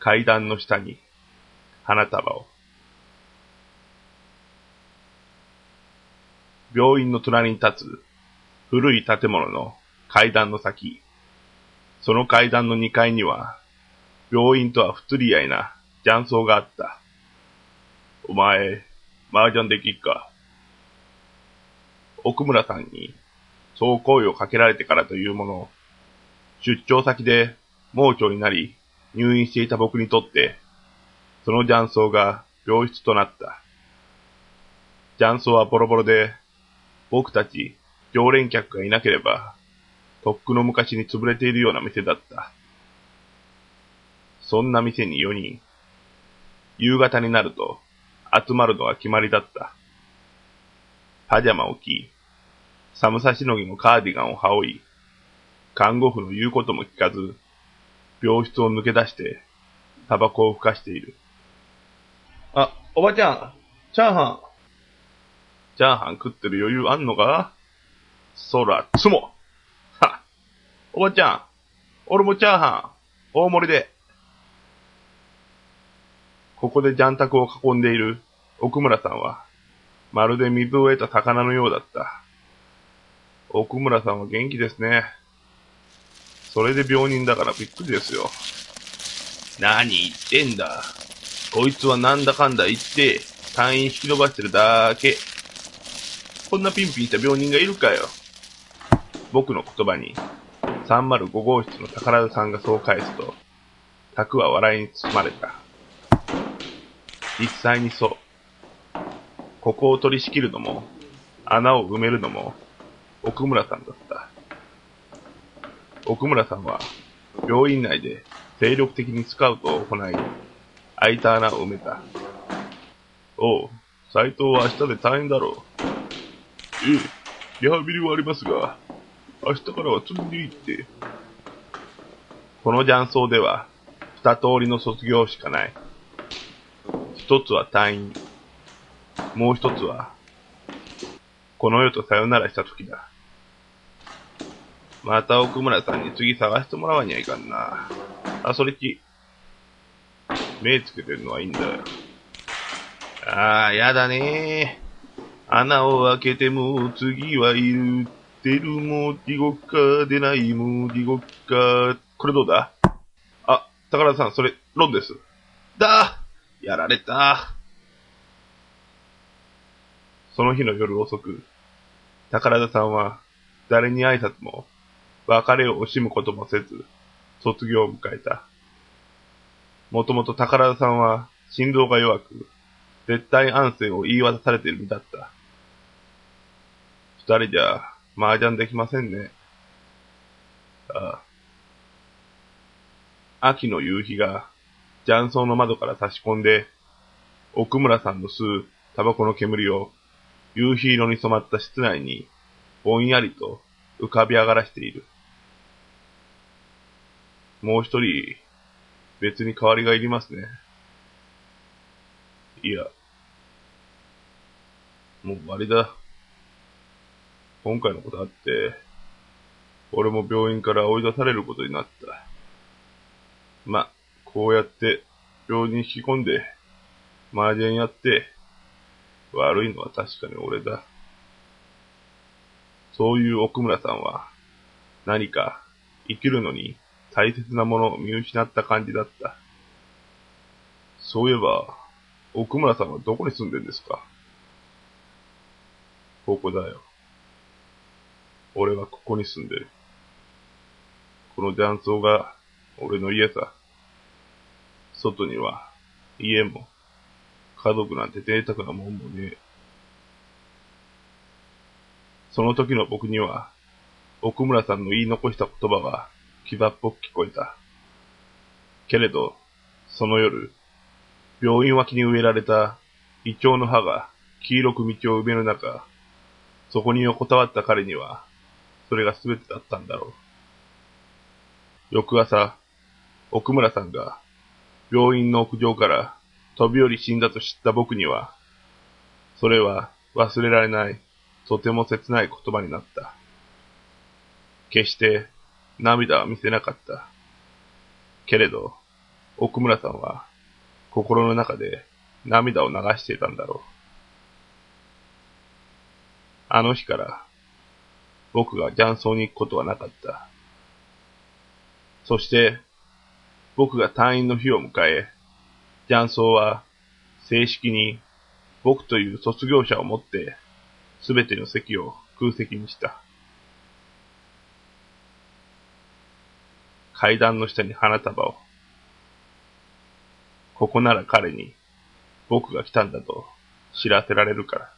Speaker 17: 階段の下に花束を。病院の隣に立つ古い建物の階段の先、その階段の2階には、病院とは不釣り合いな雀荘があった。お前、麻雀できっか奥村さんに、そう声をかけられてからというもの、出張先で盲腸になり入院していた僕にとって、その雀荘が病室となった。雀荘はボロボロで、僕たち常連客がいなければ、とっくの昔に潰れているような店だった。そんな店に4人、夕方になると集まるのが決まりだった。パジャマを着、寒さしのぎのカーディガンを羽織り、看護婦の言うことも聞かず、病室を抜け出して、タバコをふかしている。
Speaker 7: あ、おばちゃん、チャーハン、
Speaker 17: チャーハン食ってる余裕あんのかそら、つもはおばちゃん、俺もチャーハン、大盛りで。ここで雀卓を囲んでいる奥村さんは、まるで水を得た魚のようだった。奥村さんは元気ですね。それで病人だからびっくりですよ。何言ってんだ。こいつはなんだかんだ言って、退院引き延ばしてるだけ。こんなピンピンした病人がいるかよ。僕の言葉に、305号室の宝田さんがそう返すと、拓は笑いに包まれた。実際にそう。ここを取り仕切るのも、穴を埋めるのも、奥村さんだった。奥村さんは、病院内で精力的にスカウトを行い、空いた穴を埋めた。おう、斎藤は明日で退院だろう。ええ、リハビリはありますが、明日からは釣りに行って。この雀荘では、二通りの卒業しかない。一つは退院。もう一つは、この世とさよならした時だ。また奥村さんに次探してもらわにはいかんな。あ、それっき。目つけてるのはいいんだよ。ああ、やだね穴を開けても次はいる。出るも地獄か、出ないも地獄か。これどうだあ、高田さん、それ、ロンです。だーやられたその日の夜遅く、宝田さんは、誰に挨拶も、別れを惜しむこともせず、卒業を迎えた。もともと宝田さんは、心臓が弱く、絶対安静を言い渡されている身だった。二人じゃ、麻雀できませんね。ああ。秋の夕日が、雀荘の窓から差し込んで、奥村さんの吸うタバコの煙を、夕日色に染まった室内に、ぼんやりと浮かび上がらしている。もう一人、別に代わりがいりますね。いや、もう終わりだ。今回のことあって、俺も病院から追い出されることになった。ま、こうやって、病人引き込んで、麻雀やって、悪いのは確かに俺だ。そういう奥村さんは、何か生きるのに大切なものを見失った感じだった。そういえば、奥村さんはどこに住んでんですかここだよ。俺はここに住んでる。この雀荘が俺の家さ。外には家も家族なんて贅沢なもんもねえ。その時の僕には、奥村さんの言い残した言葉が牙っぽく聞こえた。けれど、その夜、病院脇に植えられたイチョウの葉が黄色く道を埋める中、そこに横たわった彼には、それが全てだったんだろう。翌朝、奥村さんが病院の屋上から飛び降り死んだと知った僕には、それは忘れられない、とても切ない言葉になった。決して涙は見せなかった。けれど、奥村さんは心の中で涙を流していたんだろう。あの日から僕が雀荘に行くことはなかった。そして、僕が退院の日を迎え、ジャンソーは正式に僕という卒業者を持って、すべての席を空席にした。階段の下に花束を。ここなら彼に僕が来たんだと知らせられるから。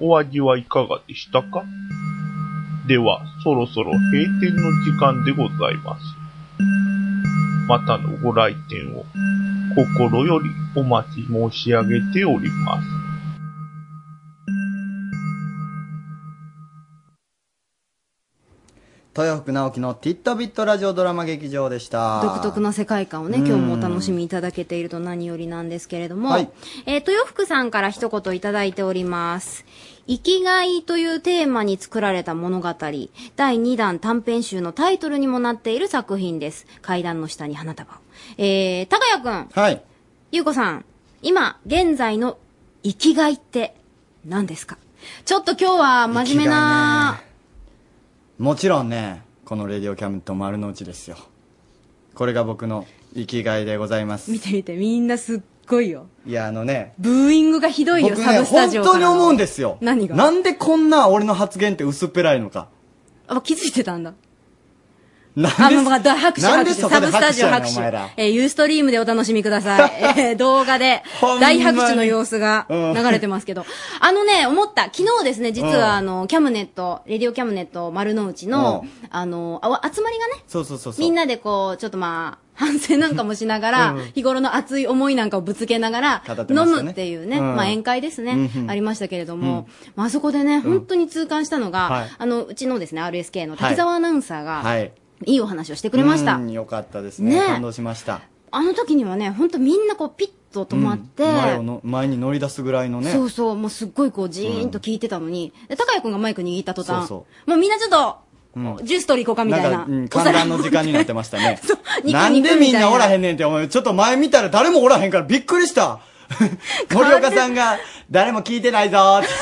Speaker 17: お味はいかがでしたかでは、そろそろ閉店の時間でございます。またのご来店を心よりお待ち申し上げております。
Speaker 2: 豊福直樹のティットビットラジオドラマ劇場でした。
Speaker 3: 独特な世界観をね、
Speaker 2: うん
Speaker 3: 今日もお楽しみいただけていると何よりなんですけれども、
Speaker 2: はい
Speaker 3: えー、豊福さんから一言いただいております。生きがいというテーマに作られた物語、第2弾短編集のタイトルにもなっている作品です。階段の下に花束を。えー、高谷くん、
Speaker 2: はい。
Speaker 3: ゆうこさん、今、現在の生きがいって何ですかちょっと今日は真面目な、
Speaker 2: もちろんね、このレディオキャムと丸の内ですよ。これが僕の生きがいでございます。
Speaker 18: 見て見て、みんなすっごいよ。
Speaker 2: いや、あのね、
Speaker 18: ブーイングがひどいよ、
Speaker 2: 僕
Speaker 18: サ
Speaker 2: ね、
Speaker 18: ブスタ
Speaker 2: 本
Speaker 18: ジオか
Speaker 2: 当に
Speaker 18: らの。
Speaker 2: 思うんですよ。
Speaker 18: 何が
Speaker 2: なんでこんな俺の発言って薄っぺらいのか。
Speaker 18: あ、気づいてたんだ。
Speaker 2: なん
Speaker 18: あ
Speaker 2: で
Speaker 18: の、まあ大拍手
Speaker 2: なんで
Speaker 18: 拍手で
Speaker 2: そこ
Speaker 18: サ
Speaker 2: で
Speaker 18: ブスタジオ
Speaker 2: 拍
Speaker 18: 拍
Speaker 2: 手
Speaker 18: 手
Speaker 2: やねんお前ら。
Speaker 18: えー、ユーストリームでお楽しみくだ さい。えー動画で
Speaker 3: ほんま
Speaker 18: 大
Speaker 3: に
Speaker 18: 拍手の様子が
Speaker 3: うん
Speaker 18: 流れてますけど。
Speaker 3: あのね、思った。昨日ですね、実
Speaker 18: うん
Speaker 3: はあの、キャムネット、レディオキャムネット丸の内の、あの、あわ集まりがね、
Speaker 2: そうそうそうそう。
Speaker 3: みんなでこう、ちょっとまあ、反省なんかもしながら、
Speaker 2: うん
Speaker 3: 日頃の熱い思いなんかをぶつけながら、
Speaker 2: 語ってま
Speaker 3: 飲
Speaker 2: したね
Speaker 3: むっていうね、
Speaker 2: うん
Speaker 3: まあ宴会ですね、
Speaker 2: うんうん
Speaker 3: ありましたけれども、まああそこでね、本当に痛感したのが、
Speaker 2: はい
Speaker 3: あの、うちのですね、RSK の滝沢アナウンサーが、、
Speaker 2: はいい。
Speaker 3: いお話をしてくれました。
Speaker 2: うんよかったですね。
Speaker 3: ね
Speaker 2: 感動しました。
Speaker 3: あの時にはね、本当みんなこう、ピッと止まって、
Speaker 2: うん前をの前に乗り出すぐらいのね。
Speaker 3: そうそう、もうすっごいこう、じーんと聞いてたのに、で高谷くんがマイク握った途端、
Speaker 2: そ
Speaker 3: もうみんなちょっと、
Speaker 2: うん
Speaker 3: ジュース取り行こうかみたいな。
Speaker 2: んか、うん、観覧の時間になってましたね。
Speaker 3: 肉
Speaker 2: なんで
Speaker 3: 肉
Speaker 2: み
Speaker 3: み
Speaker 2: ん
Speaker 3: たい
Speaker 2: な
Speaker 3: な
Speaker 2: おらへんねんって、お前、ちょっと前見たら誰もおらへんからびっくり した。森岡さんが、誰も聞いてないぞーって。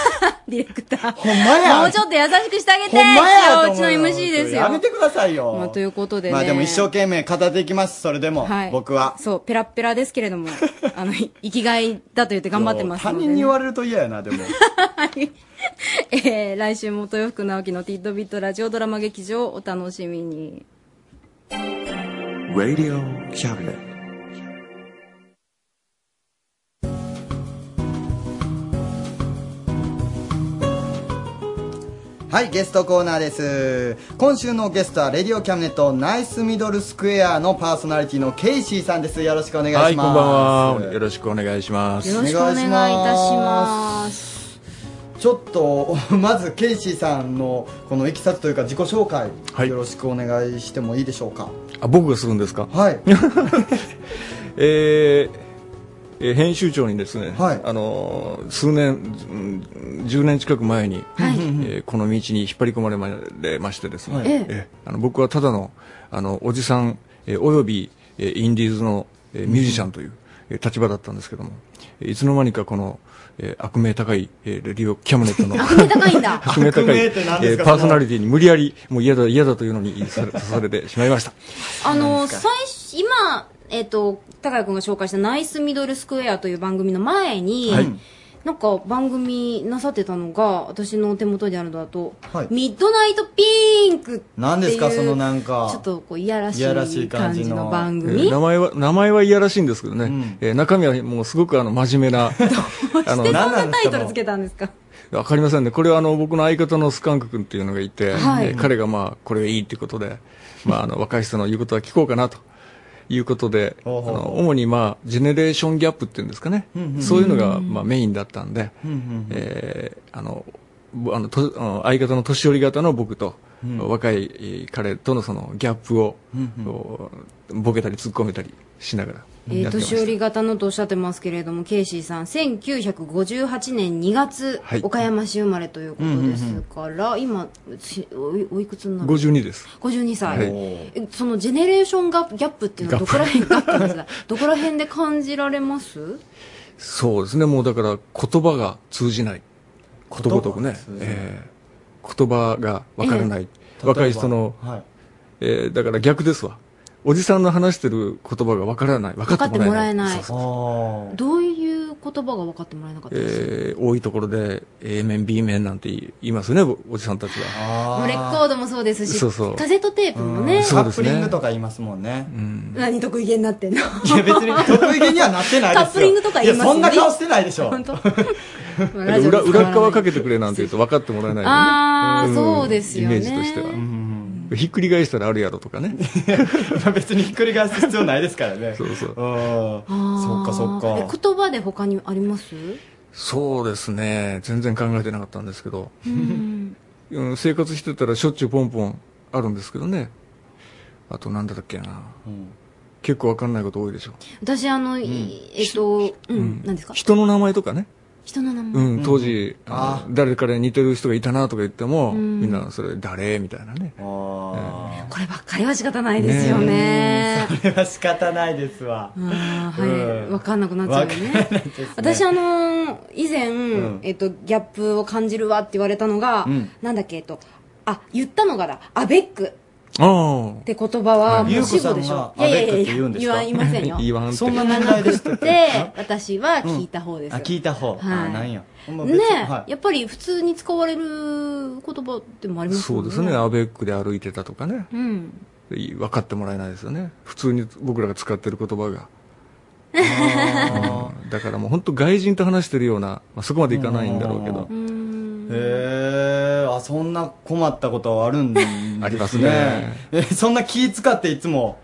Speaker 3: ディレクター。
Speaker 2: ほんまや。
Speaker 3: もうちょっと優しくしてあげて、
Speaker 2: ほんまや
Speaker 3: 一
Speaker 2: と
Speaker 3: 応うち
Speaker 2: 思
Speaker 3: の
Speaker 2: うよ
Speaker 3: MC ですよ。
Speaker 2: やめてくださいよ。
Speaker 3: まあ、ということでね。
Speaker 2: まあでも一生懸命語っていきます、それでも。
Speaker 3: はい
Speaker 2: 僕は。
Speaker 3: そう、ペラッペラですけれ ども、あの、い生きがいだと言って頑張ってます
Speaker 2: 他
Speaker 3: ので、
Speaker 2: 人に言われると嫌やな、でも。
Speaker 3: えー来週も豊福直樹のティットビットラジオドラマ劇場をお楽しみに。
Speaker 19: Radio Cabinet.
Speaker 2: はい、ゲストコーナーです。今週のゲストは、レディオキャムネットナイスミドルスクエアのパーソナリティのケイシーさんです。よろしくお願いします。
Speaker 20: はい、こんばんは。よろしくお願いします。
Speaker 2: よろしくお願いし
Speaker 3: ます。
Speaker 2: ちょっと まずケイシーさんのこのいきさつというか自己紹介、よろしくお願いしてもいいでしょうか
Speaker 20: あ、僕がするんですか。
Speaker 2: はい。
Speaker 20: えーえー編集長にですね、
Speaker 2: はい
Speaker 20: あのー数年、うん10年近く前に、えーこの道に引っ張り込まれまれましてですね、
Speaker 14: はい
Speaker 20: えーあの僕はただのあのおじさん、えーおよび、えーインディーズの、えーミュージシャンという、えー立場だったんですけども、えーいつの間にかこの、えー悪名高い、えーレディオキャムネットの 悪名高いんだ悪名高い、
Speaker 3: 悪名
Speaker 20: え
Speaker 3: って何ですか
Speaker 20: ーパーソナリティに無理やりもう嫌だ嫌だというのにさ刺されてしまいました。
Speaker 3: あの、最初、今、えっ、と、高谷くんが紹介したナイスミドルスクエアという番組の前に、
Speaker 20: はい
Speaker 3: なんか番組なさってたのが、私の手元にあるのだと、
Speaker 2: はい
Speaker 3: ミッドナイトピンクっていう。
Speaker 2: 何ですかそのなんか
Speaker 3: ちょっとこう、いやらし
Speaker 20: いやら
Speaker 3: い感じの番組。
Speaker 20: えー名前は、名前はいやらしいんですけどね。えー中身はもうすごくあの、真面目な。あの、
Speaker 3: で、そんなタイトルつけたんですか
Speaker 20: わかりませんね。これはあの、僕の相方のスカンク君っていうのがいて、
Speaker 3: はい
Speaker 20: えー彼がまあ、これがいいっていうことで、まあ、あの、若い人の言うことは聞こうかなと。いうことで、あ
Speaker 2: ほうほう
Speaker 20: の、主にまあ、ジェネレーションギャップっていうんですかね
Speaker 2: うんうんう。ん
Speaker 20: そういうのが、まあ、メインだったんで
Speaker 2: うんうんうん、
Speaker 20: えーあの、ぼあの、とあの相方の年寄り方の僕と、
Speaker 2: うん
Speaker 20: 若いえー彼とのそのギャップを、
Speaker 2: うんうん
Speaker 20: こうボケたり突っ込めたりしながら
Speaker 3: えー、
Speaker 20: やってまし
Speaker 3: 年
Speaker 20: た、
Speaker 3: 寄り型のとおっしゃってますけれども、ケイシーさん、1958年2月、
Speaker 20: はい
Speaker 3: 岡山市生まれということですから、今、しおいおいくつになる
Speaker 20: 52です
Speaker 3: 52歳、
Speaker 20: はい
Speaker 3: えそのジェネ レーションガギャップっていうのはどこら辺どこら辺で感じられます
Speaker 20: そうですね、もうだから言葉が通じない。ことごとくね。
Speaker 2: 言葉が通じない
Speaker 20: ええ言葉がわからない。
Speaker 2: え
Speaker 20: 若い人の、
Speaker 2: はい
Speaker 20: ええだから逆ですわ。おじさんの話してる言葉がわからない。分かってもらえな
Speaker 3: 分
Speaker 20: い。
Speaker 3: かってもらえない
Speaker 20: そうそう
Speaker 3: どういう言葉が分かってもらえなかったですか、
Speaker 20: ええ多いところで A 面、B 面なんて言いますね、おおじさんたち
Speaker 3: も
Speaker 20: は。
Speaker 3: うレコードもそうですし
Speaker 20: そうそう
Speaker 3: カセットテープもね
Speaker 20: そうですね。
Speaker 2: カップリングとか言いますもんね。
Speaker 3: 何得意げになってんの
Speaker 2: いや別に 得意げにはなってないですよ。
Speaker 3: カップリングとか言います
Speaker 2: やそんな顔してないでしょ。
Speaker 3: 本当
Speaker 20: 裏裏裏っ側かけてくれなんて言うと分かってもらえないよね。
Speaker 3: あー
Speaker 20: ん
Speaker 3: そうですよね
Speaker 20: イメージとしては。ひっくり返したらあるやろ とかね。
Speaker 2: 別にひっくり返す必要ないですからね。
Speaker 20: そうそう。
Speaker 3: そ
Speaker 20: っかそっか
Speaker 3: え言葉で他にあります
Speaker 20: そうですね。全然考えてなかったんですけど。
Speaker 3: うん
Speaker 20: うん生活してたらしょっちゅうポンポンあるんですけどね。あとなんだったっけな。結構分かんないこと多いでしょ。
Speaker 3: 私あの、いえっと、うん、何ですか
Speaker 20: 人の名前とかね。
Speaker 3: 人の名前、
Speaker 20: うん、当時、あの誰かに似てる人がいたなとか言っても、
Speaker 3: うん
Speaker 20: みんなそれ誰みたいなね。ええ
Speaker 3: こればっかりは仕方ないですよね
Speaker 2: それは仕方ないですわ。
Speaker 3: あーはい、
Speaker 2: うん
Speaker 3: 分かんなくなっちゃうよね私あのー以前、
Speaker 2: ん
Speaker 3: えっと、ギャップを感じるわって言われたのが、
Speaker 20: うん
Speaker 3: なんだっけえっとあ言ったのがだアベック
Speaker 20: あ
Speaker 1: 어.
Speaker 3: って言葉はもう死語でしょ
Speaker 2: はい
Speaker 3: やいやいや
Speaker 2: ゆうこさんがアベックって言うんです
Speaker 3: 言
Speaker 2: か
Speaker 3: わいませんよ
Speaker 2: 言わんって
Speaker 3: そんな長くって私は聞いた方です
Speaker 2: あ、、聞いた方。
Speaker 3: は
Speaker 2: あ、
Speaker 3: い
Speaker 2: なんや。ほんま
Speaker 3: ね
Speaker 2: 別に
Speaker 3: え、
Speaker 2: はい
Speaker 3: やっぱり普通に使われる言葉でもあります
Speaker 20: そ
Speaker 3: よ
Speaker 20: う
Speaker 3: ね
Speaker 20: ですね。アベックで歩いてたとかね。
Speaker 3: うん
Speaker 20: い分かってもらえないですよね。普通に僕らが使ってる言葉が。うんだからもう本当外人と話してるような、まあ、そこまでいかないんだろうけど。
Speaker 2: へえ、あ、そんな困ったことはあるんですね。
Speaker 20: ありますね
Speaker 2: え。そんな気使っていつも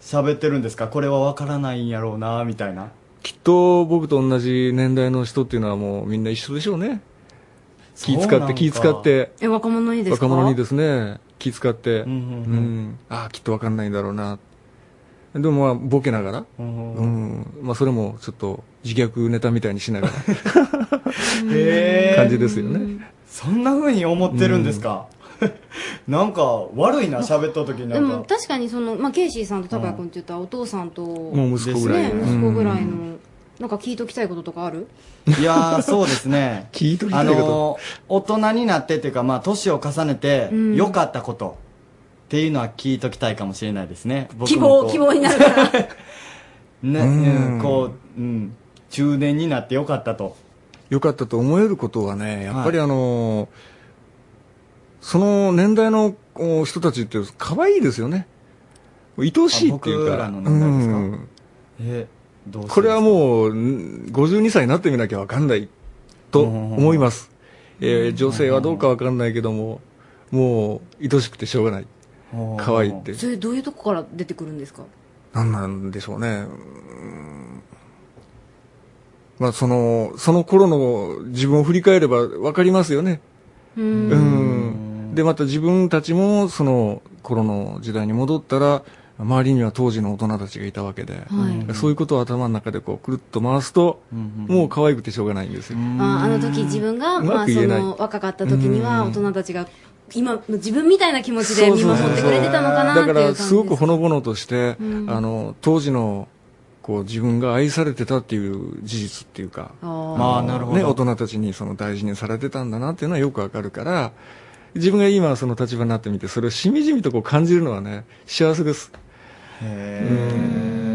Speaker 2: 喋ってるんですかこれはわからないんやろうな、みたいな。
Speaker 20: きっと僕と同じ年代の人っていうのはもうみんな一緒でしょうね。気使って気使って。
Speaker 3: え若者にですか
Speaker 20: 若者にですね、気使って、うんああ、きっとわかんないんだろうな。でもまあ、ボケながら、うん、まあそれもちょっと自虐ネタみたいにしなが
Speaker 2: へ
Speaker 20: ら、
Speaker 2: え
Speaker 20: 感じですよね。
Speaker 2: そんな風に思ってるんですか、 なんか悪いな喋った時にな
Speaker 3: で
Speaker 2: ん
Speaker 3: も
Speaker 2: か
Speaker 3: 確かにその、まあ、ケイシーさんと高谷君って言ったらお父さんと、
Speaker 2: もう息子ぐらい
Speaker 3: ね
Speaker 2: うん
Speaker 3: 息子ぐらいの、なんか聞いときたいこととかある
Speaker 2: いやーそうですね
Speaker 20: 聞いと
Speaker 3: きた
Speaker 2: あ
Speaker 3: いこと
Speaker 2: のー大人になってっていうかまあ年を重ねて
Speaker 3: うん
Speaker 2: 良かったことっていうのは聞いときたいかもしれないですね
Speaker 3: 希望希望になるから
Speaker 2: ね、うんこう、うん、中年になって良かったと
Speaker 20: 良かったと思えることはね、やっぱりあのその年代のお人たちって可愛いですよね。愛おしいっていうか。
Speaker 2: あ僕らの年代ですか
Speaker 20: うん
Speaker 2: えどうして
Speaker 20: これはもうん52歳になってみなきゃわかんないと思います、えー女性はどうかわかんないけどももう愛しくてしょうがない可愛いって
Speaker 3: それどういうとこから出てくるんですか
Speaker 20: 何なんでしょうねうーんまあそのその頃の自分を振り返ればわかりますよね
Speaker 3: う
Speaker 20: うんんでまた自分たちもその頃の時代に戻ったら周りには当時の大人たちがいたわけで、
Speaker 3: はい
Speaker 20: そういうことを頭の中でこうくるっと回すと、もう可愛くてしょうがないんですよ。
Speaker 3: ああの時自分が、
Speaker 20: うま
Speaker 3: まあ、
Speaker 20: く
Speaker 3: そ
Speaker 20: 言えない
Speaker 3: の若かった時には
Speaker 20: う
Speaker 3: 大
Speaker 20: ん
Speaker 3: 人たちが今自分みたいな気持ち
Speaker 20: そ
Speaker 3: で
Speaker 20: う
Speaker 3: 見
Speaker 20: そう
Speaker 3: 守
Speaker 20: そう
Speaker 3: ってくれてたのかなっていう
Speaker 20: だか
Speaker 3: 感
Speaker 20: ら
Speaker 3: じ
Speaker 20: すごくほのぼのとして、
Speaker 3: うん
Speaker 20: あの当時のこう自分が愛されてたっていう事実っていうか
Speaker 3: あー
Speaker 2: まあなるほど
Speaker 20: ね、大人たちにその大事にされてたんだなっていうのはよくわかるから自分が今その立場になってみてそれをしみじみとこう感じるのはね幸せです
Speaker 3: なる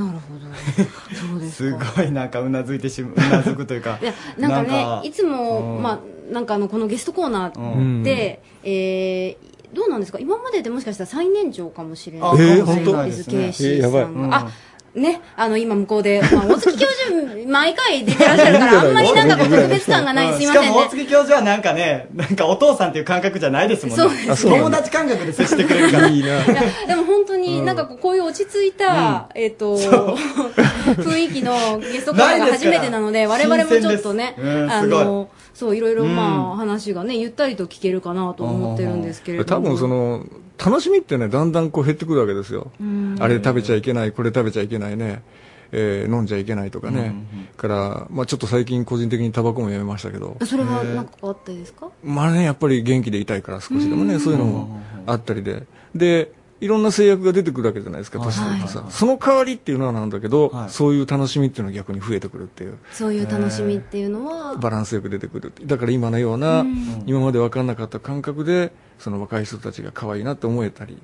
Speaker 3: ほどそうです
Speaker 2: すごいなんかうなずいてしまうなずくというか
Speaker 3: いやなんかね
Speaker 2: なんか
Speaker 3: いつも、
Speaker 2: うん
Speaker 3: まあなんかあのこのゲストコーナーで、えーどうなんですか今まででもしかしたら最年長かもしれない
Speaker 20: あえー
Speaker 3: かもしれない
Speaker 20: 本当
Speaker 3: ですケイシー
Speaker 20: えーやばい
Speaker 3: さんがあね、あの今向こうで、まあ、大月教授 毎回出てらっしゃる からあんまりなんかこう特別感がないすいません
Speaker 2: し
Speaker 3: ね
Speaker 2: かも大月教授はなんかねなんかお父さんっていう感覚じゃないですもんね
Speaker 3: そうですねあそうなん
Speaker 2: 友
Speaker 3: だ
Speaker 2: 達感覚で接してくれるからいいない
Speaker 3: やでも本当に
Speaker 2: うん
Speaker 3: なんかこうこういう落ち着いた、えっ、と、 雰囲気のゲストコーナーが初めてなので、
Speaker 2: ない
Speaker 3: 我
Speaker 2: ですから
Speaker 3: 々もちょっとね、
Speaker 2: 新鮮です
Speaker 3: あ
Speaker 2: うんす
Speaker 3: の、そう、いろいろま
Speaker 20: う
Speaker 3: あ話がね、ゆったりと聞けるかなと思ってるんですけれど
Speaker 20: 多
Speaker 3: も。
Speaker 20: 分その楽しみってねだんだんこう減ってくるわけですよ
Speaker 3: うん
Speaker 20: あれ食べちゃいけないこれ食べちゃいけないね、えー飲んじゃいけないとかね、から、まあ、ちょっと最近個人的にタバコもやめましたけど
Speaker 3: それはなんかあったですか
Speaker 20: まあね、やっぱり元気でいたいから少しでも
Speaker 3: う
Speaker 20: ね、
Speaker 3: ん
Speaker 20: そういうのもあったりで。で、いろんな制約が出てくるわけじゃないですか、年取るとさ、その代わりっていうのはなんだけど、そういう楽しみっていうのが逆に増えてくるっていう。
Speaker 3: そういう楽しみっていうのは、
Speaker 20: バランスよく出てくるだから今のような、
Speaker 3: うん
Speaker 20: 今まで分かんなかった感覚でその若い人たちが可愛いなって思えたり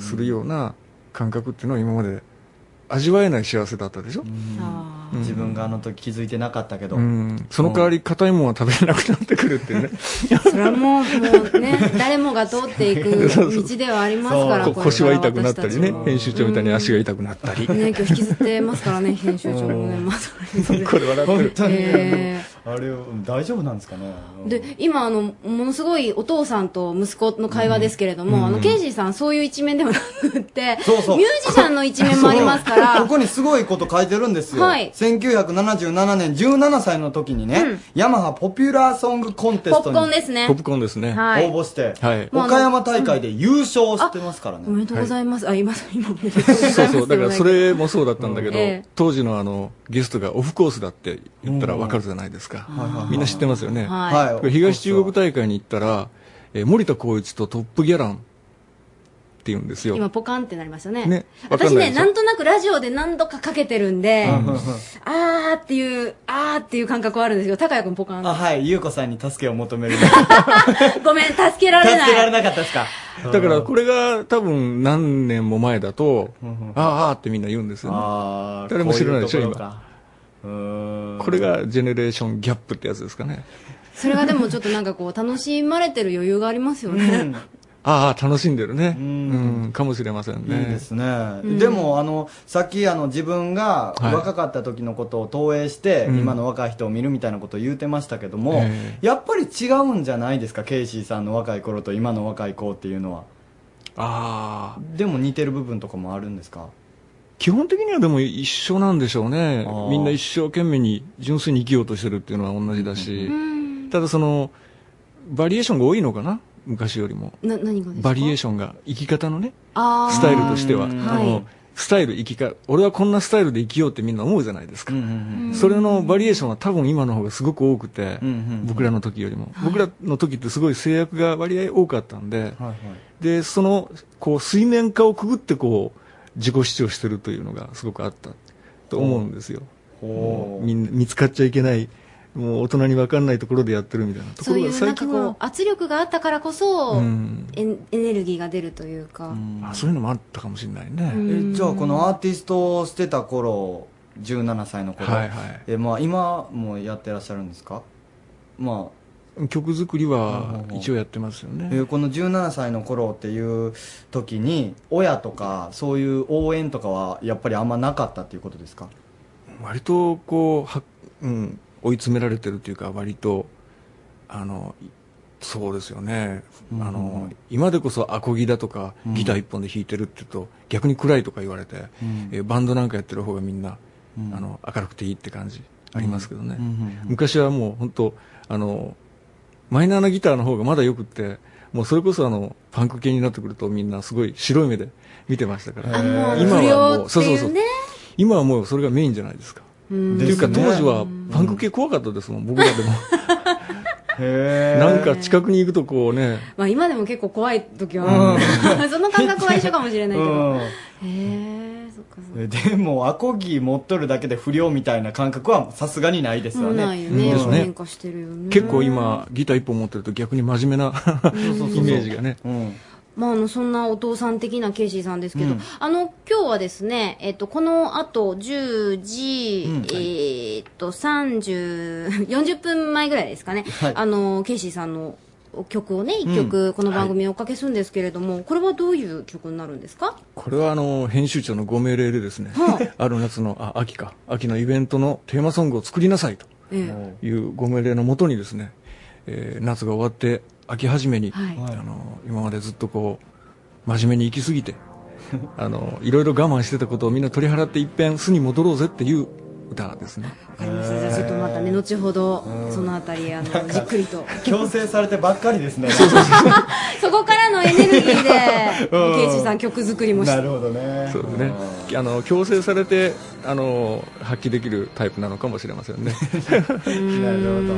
Speaker 20: するような感覚っていうのは今まで味わえない幸せだったでしょ、うん
Speaker 2: 自分があの時気づいてなかったけど、
Speaker 20: うんその代わり硬いものは食べれなくなってくるっていうね
Speaker 3: それはもう、もうね、誰もが通ってい く道ではありますから、
Speaker 20: こ
Speaker 3: これ
Speaker 20: 腰は痛くなっ
Speaker 3: 私
Speaker 20: た
Speaker 3: たち
Speaker 20: り
Speaker 3: も
Speaker 20: ね編集長みたいに足が痛くなったり、
Speaker 3: ね、今日引きずってますからね、編集長もね、まさに。
Speaker 20: これ笑ってる
Speaker 3: え
Speaker 2: あれうん大丈夫なんですかね
Speaker 3: で今あの、ものすごいお父さんと息子の会話ですけれども、
Speaker 2: うん
Speaker 3: あのケイジーさん、そういう一面ではなくって
Speaker 2: そうそう
Speaker 3: ミュージシャンの一面もありますか
Speaker 2: そう
Speaker 3: ら
Speaker 2: こ、こにすごいこと書いてるんですよ、
Speaker 3: はい
Speaker 2: 1977年17歳の時にね、ヤマハポピュラーソングコンテストに
Speaker 3: ポップコンですねポップ
Speaker 20: コンですね
Speaker 3: はい
Speaker 2: 応募して、
Speaker 20: はい
Speaker 3: もうあの
Speaker 2: 岡山大会で優勝してますからね
Speaker 3: おめでとうございます、あ今今おめでとうございます
Speaker 20: そうそうだからそれもそうだったんだけど、
Speaker 3: うんええ
Speaker 20: 当時のあのゲストがオフコースだって言ったらわかるじゃないですか、
Speaker 3: はい
Speaker 20: みんな知ってますよね、
Speaker 3: はい
Speaker 20: これ東中国大会に行ったら、えー森田光一とトップギャランって言うんですよ
Speaker 3: 今、ポカンってなりましたね
Speaker 20: ねわか
Speaker 3: 私
Speaker 20: んな
Speaker 3: ね、
Speaker 20: いでしょ
Speaker 3: なんとなくラジオで何度かかけてるんで、あーっていう、あーっていう感覚はあるんですけど、高谷君ポカン
Speaker 2: あはい優子さんに助けを求 める
Speaker 3: ごめん、助けられ
Speaker 2: 助けら
Speaker 3: な
Speaker 2: れ
Speaker 3: い。
Speaker 2: なかったですか
Speaker 20: だからこれが多分何年も前だと、あああーってみんな言うんですよ
Speaker 2: ね
Speaker 20: 誰も知らないでしょ
Speaker 2: こういうところ
Speaker 20: 今
Speaker 2: かうーん
Speaker 20: これがジェネレーションギャップってやつですかね
Speaker 3: それはでもちょっとなんかこう、楽しまれてる余裕がありますよね。
Speaker 20: ああ楽しんでるねうんかもしれませんね
Speaker 2: いいですね、
Speaker 3: うん
Speaker 2: でもあのさっきあの自分が
Speaker 20: はい
Speaker 2: 若かった時のことを投影して、
Speaker 20: うん
Speaker 2: 今の若い人を見るみたいなことを言うてましたけども、
Speaker 20: え
Speaker 2: やっぱり違うんじゃないですかケイシーさんの若い頃と今の若い子っていうのは
Speaker 20: あ
Speaker 2: でも似てる部分とかもあるんですか
Speaker 20: 基本的にはでも一緒なんでしょうねみんな一生懸命に純粋に生きようとしてるっていうのは同じだし、ただそのバリエーションが多いのかな昔よりも
Speaker 3: な、何がですか
Speaker 20: バリエーションが生き方のね
Speaker 3: あー
Speaker 20: スタイルとしては、
Speaker 3: うん
Speaker 20: あ
Speaker 3: はい
Speaker 20: のスタイル生きか俺はこんなスタイルで生きようってみんな思うじゃないですか、
Speaker 3: うん
Speaker 20: それのバリエーションは多分今の方がすごく多くて、
Speaker 2: うんうんうん
Speaker 20: 僕らの時よりも、僕らの時ってすごい制約が割合多かったんで、でそのこう水面下をくぐってこう自己主張してるというのがすごくあったと思うんですよ、
Speaker 2: ほう
Speaker 20: みんな見つかっちゃいけないもう大人に分かんないところでやってるみたいなとこ
Speaker 3: そう
Speaker 20: ろ
Speaker 3: い
Speaker 20: が
Speaker 3: うなんかこう、圧力があったからこそ、
Speaker 20: うん
Speaker 3: エンエネルギーが出るというか。
Speaker 20: あそういうのもあったかもしれないね
Speaker 2: えじゃあこのアーティストをしてた頃17歳の頃、
Speaker 20: はいはい
Speaker 2: えまあ、今もやってらっしゃるんですかまあ
Speaker 20: 曲作りは一応やってますよね、
Speaker 2: えーこの17歳の頃っていう時に親とかそういう応援とかはやっぱりあんまなかったっていうことですか
Speaker 20: 割とこうは、うん、追い詰められてるというか割とあのいそうですよね、あの今でこそアコギだとか
Speaker 2: うん
Speaker 20: ギター一本で弾いてるって言うと、逆に暗いとか言われて、
Speaker 2: うん
Speaker 20: えーバンドなんかやってる方がみんな、
Speaker 2: うん
Speaker 20: あの明るくていいって感じありますけどね、
Speaker 2: うんうんうん
Speaker 20: 昔はもう本当あのマイナーなギターの方がまだよくってもうそれこそあのパンク系になってくるとみんなすごい白い目で見てましたから
Speaker 3: あもう
Speaker 20: 今はも
Speaker 3: 不良
Speaker 20: う
Speaker 3: っていうね
Speaker 20: 今はもうそれがメインじゃないですか
Speaker 3: うん
Speaker 20: っていうか
Speaker 3: ですね
Speaker 20: 当時はパンク系怖かったですもん僕らでも
Speaker 2: へ
Speaker 20: なんか近くに行くとこうね
Speaker 3: まあ今でも結構怖い時は、 その感覚は一緒かもしれないけ ど。
Speaker 2: うん
Speaker 3: へえ、そっかそっか。
Speaker 2: えでもアコギ持っとるだけで不良みたいな感覚はさすがにないですよね
Speaker 3: ないよね。
Speaker 20: ですね
Speaker 3: 変化してるよね。
Speaker 20: 結構今ギター一本持ってると逆に真面目な イメージがね
Speaker 3: まあ、あのそんなお父さん的なケイシーさんですけど、
Speaker 20: うん
Speaker 3: あの今日はですね、えっと、このあと10時、
Speaker 20: うん
Speaker 3: えーっと30 40分前ぐらいですかね、
Speaker 7: はい
Speaker 3: あのケイシーさんの曲をね1曲この番組におかけするんですけれども、これはどういう曲になるんですか
Speaker 20: これはあの編集長のご命令でですねある夏のあ秋か秋のイベントのテーマソングを作りなさいと
Speaker 3: え
Speaker 20: いうご命令のもとにですね、えー夏が終わって秋初めに、あの今までずっとこう真面目に行き過ぎて あのいろいろ我慢してたことをみんな取り払っていっぺん巣に戻ろうぜっていう歌ですね
Speaker 3: わかりましたじゃあちょっとまたね後ほどそのあたりあのじっくりと
Speaker 2: 強制されてばっかりですね
Speaker 3: そこからのエネルギーでケイチさん曲作りもして
Speaker 21: ほどね
Speaker 20: そうですね。あの強制されてあの発揮できるタイプなのかもしれませんね。
Speaker 21: なるほど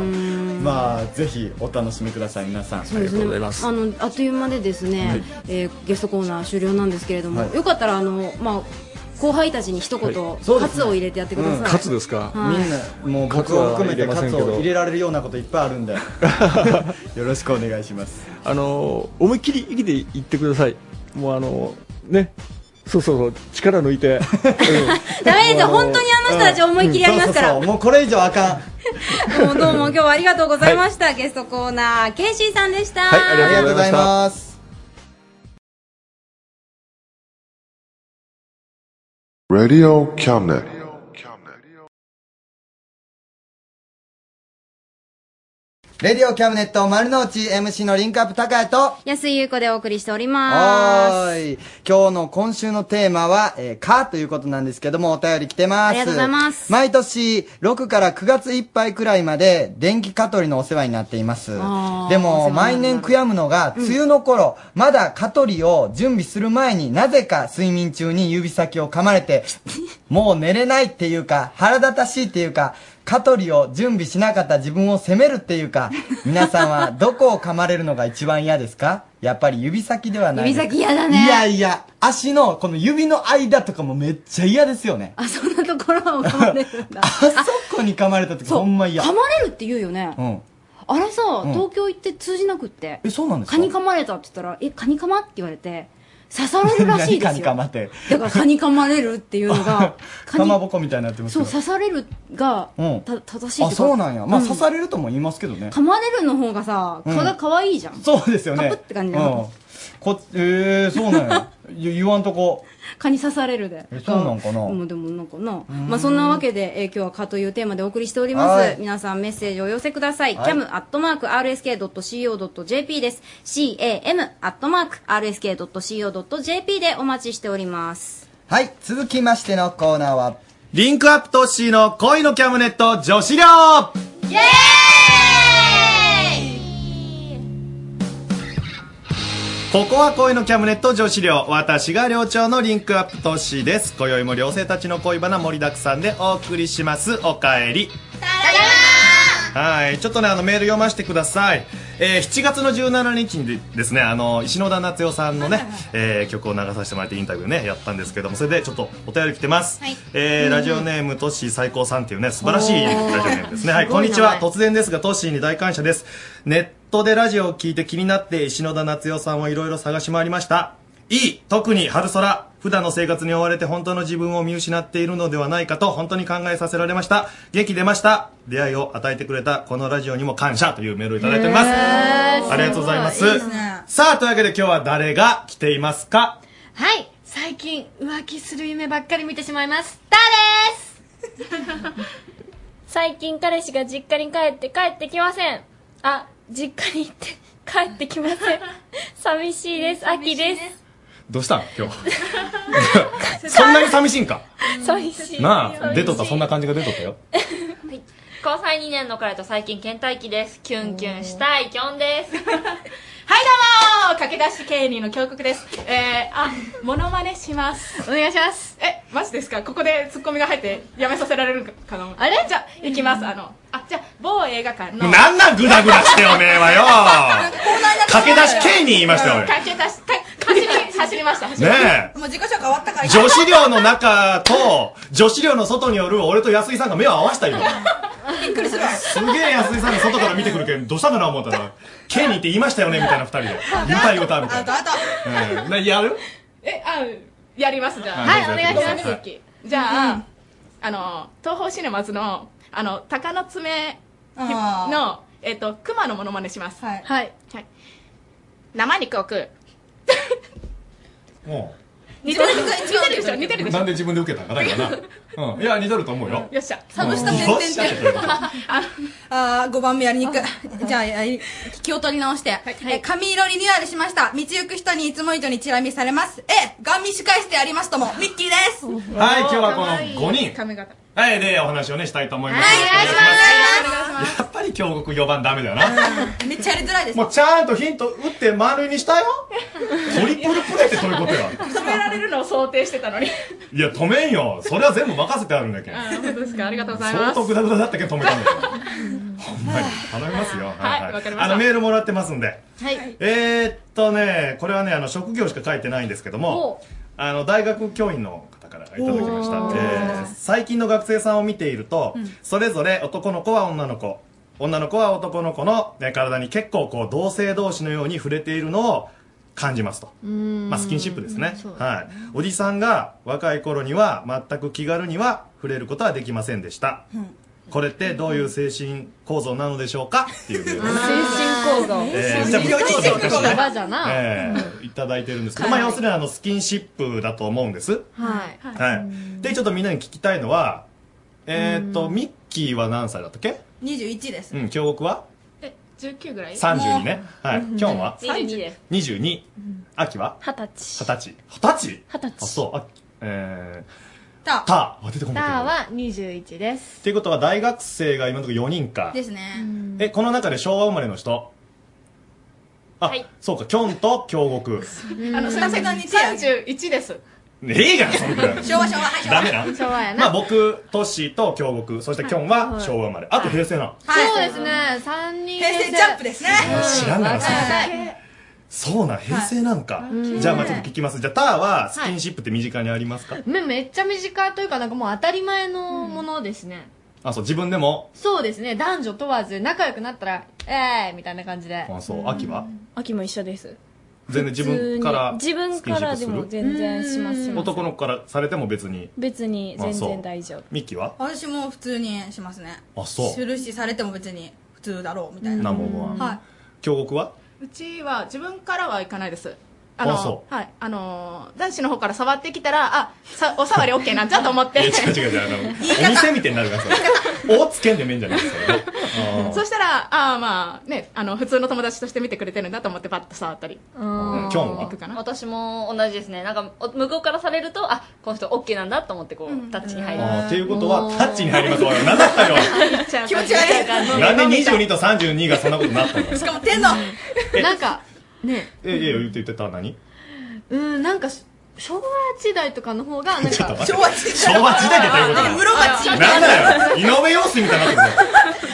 Speaker 21: まあぜひお楽しみください皆さん
Speaker 3: そうですねあのあっという間でですね、
Speaker 21: はい
Speaker 3: えーゲストコーナー終了なんですけれども、
Speaker 21: はい
Speaker 3: よかったらあのまあ後輩たちに一言、
Speaker 21: はいそうですね
Speaker 3: 喝を入れてやってください。
Speaker 20: カツです
Speaker 3: は
Speaker 20: か。
Speaker 3: い
Speaker 21: みんなもう僕を含めてカツを入れられるようなこといっぱいあるんでよろしくお願いします
Speaker 20: あの思いっきり生きていってください。もうあのね。そうそうそう力抜いて
Speaker 3: ダメですよ本当にあの人たち思いっきりやりますから。
Speaker 2: もうこれ以上あかん
Speaker 3: もうどうも今日はありがとうございました、ゲストコーナーケイシーさんでした。
Speaker 2: ありがとうございます
Speaker 16: ラディオキャビネット。
Speaker 2: レディオキャブネット丸の内 MC のリンクアップ高谷と
Speaker 3: 安井優子でお送りしております。
Speaker 2: はーい今日の今週のテーマは「えー、か」ということなんですけどもお便り来てます
Speaker 3: ありがとうございます
Speaker 2: 毎年6から9月いっぱいくらいまで電気蚊取りのお世話になっています
Speaker 3: あー
Speaker 2: で
Speaker 3: お世
Speaker 2: も
Speaker 3: 話になる
Speaker 2: 毎年悔やむのが梅雨の頃、まだ蚊取りを準備する前になぜか睡眠中に指先を噛まれてもう寝れないっていうか腹立たしいっていうか蚊取りを準備しなかった自分を責めるっていうか皆さんはどこを噛まれるのが一番嫌ですかやっぱり指先ではないです
Speaker 3: 指先嫌だね
Speaker 2: いやいや足のこの指の間とかもめっちゃ嫌ですよねあ
Speaker 3: そんなところを噛まれるんだ。
Speaker 2: そこに噛まれた時ほんま嫌
Speaker 3: 噛まれるって言うよね。
Speaker 2: うん
Speaker 3: あれさ、
Speaker 2: うん
Speaker 3: 東京行って通じなくって。
Speaker 2: えそうなんですか
Speaker 3: カニ噛まれたって言ったら、え、カニ噛まって言われて、刺されるらしいです
Speaker 2: 何かに
Speaker 3: よ。
Speaker 2: 噛まって
Speaker 3: だからカニ噛まれるっていうのが、カ
Speaker 2: か
Speaker 3: ニ
Speaker 2: まぼこみたいになってます
Speaker 3: そ
Speaker 2: けど
Speaker 3: う、刺されるが、
Speaker 2: うん
Speaker 3: た正しい
Speaker 2: あ
Speaker 3: ってか
Speaker 2: そうなんやまあ
Speaker 3: う
Speaker 2: 刺されるとも言いますけどね
Speaker 3: 噛まれるの方がさ、蚊が可愛いじゃん。
Speaker 2: そうですよね
Speaker 3: カプって感じだ
Speaker 2: うんこえー、そうなんや ゆ言わんとこ
Speaker 3: 蚊に刺されるで。
Speaker 2: えそうなんかな
Speaker 3: もうでもなんかな。
Speaker 2: ーん
Speaker 3: まあそんなわけで、えー今日は蚊というテーマでお送りしておりま
Speaker 2: は
Speaker 3: す
Speaker 2: い。
Speaker 3: 皆さんメッセージをお寄せください。
Speaker 2: はい
Speaker 3: cam.rsk.co.jp です。cam.rsk.co.jp でお待ちしております。
Speaker 2: はい続きましてのコーナーは
Speaker 14: リンクアップトッシーの恋のキャムネット女子寮
Speaker 3: イエ
Speaker 14: ここは恋のキャムネット女子寮私が寮長のリンクアップトッシーです今宵も寮生たちの恋バナ盛りだくさんでお送りしますおかえりはいちょっとねあのメール読ませてください、えー7月の17日にですねあの石野田夏代さんのね、えー曲を流させてもらってインタビューねやったんですけどもそれでちょっとお便り来てます、えーラジオネームトッシー最高さんっていうね素晴らしいラジオネームですねはい
Speaker 22: すご
Speaker 14: こん
Speaker 22: い
Speaker 14: に
Speaker 22: 名前
Speaker 14: ちは突然ですがトッシーに大感謝ですネットでラジオを聞いて気になって石野田夏代さんをいろいろ探し回りましたいい特に春空普段の生活に追われて本当の自分を見失っているのではないかと本当に考えさせられました元気出ました出会いを与えてくれたこのラジオにも感謝というメールをいただいております、ありがとうございます
Speaker 23: いいですね
Speaker 14: さあというわけで今日は誰が来ていますか
Speaker 23: はい最近浮気する夢ばっかり見てしまいますタです最近彼氏が実家に帰って帰ってきませんあ実家に行って 帰ってきません 寂しいです秋です
Speaker 14: どうしたん今日 そんなに寂しいんか
Speaker 23: 寂しい
Speaker 14: なあ出とっ
Speaker 23: 寂
Speaker 14: た
Speaker 23: しい
Speaker 14: そんな感じが出とったよ
Speaker 23: 交 際2年の彼と最近倦怠期ですキュンキュンしたいキョンです はいどうも駆け出し経理の峡谷ですえー、あモノマネしますお願いしますえマジですかここでツッコミが入ってやめさせられるかなあれじゃあ行きますあのあじゃあ某映画館の
Speaker 14: なんなんグダグダしておめえはよ駆け出し系に言いましたよ
Speaker 23: うん駆け出しか走り走りました走りました
Speaker 14: ね
Speaker 23: もう自己紹介終わったか
Speaker 14: 女子寮の中と女子寮の外による俺と安井さんが目を合わせた今
Speaker 23: びっくりす るわ
Speaker 14: すげえ安井さんが外から見てくるけんどうしたかな思ったら「ケニーって言いましたよね」みたいな二人で 「言うた言うた」みたいなうんなやる
Speaker 23: えあやりますじゃあ
Speaker 14: はいはいお願いします
Speaker 23: すじゃああの東宝シネマズのあの鷹の爪
Speaker 24: あー
Speaker 23: のえっと熊のモノマネしますはいはい生肉を食う
Speaker 14: も
Speaker 23: 似てるでしょ似てるでしょ似てる
Speaker 14: う
Speaker 23: でし
Speaker 14: な
Speaker 23: ょ
Speaker 14: んで自分で受けたんかだ からなうんいや似とると思うよ
Speaker 23: よっしゃ
Speaker 14: サブスタうん点々点
Speaker 24: ああー、5番目やりにくい。じゃあ、やり気を取り直して。え髪色リニューアルしました。道行く人にいつも以上にチラ見されます。ええ、ガン見仕返してやりますとも。ミッキーです。
Speaker 14: はい今日はこの五人
Speaker 23: 髪型
Speaker 14: はい、で、お話をね、したいと思います。やっぱり京極4番ダメだよな。
Speaker 24: めっちゃやりづらいです
Speaker 14: もうちゃんとヒント打って丸にしたよ。トリプルプレーってそういうことや。
Speaker 23: 止められるのを想定してたのに。
Speaker 14: いや、止めんよ。それは全部任せてあるんだけん。
Speaker 23: あ本当ですか。ありがとうございま
Speaker 14: 相
Speaker 23: す。
Speaker 14: 当グダグダだったけど止めた んだよ。ほんまに。頼みますよ。
Speaker 23: はいわかりま
Speaker 14: あ
Speaker 23: した
Speaker 14: の、メールもらってますんで。
Speaker 23: はい。
Speaker 14: えー、っとね、これはね、あの、職業しか書いてないんですけども、あの、大学教員の方からいただきました
Speaker 5: お。ー
Speaker 14: えー最近の学生さんを見ていると、
Speaker 5: うん
Speaker 14: それぞれ男の子は女の子、女の子は男の子の、ね、体に結構こう、同性同士のように触れているのを感じますと。まあ、スキンシップですね。はい。おじさんが若い頃には全く気軽には触れることはできませんでした。これってどういう精神構造なのでしょうかっていう
Speaker 1: 예,
Speaker 14: メールです
Speaker 23: 精神構造。
Speaker 14: えーじゃあ僕ちょっ
Speaker 1: 음.
Speaker 14: と私ね
Speaker 23: バじゃな。
Speaker 1: 예.
Speaker 14: ええいただいてるんですけど、
Speaker 23: はい
Speaker 14: まあ要するにあのスキンシップだと思うんです。
Speaker 23: はい。
Speaker 14: はい。で、ちょっとみんなに聞きたいのは、えーっと、ミッキーは何歳だったっけ
Speaker 24: 21です
Speaker 14: うん、京極は
Speaker 23: え、19ぐらい
Speaker 14: ?32 ね。はい。キョンは
Speaker 23: ?22 です。
Speaker 14: ?22。秋は
Speaker 23: 20歳。
Speaker 14: 二十歳。二十
Speaker 23: 二十
Speaker 14: 歳あ、そう。あえ
Speaker 24: ー、
Speaker 14: た。あ、出てこ
Speaker 25: タ
Speaker 14: ない。
Speaker 25: ーは21です。
Speaker 14: っていうことは大学生が今のところ4人か。
Speaker 25: ですね。
Speaker 14: え、この中で昭和生まれの人あ、そうか、キョンと京極。
Speaker 23: あの、先生が31です。
Speaker 14: ねええがな、そのくらい。
Speaker 23: 昭和昭和はい昭和
Speaker 14: ダメな。
Speaker 23: 昭和やな
Speaker 14: まあ僕、トッシーと京極、そしてキョンは昭和生まれ。あと平成な。
Speaker 25: そうですね。3人平成ジャンプですね。
Speaker 14: 知らんならさ
Speaker 25: はい
Speaker 14: そうなん、平成なんか。じゃあまあちょっと聞きます。じゃあターはスキンシップって身近にありますか
Speaker 25: めめっちゃ身近というかなんかもう当たり前のものですね。
Speaker 14: あ、そう、自分でも。
Speaker 25: そうですね。男女問わず仲良くなったら、えーいみたいな感じで。
Speaker 14: あ、そう、秋は
Speaker 26: 秋も一緒です
Speaker 14: 全然自分から。
Speaker 26: 普通に自分からでも全然しますします
Speaker 14: 男の子からされても別に。
Speaker 24: 別に
Speaker 14: 全然大
Speaker 24: 丈夫
Speaker 14: ミッキーは
Speaker 24: 私も普通にしますね
Speaker 14: あそう
Speaker 24: するしされても別に普通だろうみたいな
Speaker 14: 何も思わん
Speaker 24: は
Speaker 14: 京極は
Speaker 23: うちは自分からはいかないです。あ
Speaker 14: あ
Speaker 23: の
Speaker 14: そ、
Speaker 23: はい。あのー、男子の方から触ってきたら、あ、さお触り OK なんじゃと思っ
Speaker 14: いや
Speaker 23: て。
Speaker 14: 違う違う違う。あ の、お店みたいになるから、それ。おつけんでめんじゃないですよ。あー
Speaker 23: そしたら、ああまあね、あの、普通の友達として見てくれてるんだと思ってパッと触ったり。
Speaker 14: んキョンは
Speaker 23: 行くかな
Speaker 27: 私も同じですねなんかお向こうからされるとあこの人オッケーなんだと思ってこう、タッチに入る
Speaker 14: あーっていうことは、タッチに入ります。おい、何だ ったよ。
Speaker 23: 気持ち悪い
Speaker 14: なんで22と32がそんなことにな ったの
Speaker 25: しかも天のなんか、ね、
Speaker 14: え、いや、言って言ってた何
Speaker 25: うん、なんか、昭和時代とかの方が、なん
Speaker 14: ちょっと
Speaker 25: か、
Speaker 14: 待って昭和時代昭和時代ってどういうことだあ室町なんだよ井上陽水みたいになってる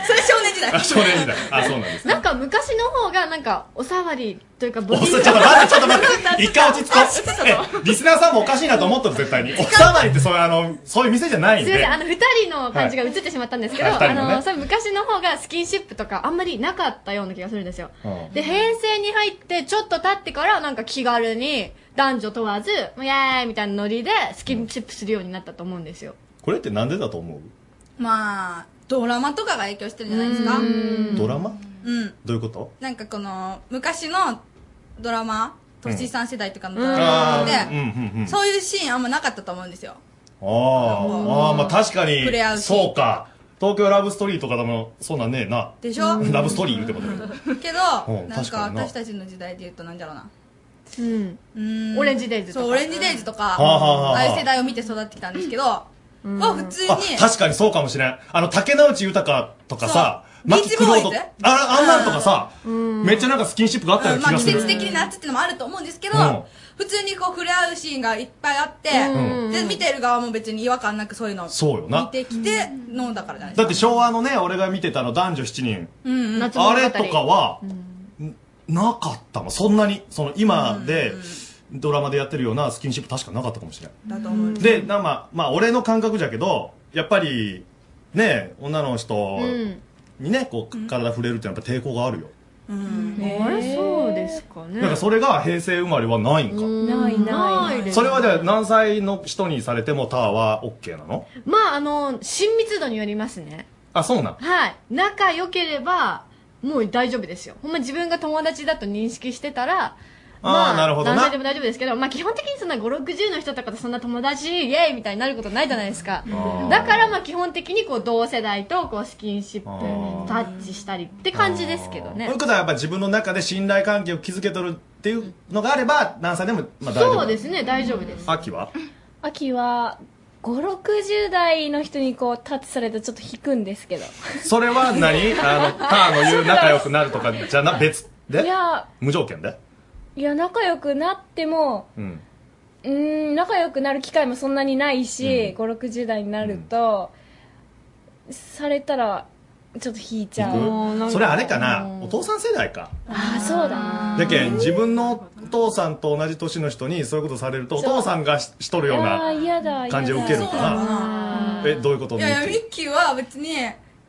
Speaker 25: それ少年時
Speaker 14: あ、少年時代。あ、そうなん です。
Speaker 25: なんか昔の方が、なんか、お触りというか、ボ
Speaker 14: お
Speaker 25: ディ
Speaker 14: ちょっと待って、ちょっと待って。一回落ち着こう。え、リスナーさんもおかしいなと思ったの、絶対に。おさまりって、そういう、あの、そういう店じゃないん
Speaker 25: すいま
Speaker 14: で
Speaker 25: せん、。あの、二人の感じが映ってしまったんですけど、
Speaker 14: はい二人のね
Speaker 25: あの、それ昔の方がスキンシップとかあんまりなかったような気がするんですよ。
Speaker 14: うん
Speaker 25: で、平成に入ってちょっと経ってから、なんか気軽に、男女問わず、イェーイみたいなノリで、スキンシップするようになったと思うんですよ。
Speaker 14: これってなんでだと思
Speaker 24: いまあドラマとかが影響してるんじゃないですか
Speaker 14: うドラマ
Speaker 24: うん
Speaker 14: どういうこと
Speaker 24: なんかこの昔のドラマ
Speaker 14: うん
Speaker 24: 年さん世代とかのドラマ
Speaker 14: あ
Speaker 24: で、
Speaker 14: ーうんうんうん。
Speaker 24: そういうシーンあんまなかったと思うんですよ
Speaker 14: ああ、ああまあ確かに
Speaker 24: 触れ合う、し
Speaker 14: そうか。東京ラブストーリーとかでも、そうなんねえな。
Speaker 24: でしょ
Speaker 14: ラブストーリー言うてことだよ
Speaker 24: け
Speaker 14: う
Speaker 24: ど
Speaker 14: ん
Speaker 24: なん
Speaker 14: 確
Speaker 24: か
Speaker 14: かにな
Speaker 24: 私たちの時代で言うとなんだろうな
Speaker 25: うん
Speaker 24: うん
Speaker 25: オレンジデイズとか
Speaker 24: そうオレンジデイズとか
Speaker 14: はあはあはあ
Speaker 24: ああいう世代を見て育ってきたんですけどは普通に
Speaker 14: あ、確かにそうかもしれん。あの、竹之内豊とかさ、牧九郎とか、あ、あんなんとかさ、
Speaker 24: うん
Speaker 14: めっちゃなんかスキンシップがあったような
Speaker 24: まあ
Speaker 14: 気が
Speaker 24: 季
Speaker 14: する。
Speaker 24: 節的になってってのもあると思うんですけど、
Speaker 14: うん
Speaker 24: 普通にこう触れ合うシーンがいっぱいあって、
Speaker 14: うん
Speaker 24: で見てる側も別に違和感なくそういうのを
Speaker 14: そうよな
Speaker 24: 見てきてのだからじゃないです
Speaker 14: だって昭和のね、俺が見てたの男女7人。
Speaker 24: か、うんうん、
Speaker 14: あれとかは、なかったもんそんなに。その今で、ドラマでやってるようなスキンシップ確かなかったかもしれん。
Speaker 24: だと思う
Speaker 14: で、なまあ、まあ、俺の感覚じゃけど、やっぱり、ね、女の人
Speaker 25: ん。
Speaker 14: にね、こう、体触れるってやっぱ抵抗があるよ。
Speaker 25: あれそうですかね。
Speaker 14: だからそれが平成生まれはないんか。
Speaker 25: ないないです
Speaker 14: それはじゃあ何歳の人にされてもターは OK なの
Speaker 25: まあ、あの、親密度によりますね。
Speaker 14: あ、そうなん。
Speaker 25: はい。仲良ければ、もう大丈夫ですよ。ほんま自分が友達だと認識してたら、
Speaker 14: あーなるほどな
Speaker 25: 男性でも大丈夫ですけど、まあ基本的にそんな5、60の人とかとそんな友達、イエーイみたいになることないじゃないですか
Speaker 14: ー。
Speaker 25: だからまあ基本的にこう同世代とこうスキンシップ、タッチしたりって感じですけど
Speaker 14: とい
Speaker 25: ね
Speaker 14: う。ことはやっぱ自分の中で信頼関係を築けとるっていうのがあれば何歳でもまあ大丈夫。
Speaker 25: そうですね、大丈夫です。
Speaker 14: 秋は
Speaker 26: 秋は560代の人にこうタッチされたらちょっと引くんですけど
Speaker 14: それは何あの、ターの言う仲良くなるとかじゃな、別
Speaker 26: い
Speaker 14: で
Speaker 26: や
Speaker 14: 無条件で
Speaker 26: いや仲良くなっても
Speaker 14: うん。
Speaker 26: うーん仲良くなる機会もそんなにないし、560代になると、されたらちょっと引いちゃう
Speaker 14: それあれかなお父さん世代か。
Speaker 26: ああそうだな
Speaker 14: だけん、自分のお父さんと同じ年の人にそういうことされると、お
Speaker 26: そう
Speaker 14: 父さんがししとるよう
Speaker 26: ああ
Speaker 14: な
Speaker 26: 嫌だ
Speaker 14: 感じを受けるから。え、どういうこと
Speaker 24: い
Speaker 14: ミ
Speaker 24: やいや、
Speaker 14: ッ
Speaker 24: ミ
Speaker 14: キー
Speaker 24: ッキーは別に、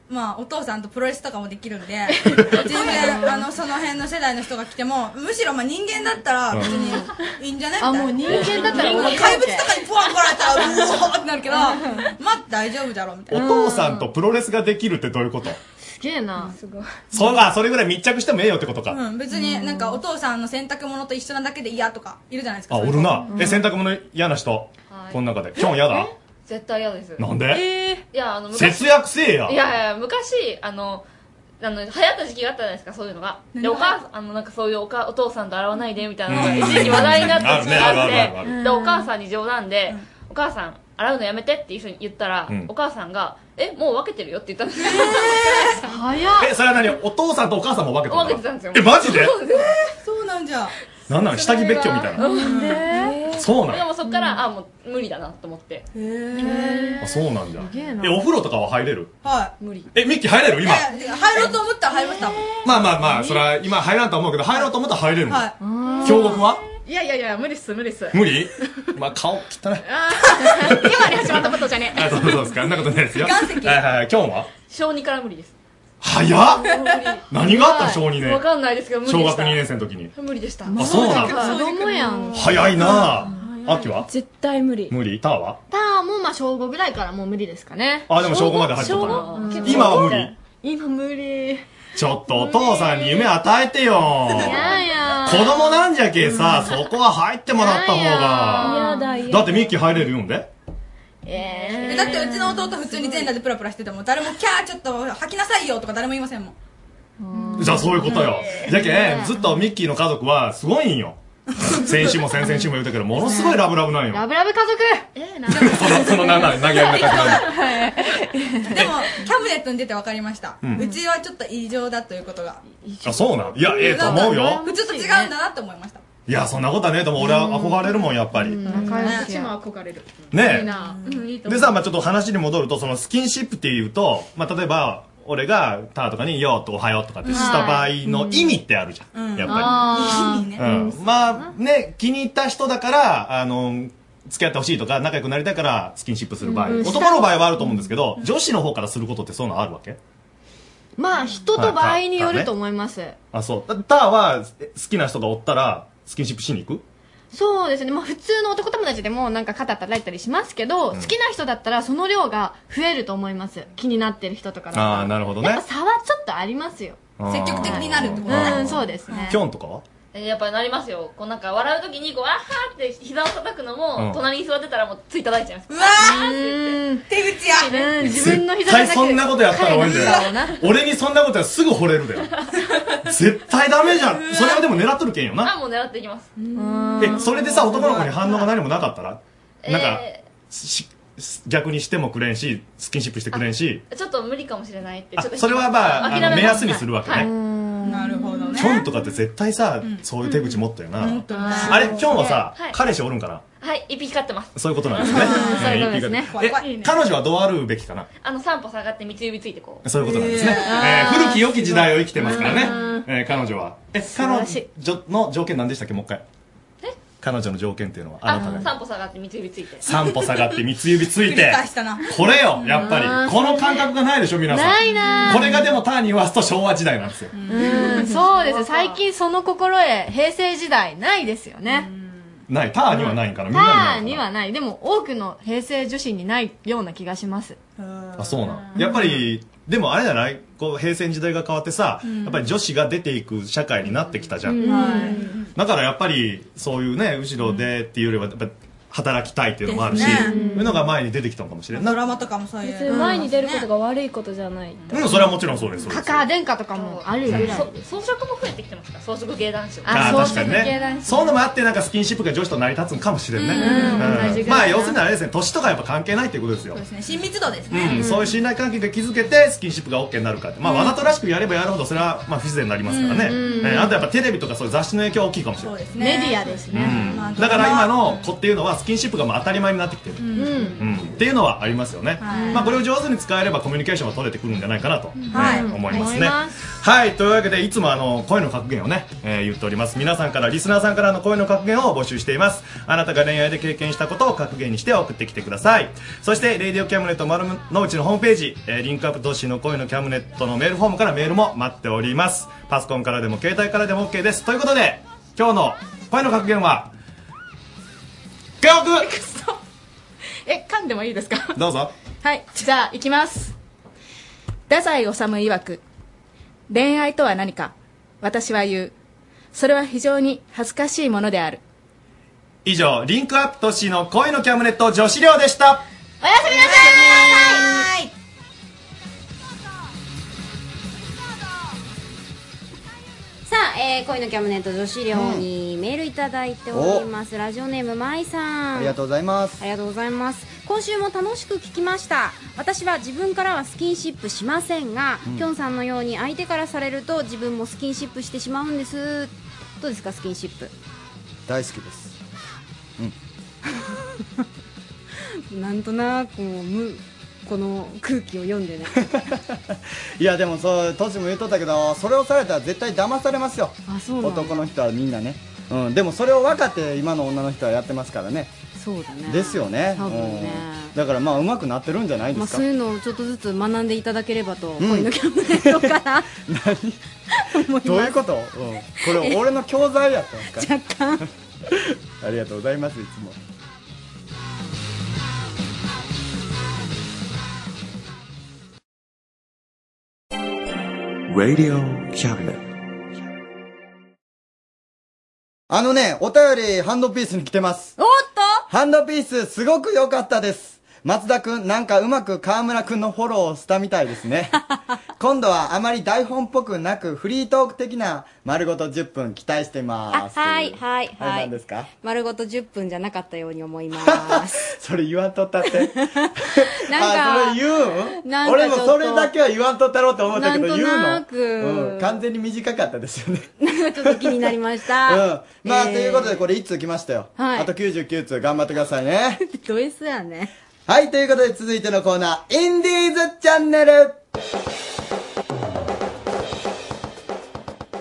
Speaker 24: まあ、お父さんとプロレスとかもできるん で、全然、あの、その辺の世代の人が来ても、むしろ、まあ、人間だったら、別に、いいんじゃねみたいな。あ、もう人
Speaker 18: 間だったら
Speaker 24: 怪物とかにポワン来られたら、うおーってなるけど、まあ、大丈夫だろう、みた
Speaker 14: お
Speaker 24: いな。
Speaker 14: 父さんとプロレスができるってどういうこと
Speaker 24: すげえな。すごい。
Speaker 14: そんな、それぐらい密着してもええよってことか。
Speaker 24: うん、別になんかお父さんの洗濯物と一緒なだけで嫌とかいるじゃないですか。
Speaker 14: あ、おるな。え、洗濯物嫌な人
Speaker 27: はい
Speaker 14: この中で。今日嫌だ
Speaker 27: 絶対嫌です
Speaker 14: なんで
Speaker 27: えーいやあの昔
Speaker 14: 節約せえや
Speaker 27: いやいや昔あのあの流行った時期があったじゃないですかそういうのがでお母さんあのなんかそういうおかお父さんと洗わないでみたいなのが
Speaker 28: うん
Speaker 27: 一時期話題に なった時期があっ
Speaker 28: あるねあるあるあるあ
Speaker 27: て
Speaker 28: る
Speaker 27: でお母さんに冗談で、お母さん洗うのやめてっていうふうに言ったら、
Speaker 14: うん
Speaker 27: お母さんが「えもう分けてるよ」って言ったんですよ、早
Speaker 14: え、それは何お父さんとお母さんも分けて
Speaker 27: 分け
Speaker 14: る
Speaker 27: てたんですよ
Speaker 14: えマジで
Speaker 27: そうす
Speaker 24: そうなんじゃ。
Speaker 14: なんなの下着別居みたいな。
Speaker 27: な
Speaker 14: そうなん
Speaker 27: でもそっから、あもう無理だなと思ってへえ
Speaker 14: あ、そうなんだ。
Speaker 27: げえ
Speaker 14: え、お風呂とかは入れる
Speaker 24: はい。
Speaker 27: 無理。
Speaker 14: え、ミッキー入れる今。
Speaker 24: 入ろうと思ったら入りましたもん。
Speaker 14: まあまあまあ、それは今入らんとは思うけど、入ろうと思ったら入れるもん。
Speaker 24: は
Speaker 14: 京極はい
Speaker 28: やいやいや、無理っす、無理っす。
Speaker 14: 無理まあ顔汚い。
Speaker 28: あー今まで始まったことじゃね
Speaker 14: あ、そうそうですか。そんなことないですよ。はいはいはい。今日は
Speaker 27: 小2から無理です
Speaker 14: 早っ何があったの小2
Speaker 27: わ
Speaker 14: 年。
Speaker 27: かんないですけど無理
Speaker 14: 小
Speaker 27: でし
Speaker 14: 学
Speaker 27: た
Speaker 14: 2年生の時に。
Speaker 27: 無理でした
Speaker 14: あそうなの
Speaker 27: 子供やん
Speaker 14: 早いなぁ。秋は
Speaker 25: 絶対無理
Speaker 14: 無理ターは
Speaker 25: ただもうまあ小5ぐらいからもう無理ですかね
Speaker 14: あでも小五まで入っとったな
Speaker 25: 小五結構
Speaker 14: 今は無理
Speaker 25: 今無 理い
Speaker 14: ちょっとお父さんに夢与えてよ。
Speaker 25: やいや
Speaker 14: 子供なんじゃけさ、そこは入ってもらった方が。
Speaker 25: やだ
Speaker 14: だってミッキー入れるよんで。
Speaker 24: えだってうちの弟普通に全裸でプラプラしてても誰もキャーちょっと吐きなさいよとか誰も言いませんもん
Speaker 14: じゃあそういうことよ。じゃけん、ずっとミッキーの家族はすごいん よ。先週も先々週も言ったけど、ものすごいラブラブなんよ。
Speaker 25: ラブラブ家族えな
Speaker 14: その、その、なんなん、投げやりな感じなんよ
Speaker 24: でもキャムネットに出て分かりました、
Speaker 14: う
Speaker 24: うんちはちょっと異常だということが
Speaker 14: あ、そうなんいや、ええと思うよ。
Speaker 24: 普通と違うんだなと思いました
Speaker 14: いや、そんなことはねえと思う。俺は憧れるもん、やっぱり。
Speaker 28: 私も憧れる
Speaker 14: ねえ
Speaker 28: いいなうんいいと思
Speaker 14: で
Speaker 28: う
Speaker 14: さ、まあちょっと話に戻ると、そのスキンシップっていうと、まあ例えば、俺がターとかに、よーとおはようとかってした場合の意味ってあるじゃん。やっぱ
Speaker 28: あー
Speaker 14: り。うんまあね、気に入った人だから、あの、付き合ってほしいとか、仲良くなりたいから、スキンシップする場合。
Speaker 25: うん
Speaker 14: 男の場合はあると思うんですけど、女子の方からすることってそういうのあるわけ
Speaker 25: まあ人と場合によると思います、
Speaker 14: あ、そう。だターは、え好きな人がおったら、スキンシップしに行く
Speaker 25: そうですね、まあ、普通の男友達でもなんか肩叩いたりしますけど、
Speaker 14: うん
Speaker 25: 好きな人だったらその量が増えると思います気になってる人とかだったら
Speaker 14: あーなるほどね
Speaker 25: やっぱ差はちょっとありますよ
Speaker 14: あー積極的になるってことね
Speaker 25: うんそうですね
Speaker 14: キョンとかは
Speaker 27: えやっぱりなりますよこうなんか笑う時にこうあはーって膝を叩くのも、
Speaker 14: うん
Speaker 27: 隣に座ってたらもうつい叩いちゃいますうわ
Speaker 25: ー
Speaker 24: 手口や
Speaker 25: うん自分の膝
Speaker 14: 絶対そんなことやったら多いんだよ俺にそんなことはすぐ惚れるだよ絶対ダメじゃんそれはでも狙っとるけんよ
Speaker 27: あ
Speaker 14: な
Speaker 27: もう狙っていきます
Speaker 14: えそれでさ男の子に反応が何もなかったら
Speaker 27: えー
Speaker 14: なんかしし逆にしてもくれんしスキンシップしてくれんし
Speaker 27: ちょっと無理かもしれないって
Speaker 14: あ
Speaker 27: ちょっと
Speaker 14: それはまああ
Speaker 27: 諦
Speaker 14: の
Speaker 27: め
Speaker 14: 目
Speaker 27: ます
Speaker 14: 安にするわけ
Speaker 27: はい
Speaker 14: ね
Speaker 24: なるほど
Speaker 14: キョンとかって絶対さそういう手口持ったよなあれキョンはさ
Speaker 27: はい
Speaker 14: 彼氏おるんかな
Speaker 27: はい一匹飼ってます
Speaker 14: そういうことなんですね
Speaker 27: そういうことですね
Speaker 14: ねえ彼女はどうあるべきかな
Speaker 27: あの三歩下がって三つ指ついてこう
Speaker 14: そういうことなんですね。えー古き良き時代を生きてますからね。えー彼女は。え、彼
Speaker 27: ら
Speaker 14: 女
Speaker 27: しい
Speaker 14: の条件何でしたっけもう一回。彼女の条件っていうのはあ
Speaker 27: あ
Speaker 14: なたが。
Speaker 27: 三歩下がって三つ指ついて
Speaker 14: 三歩下がって三つ指ついて。
Speaker 24: したな
Speaker 14: これよ、やっぱり。この感覚がないでしょ、皆さん。
Speaker 25: ないなー
Speaker 14: これがでもターンに言わすと昭和時代なんですよ。
Speaker 25: うんそうです最近その心得平成時代ないですよね
Speaker 14: ない、ターンにはないんか
Speaker 25: タ
Speaker 14: な、みんな
Speaker 25: ー
Speaker 14: にない
Speaker 25: にはないでも多くの平成女子にないような気がします
Speaker 14: あ、そうなん。やっぱり、でもあれじゃないこう、平成時代が変わってさ、
Speaker 25: うん
Speaker 14: やっぱり女子が出ていく社会になってきたじゃん。
Speaker 25: うん
Speaker 14: だからやっぱりそういうね後ろでっていうよりはやっぱ働きたいっていうのもある
Speaker 24: で
Speaker 14: し、
Speaker 24: すね
Speaker 14: そういうのが前に出てきたのかもしれない
Speaker 24: ドラマとかもそういう
Speaker 29: 別に前に出ることが悪いことじゃない
Speaker 14: うん、それはもちろんそうです。そうで
Speaker 11: カ
Speaker 14: す
Speaker 11: カア殿下とかもあるぐらい
Speaker 25: 装飾も増えてきてますか装飾芸男子も
Speaker 14: ああ確かにね。そういうの
Speaker 25: も
Speaker 14: もあって、なんかスキンシップが女子と成り立つのかもしれんね。
Speaker 24: うん同
Speaker 14: う
Speaker 24: じぐ
Speaker 14: ん
Speaker 24: らい
Speaker 14: まあ、要するにあれですね、年とかやっぱ関係ないっていうことですよ
Speaker 24: そう。ですね親密度です
Speaker 14: う
Speaker 24: ね、
Speaker 14: ん、そういう信頼関係が築けてスキンシップが OK になるかって、まあ、
Speaker 24: うん
Speaker 14: わざとらしくやればやるほどそれはまあ不自然になりますからね、
Speaker 24: うんうんうん
Speaker 14: えーあとやっぱテレビとかそういう雑誌の影響は大きいかもしれない、
Speaker 11: メディアですね、まあ
Speaker 14: だから今の子っていうのはスキンシップがまあ当たり前になってきてる、
Speaker 11: うん、
Speaker 14: うん、っていうのはありますよね、
Speaker 11: はい
Speaker 14: まあ、これを上手に使えればコミュニケーションは取れてくるんじゃないかなと、
Speaker 11: はい
Speaker 14: うん思います
Speaker 11: 思い
Speaker 14: ね
Speaker 11: ま
Speaker 14: はいというわけでいつもあの声の格言をね、えー言っております皆さんからリスナーさんからの声の格言を募集していますあなたが恋愛で経験したことを格言にして送ってきてくださいそして「レイディオキャムネット丸の内」のホームページ、えーリンクアップ同士の恋のキャムネットのメールフォームからメールも待っておりますパソコンからでも携帯からでも OK ですということで今日の声の格言は「教育」
Speaker 23: え、噛んでもいいですか
Speaker 14: どうぞ
Speaker 23: はい、じゃあ、行きます。太宰治曰く、恋愛とは何か、私は言う。それは非常に恥ずかしいものである。
Speaker 14: 以上、リンクアップ都市の恋のキャムネット女子寮でした。
Speaker 23: おやすみなさい
Speaker 3: さあ、えー、恋のキャムネット女子寮にメールいただいております、ラジオネームまいさん
Speaker 2: ありがとうございます
Speaker 3: ありがとうございます今週も楽しく聞きました私は自分からはスキンシップしませんが、
Speaker 2: うん
Speaker 3: きょんさんのように相手からされると自分もスキンシップしてしまうんですどうですかスキンシップ
Speaker 2: 大好きです
Speaker 3: なんとなくもうむこの空気を読んでね
Speaker 2: いやでもそうトシも言っとったけどそれをされたら絶対騙されますよ男の人はみんなね、うん、でもそれを分かって今の女の人はやってますからね
Speaker 3: そうだね
Speaker 2: ですよね
Speaker 3: 多分ね
Speaker 2: うんだからまあ上手くなってるんじゃないで
Speaker 3: まあ、
Speaker 2: すか、
Speaker 3: そういうのをちょっとずつ学んでいただければと、
Speaker 2: うん
Speaker 3: 恋のキャムネットから思います
Speaker 2: どういうこと、うん、これ俺の教材やったんですか
Speaker 3: 若干
Speaker 2: ありがとうございますいつもあのねお便りハンドピースに来てます
Speaker 7: おっ
Speaker 2: ハンドピースすごく良かったです松田くんなんかうまく川村くんのフォローをしたみたいです ね今度はあまり台本っぽくなくフリートーク的な丸ごと10分期待してま
Speaker 3: あ
Speaker 2: す
Speaker 3: はいはいは
Speaker 2: 何
Speaker 3: い
Speaker 2: ですか
Speaker 3: 丸ごと10分じゃなかったように思いますなん
Speaker 2: それ言わんとった ってあ
Speaker 3: か
Speaker 2: それ言うん
Speaker 3: なんか
Speaker 2: 俺も
Speaker 3: ちょっと
Speaker 2: それだけは言わんとったろうと思ったけど
Speaker 3: なん
Speaker 2: 言う
Speaker 3: と
Speaker 2: の
Speaker 3: なく
Speaker 2: うん、完全に短かったですよね
Speaker 3: なんかちょっと気になりまし
Speaker 2: うん
Speaker 3: た、
Speaker 2: まあ、
Speaker 3: えー
Speaker 2: ということでこれ1通来ましたよ、
Speaker 3: はい
Speaker 2: あと99通頑張ってくださいね
Speaker 3: ド S やね
Speaker 2: はいということで続いてのコーナーインディーズチャンネル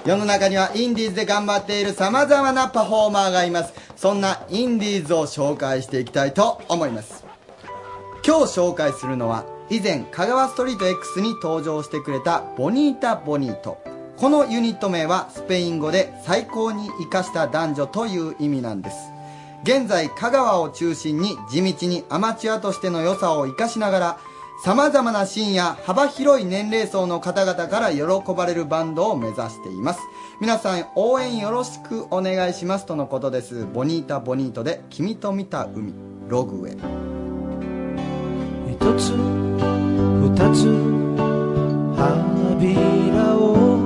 Speaker 2: 世の中にはインディーズで頑張っている様々なパフォーマーがいますそんなインディーズを紹介していきたいと思います今日紹介するのは以前香川ストリート X に登場してくれたボニータ・ボニートこのユニット名はスペイン語で最高に生かした男女という意味なんです現在香川を中心に地道にアマチュアとしての良さを生かしながら様々なシーンや幅広い年齢層の方々から喜ばれるバンドを目指しています皆さん応援よろしくお願いしますとのことですボニータボニートで君と見た海ログウェイ
Speaker 18: 一つ二つ花びらを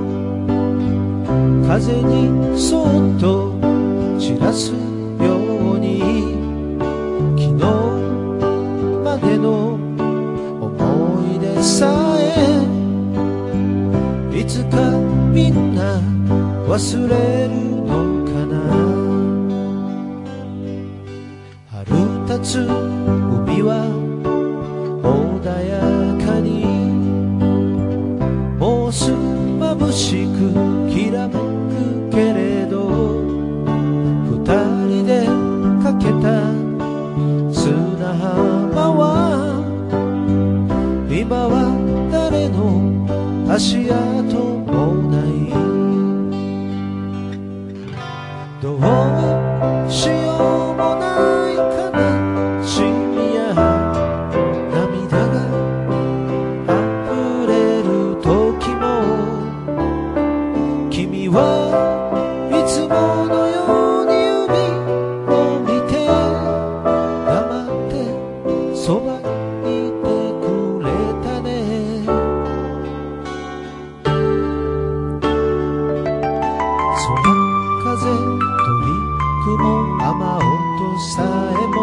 Speaker 18: 風にそっと散らすように昨日までの思い出さえいつかみんな忘れるのかな春立つ海は穏やかにもうす眩しくきらめくけれど二人でかけた砂浜は今は誰の足跡もないどうしようもない悲しみ雨音さえも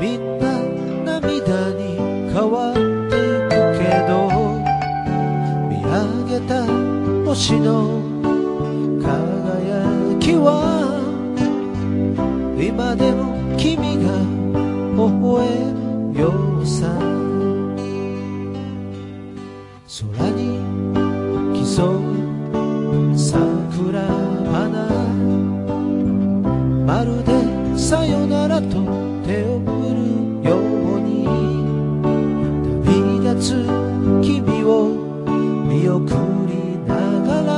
Speaker 18: みんな涙に変わっていくけど見上げた星の輝きは今でも君が微笑むようさ空に潜む桜花まるでさよならと手を振るように旅立つ君を見送りながら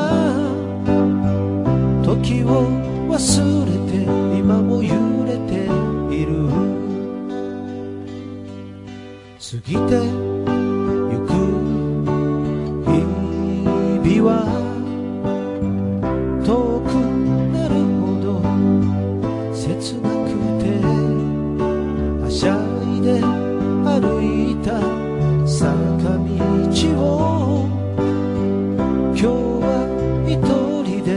Speaker 18: 時を忘れて今も揺れている過ぎてゆく日々は遠くなるほど切なくてはしゃいで歩いた坂道を今日は一人で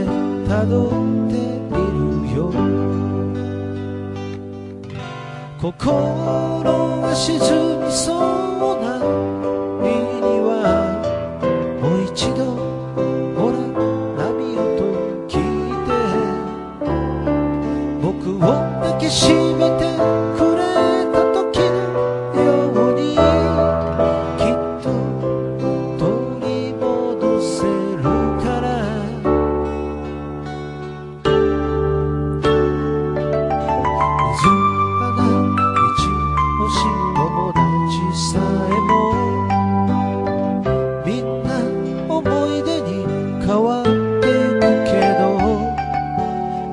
Speaker 18: たどっているよ心が沈みそうな身にはもう一度ほら波音聞いて僕を抱きしめてくれた時のようにきっと取り戻せるから水花道星友達さえもみんな思い出に変わっていくけど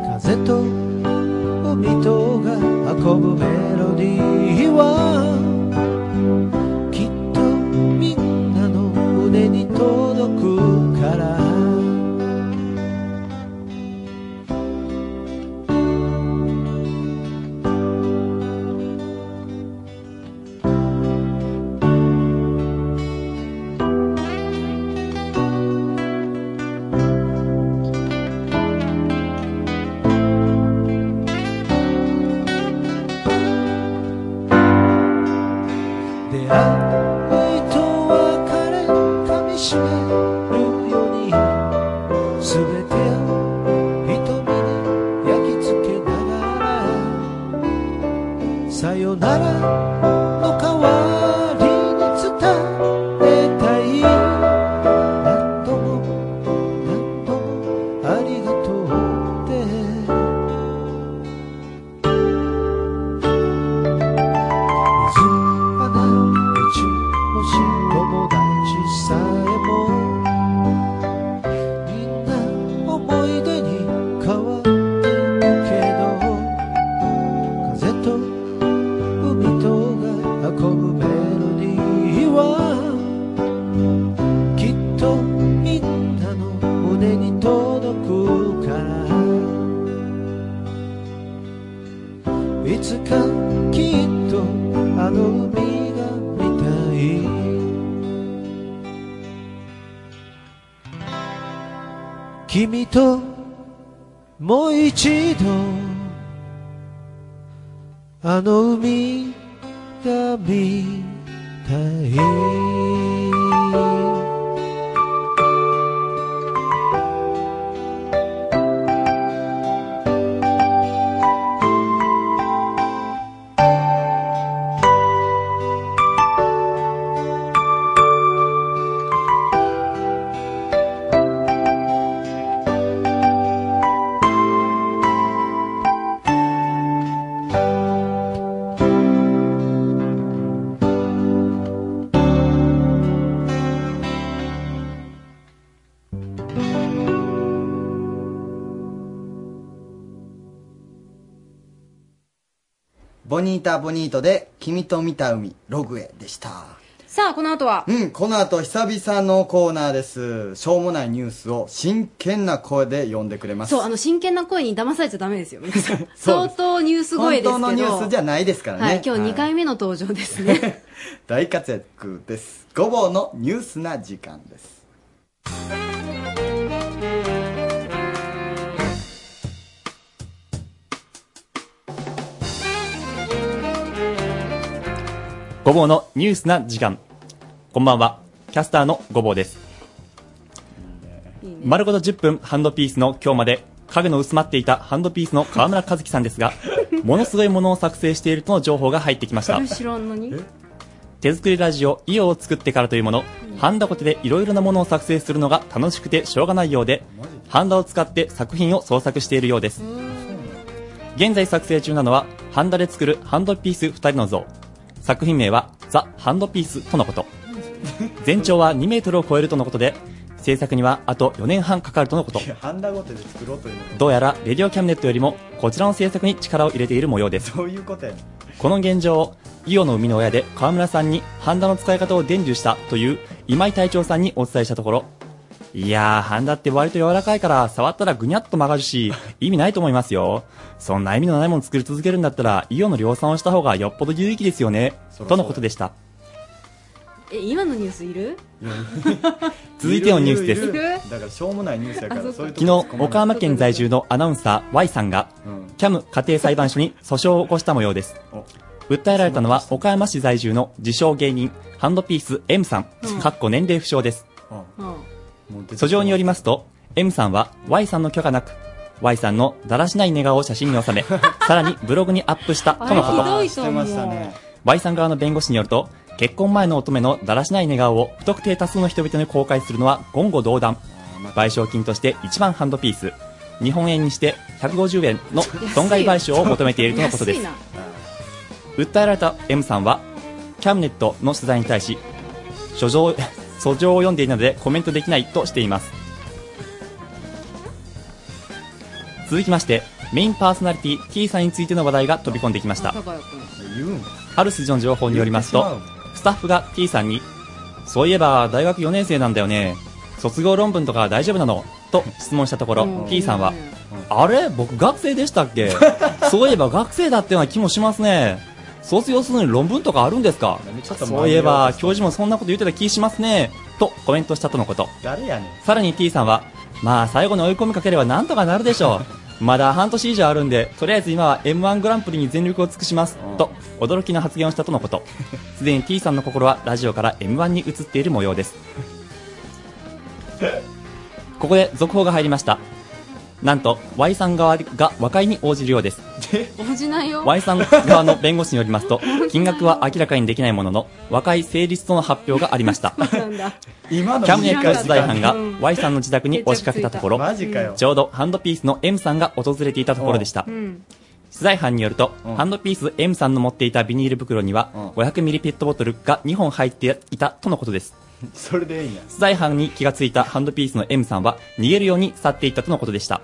Speaker 18: 風と海とが運ぶメロディーはきっとみんなの胸に届くから出会いと別れ噛みしめるように全てを瞳に焼き付けながらさよならの代わりに伝えたい何度も何度もありがとうって花道もし友達さえもみんな思い出に変わっていくけど風と海とが運ぶメロディーはきっとみんなの胸に届くからいつかきっとあの海が見たい君ともう一度あの海が見たい
Speaker 2: ボニータボニートで、君と見た海、ログエでした。
Speaker 3: さあ、この後は、
Speaker 2: うん、この後久々のコーナーです。しょうもないニュースを真剣な声で読んでくれます。
Speaker 3: そう、あの、真剣な声に騙されちゃダメですよ、皆 さん。相当ニュース声ですけど。
Speaker 2: 本当のニュースじゃないですからね。
Speaker 3: はい、今日
Speaker 2: はい
Speaker 3: 2回目の登場ですね。
Speaker 2: 大活躍です。午後のニュースな時間です。
Speaker 4: ごぼうのニュースな時間。こんばんは。キャスターのごぼうです。丸ごと10分ハンドピースの今日まで、影の薄まっていたハンドピースの河村和樹さんですが、ものすごいものを作成しているとの情報が入ってきました。
Speaker 18: 知らんのに
Speaker 4: 手作りラジオイオを作ってからというものハンダコテでいろいろなものを作成するのが楽しくてしょうがないようでハンダを使って作品を創作しているようです現在作成中なのはハンダで作るハンドピース2人の像作品名はザ・ハンドピースとのこと全長は2メートルを超えるとのことで制作にはあと4年半かかるとのこと
Speaker 5: いやハンダごてで作ろうというの
Speaker 4: どうやらレディオキャムネットよりもこちらの制作に力を入れている模様です
Speaker 5: そういうことやねん
Speaker 4: この現状をイオの生みの親で川村さんにハンダの使い方を伝授したという今井隊長さんにお伝えしたところいやー、ハンダって割と柔らかいから、触ったらぐにゃっと曲がるし、意味ないと思いますよ。そんな意味のないもの作り続けるんだったら、イオの量産をした方がよっぽど有意義ですよね。とのことでした。
Speaker 18: え今のニュースいる
Speaker 4: 続いてのニュースです
Speaker 5: いるいるだからしょうもないニュースやからそういうと
Speaker 4: 昨日、
Speaker 5: こ突っ込まない
Speaker 4: 岡山県在住のアナウンサー Y さんが、キャム家庭裁判所に訴訟を起こした模様です。訴えられたのは岡山市在住の自称芸人、ハンドピース M さん、かっこ年齢不詳です。
Speaker 1: 어.
Speaker 4: 訴状によりますと、M さんは Y さんの許可なく、Y さんのだらしない寝顔を写真に収め、さらにブログにアップしたとのこと。
Speaker 5: あーしてましたね
Speaker 4: Y さん側の弁護士によると、結婚前の乙女のだらしない寝顔を不特定多数の人々に公開するのは言語道断。賠償金として1番ハンドピース、日本円にして150円の損害賠償を求めているとのこ とです
Speaker 18: 安い。な
Speaker 4: 訴えられた M さんは、キャムネットの取材に対し、書状 訴状を読んでいないのでコメントできないとしています。続きまして、メインパーソナリティ、T さんについての話題が飛び込んできました。
Speaker 1: 아,
Speaker 5: 言うんか
Speaker 4: ある筋の情報によりますと
Speaker 5: 言ってし
Speaker 4: スタッフが T さんにそういえば大学4年生なんだよね卒業論文とか大丈夫なのと質問したところ T さんはあれ僕学生でしたっ けそういえば学生だったような気もしますね卒業するのに論文とかあるんですか
Speaker 5: と
Speaker 4: そういえば教授もそんなこと言ってた気しますねとコメントしたとのこと
Speaker 5: 誰やねん
Speaker 4: さらに T さんは、まあ最後に追い込みかければなんとかなるでしょう。 まだ半年以上あるんで、とりあえず今は M1 グランプリに全力を尽くします。と、驚きの発言をしたとのこと。すでに T さんの心はラジオから M1 に移っている模様です。ここで続報が入りました。なんと、Y さん側が和解に応じるようです。
Speaker 18: 応じないよ
Speaker 4: Y さん側の弁護士によりま すと、金額は明らかにできないものの、和解成立との発表がありました。
Speaker 18: なんだ
Speaker 5: 今の
Speaker 4: キャムネット取材班が
Speaker 5: うん
Speaker 4: Y さんの自宅に押しかけたところ、
Speaker 5: マジかよ
Speaker 4: ちょうどハンドピースの M さんが訪れていたところでした。
Speaker 5: うん
Speaker 4: 取材班によると、ハンドピース M さんの持っていたビニール袋には、500ミリペットボトルが2本入っていたとのことです。
Speaker 5: それでいいんや
Speaker 4: 取材班に気がついたハンドピースの M さんは、逃げるように去っていったとのことで した。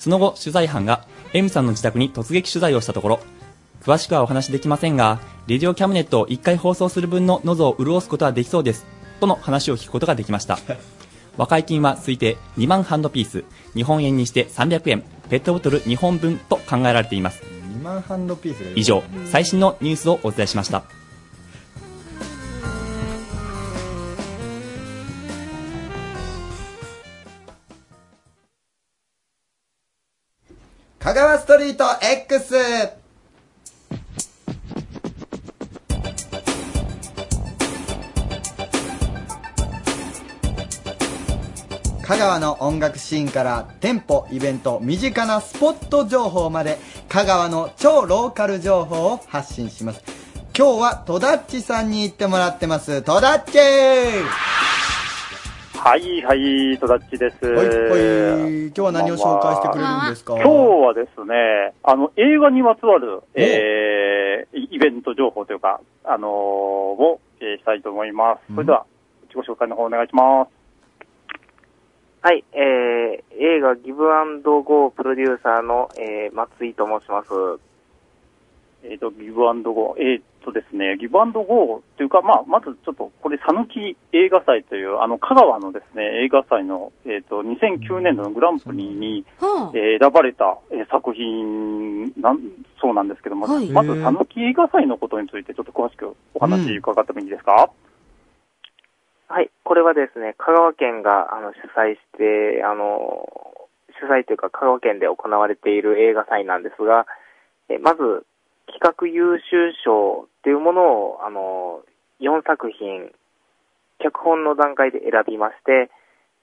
Speaker 4: その後、取材班が M さんの自宅に突撃取材をしたところ、詳しくはお話しできませんが、レディオキャムネットを1回放送する分の喉を潤すことはできそうです、との話を聞くことができま した。和解金は推定2万ハンドピース、日本円にして300円、ペットボトル2本分と考えられています。
Speaker 5: 2万ハンドピースがいる
Speaker 4: 以上、最新のニュースをお伝えしました。
Speaker 2: 香川ストリート X! 香川の音楽シーンから店舗、イベント、身近なスポット情報まで香川の超ローカル情報を発信します。今日は戸田っちさんに行ってもらってます。戸田っち
Speaker 30: はいはい、戸田っちです。はい、はい。
Speaker 2: 今日は何を紹介してくれるんですか
Speaker 30: 今日はですね、あの、映画にまつわる、えー、イイベント情報というか、あのーを、えーしたいと思います。それでは、自己紹介の方お願いします。
Speaker 31: はい、えー、映画ギブアンドゴープロデューサーの、えー、松井と申します。
Speaker 30: えっ、と、ギブアンドゴー。えっ、とですね、ギブアンドゴーというか、まあ、まずちょっと、これ、さぬき映画祭という、あの、香川のですね、映画祭の、えっ、と、2009年度のグランプリに、えー選ばれた、えー作品なん、そうなんですけども、
Speaker 31: はい
Speaker 30: まず、さぬき映画祭のことについて、ちょっと詳しくお話伺ってもいいですか、
Speaker 31: はい、これはですね、香川県があの主催して、あの、主催というか香川県で行われている映画祭なんですが、えまず、企画優秀賞っていうものを、あの、4作品、脚本の段階で選びまして、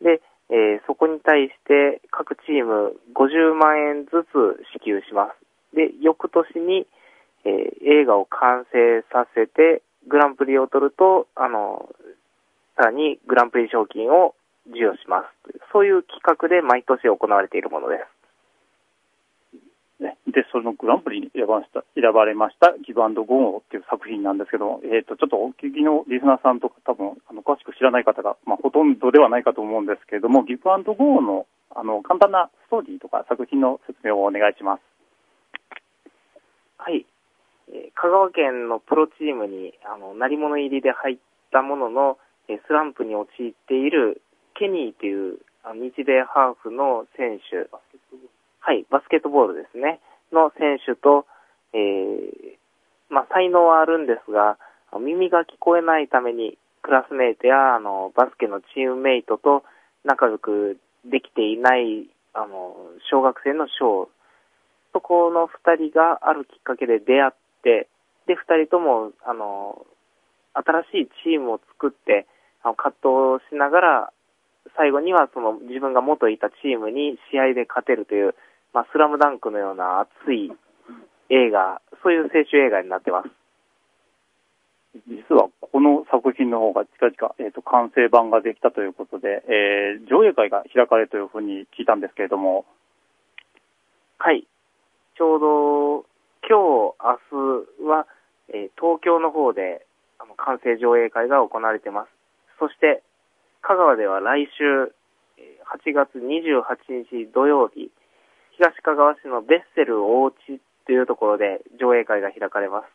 Speaker 31: で、えーそこに対して各チーム50万円ずつ支給します。で、翌年に、えー映画を完成させて、グランプリを取ると、あの、さらにグランプリ賞金を授与しますという。そういう企画で毎年行われているものです。
Speaker 30: で、そのグランプリに選ばれました、選ばれましたギブアンドゴーっていう作品なんですけど、えっ、と、ちょっとお聞きのリスナーさんとか多分、あの、詳しく知らない方が、まあ、ほとんどではないかと思うんですけれども、ギブアンドゴーの、あの、簡単なストーリーとか作品の説明をお願いします。
Speaker 31: はい。えー香川県のプロチームに、あの、鳴り物入りで入ったものの、えースランプに陥っているケニーという、あの日米ハーフの選手、はい、バスケットボールですね、の選手と、えーまあ、才能はあるんですが、耳が聞こえないために、クラスメイトや、あの、バスケのチームメイトと仲良くできていない、あの、小学生の小そこの2人があるきっかけで出会って、で、2人とも、あの、新しいチームを作って、あの葛藤しながら、最後にはその自分が元いたチームに試合で勝てるという、まあ、スラムダンクのような熱い映画、そういう青春映画になってます。
Speaker 30: 実はこの作品の方が近々、えー、と完成版ができたということで、えー上映会が開かれるというふうに聞いたんですけれども、
Speaker 31: はい。ちょうど今日、明日は、えー東京の方であの完成上映会が行われてます。そして、香川では来週、えー8月28日土曜日、東香川市のベッセル大地というところで上映会が開かれます。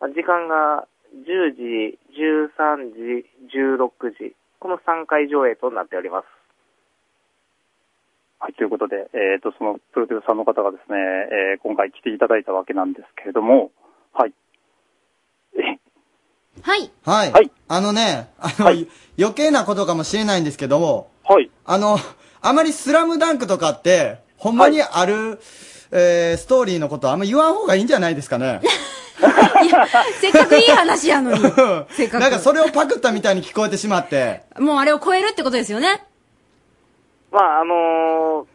Speaker 31: まあ時間が10時、13時、16時、この3回上映となっております。
Speaker 30: はい、ということで、えー、とそのプロデューサーの方がですね、えー今回来ていただいたわけなんですけれども、はい。
Speaker 3: はい。
Speaker 2: はい。あのね、あの、余計なことかもしれないんですけども、
Speaker 30: はい。
Speaker 2: あの、あまりスラムダンクとかって、ほんまにある、えーストーリーのことあんま言わん方がいいんじゃないですかね。
Speaker 3: せっかくいい話やのに。せっかく
Speaker 2: なんかそれをパクったみたいに聞こえてしまって。
Speaker 3: もうあれを超えるってことですよね。
Speaker 31: まあ、あのー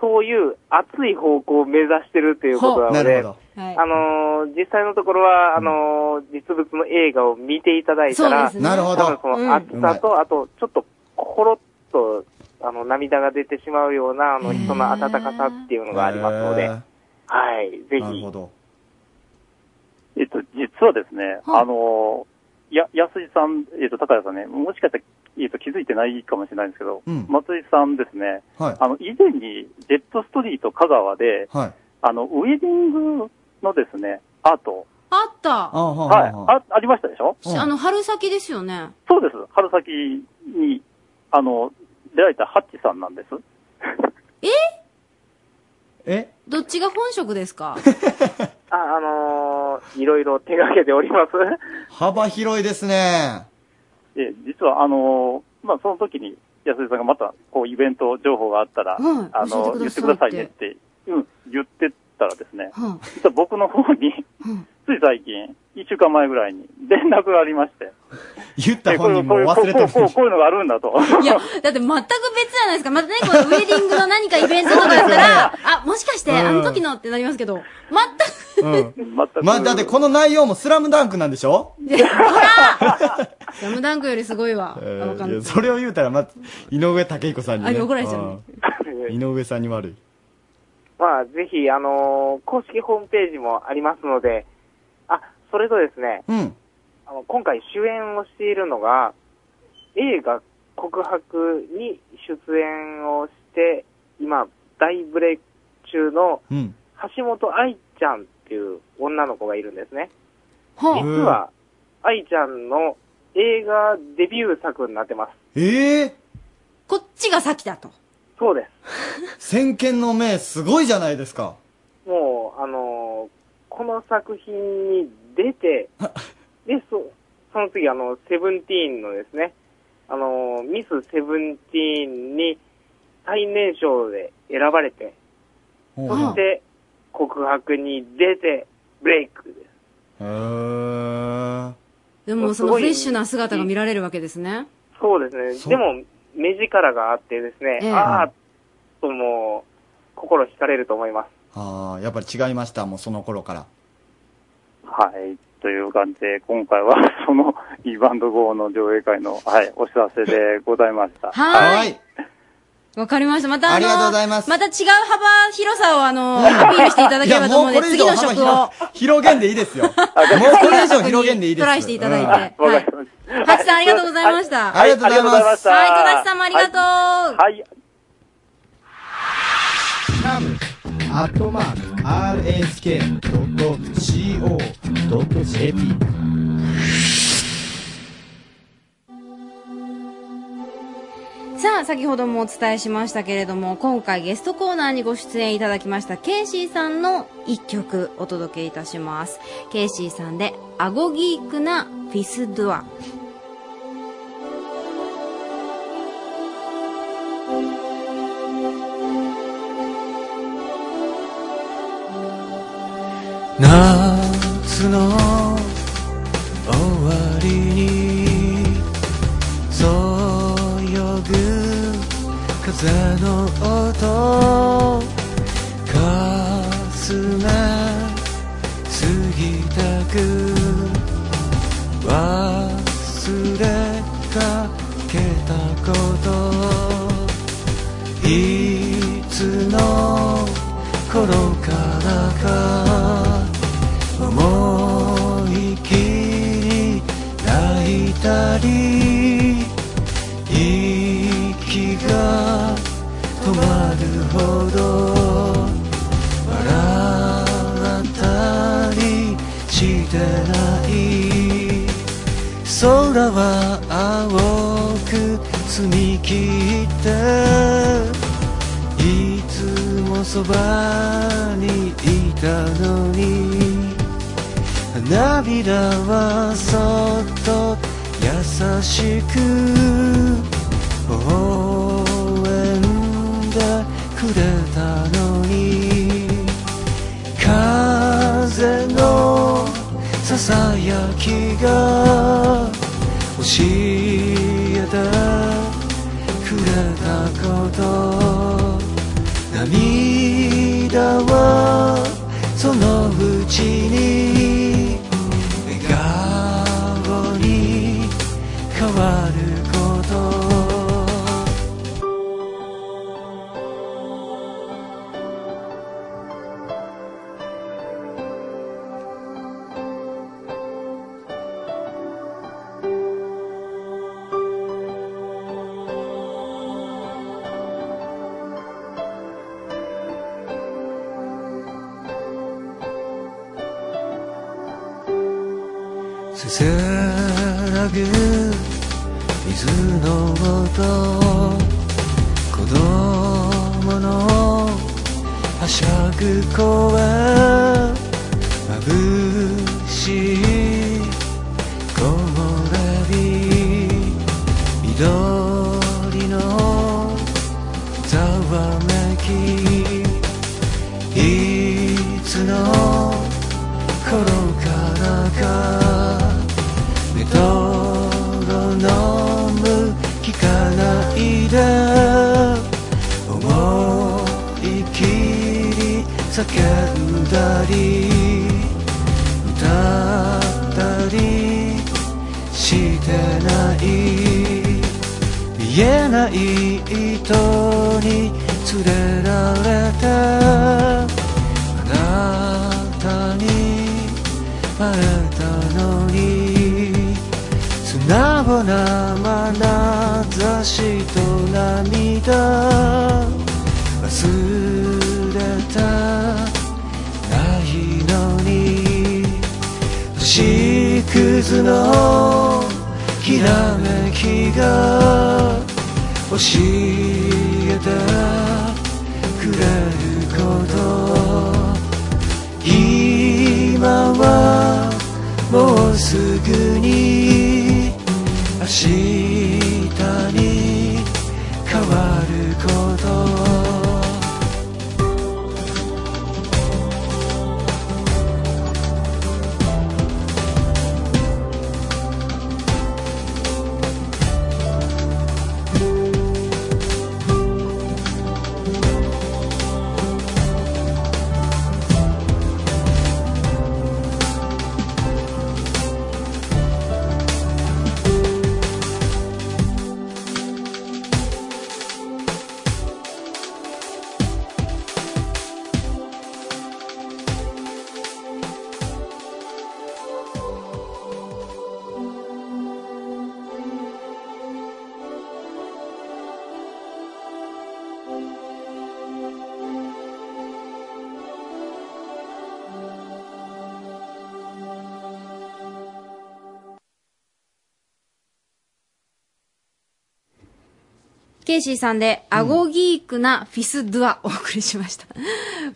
Speaker 31: そういう熱い方向を目指してるということなので、
Speaker 3: はい。
Speaker 31: あのー実際のところは、あのー実物の映画を見ていただいたら、
Speaker 2: そうですねなるほど
Speaker 31: 多分その熱さと、あと、ちょっと、ほろっと、あの、涙が出てしまうような、あの、人の温かさっていうのがありますので、はい、ぜひ。なるほ
Speaker 2: ど。
Speaker 30: えっと、実はですね、あの、や、安井さん、えっと、高谷さんね、もしかしたら、えっと、気づいてないかもしれないんですけど、
Speaker 2: うん
Speaker 30: 松井さんですね、
Speaker 2: はい
Speaker 30: あの、以前に、ジェットストリート香川で、
Speaker 2: はい。
Speaker 30: あの、ウェディングのですね、アート、
Speaker 3: あっ
Speaker 2: あ
Speaker 3: た。
Speaker 30: はい、あ、ありましたでしょ
Speaker 3: しあの、春先ですよね。
Speaker 30: そうです。春先に、あの、出会えたハッチさんなんです。
Speaker 3: え
Speaker 2: え
Speaker 3: どっちが本職ですか
Speaker 31: あ、あのーいろいろ手掛けております。
Speaker 2: 幅広いですね。
Speaker 30: で、実は、あの、まあ、その時に、安井さんがまた、こう、イベント情報があったら、
Speaker 3: はい
Speaker 30: あ
Speaker 3: 教え
Speaker 30: の、
Speaker 3: てくださいっ
Speaker 30: 言ってくだ
Speaker 3: て
Speaker 30: さいねって、うん、言ってたらですね、
Speaker 3: は
Speaker 30: 実は僕の方に、つい最近、一週間前ぐらいに、連絡がありまして、
Speaker 2: 言った
Speaker 30: えこう
Speaker 2: 本
Speaker 30: いう
Speaker 2: 人も忘れてる
Speaker 30: こういうこうこうこういうのがあるんだと。
Speaker 3: いや、だって全く別じゃないですか。またね、このウェディングの何かイベントとかだったら、あ、もしかして、
Speaker 2: うん
Speaker 3: あの時のってなりますけど、
Speaker 2: うん。
Speaker 30: ま
Speaker 2: あ、だってこの内容もスラムダンクなんでしょ
Speaker 3: 全く、ほらラムダンクよりすごいわ。
Speaker 2: え
Speaker 3: わ
Speaker 2: ーい
Speaker 3: かんない
Speaker 2: やそれを言うたら、まず、井上武彦さんに、ね。
Speaker 31: あ怒られちゃう
Speaker 2: うん井上さんに悪い。
Speaker 31: まあ、ぜひ、あのー公式ホームページもありますので、あ、それとですね、
Speaker 2: うん
Speaker 31: あの今回主演をしているのが、映画告白に出演をして、今、大ブレイク中の
Speaker 2: うん
Speaker 31: 橋本愛ちゃんっていう女の子がいるんですね。
Speaker 3: ほ
Speaker 31: 実は、愛ちゃんの映画デビュー作になってます。
Speaker 2: ええ
Speaker 3: こっちが先だと。
Speaker 31: そうです。
Speaker 2: 先見の明、すごいじゃないですか。
Speaker 31: もう、あのーこの作品に 出て、で、そその次、あの、セブンティーンのですね、あのーミスセブンティーンに最年少で選ばれて、
Speaker 2: そ
Speaker 31: して、告白に出て、ブレイクです。
Speaker 14: へー
Speaker 18: でもそのフレッシュな姿が見られるわけですね。
Speaker 31: そうです
Speaker 18: そう
Speaker 31: ね。でも、目力があってですね、
Speaker 18: ええ
Speaker 31: ああ、ともう、心惹かれると思います。
Speaker 2: ああ、やっぱり違いました、もうその頃から。
Speaker 30: はい。という感じで、今回はその E バンド号の上映会の、はい、お知らせでございました。
Speaker 3: は
Speaker 2: ーい。
Speaker 3: わかりました。またあの、。
Speaker 30: ありがとうございます
Speaker 3: また違う幅、広さをあの、アピールしていただければと思うので、次の職を。
Speaker 2: 広げんでいいですよ。もうこれ以上広げんでいいです。
Speaker 3: トライしていただいて
Speaker 2: うん
Speaker 3: はいわかハチさんありがとうございました。
Speaker 2: はいありがとうございました
Speaker 3: はい、戸田さんもありがとう。
Speaker 30: はい。
Speaker 5: アットマーク RSK.CO.JP
Speaker 3: さあ、先ほどもお伝えしましたけれども、今回ゲストコーナーにご出演いただきました、ケイシーさんの一曲お届けいたします。ケイシーさんで、アゴギークなフィスドゥア。
Speaker 1: 夏の終わりにそよぐ風の音かすめ過ぎたく忘れかけたこといつの頃からか思い切り泣いたり息が止まるほど笑ったりしてない空は青く澄み切っていつもそばにいたのに花びらはそっと優しく微笑んでくれたのに風のささやきが教えてくれたこと涙はそのうちに笑顔に変わることせせらぐ水の音子供のはしゃぐ声眩しい木漏れ日緑のざわめきいつの頃からかメトロノーム聞かないで思いっきり叫んだり歌ったりしてない見えない糸に連れられてあなたに会えたのに素直な眼差しと涙忘れたないのに星屑のきらめきが教えてくれること今はもうすぐに明日に変わること
Speaker 3: ケイシーさんで、アゴギークなフィスドゥアお送りしました。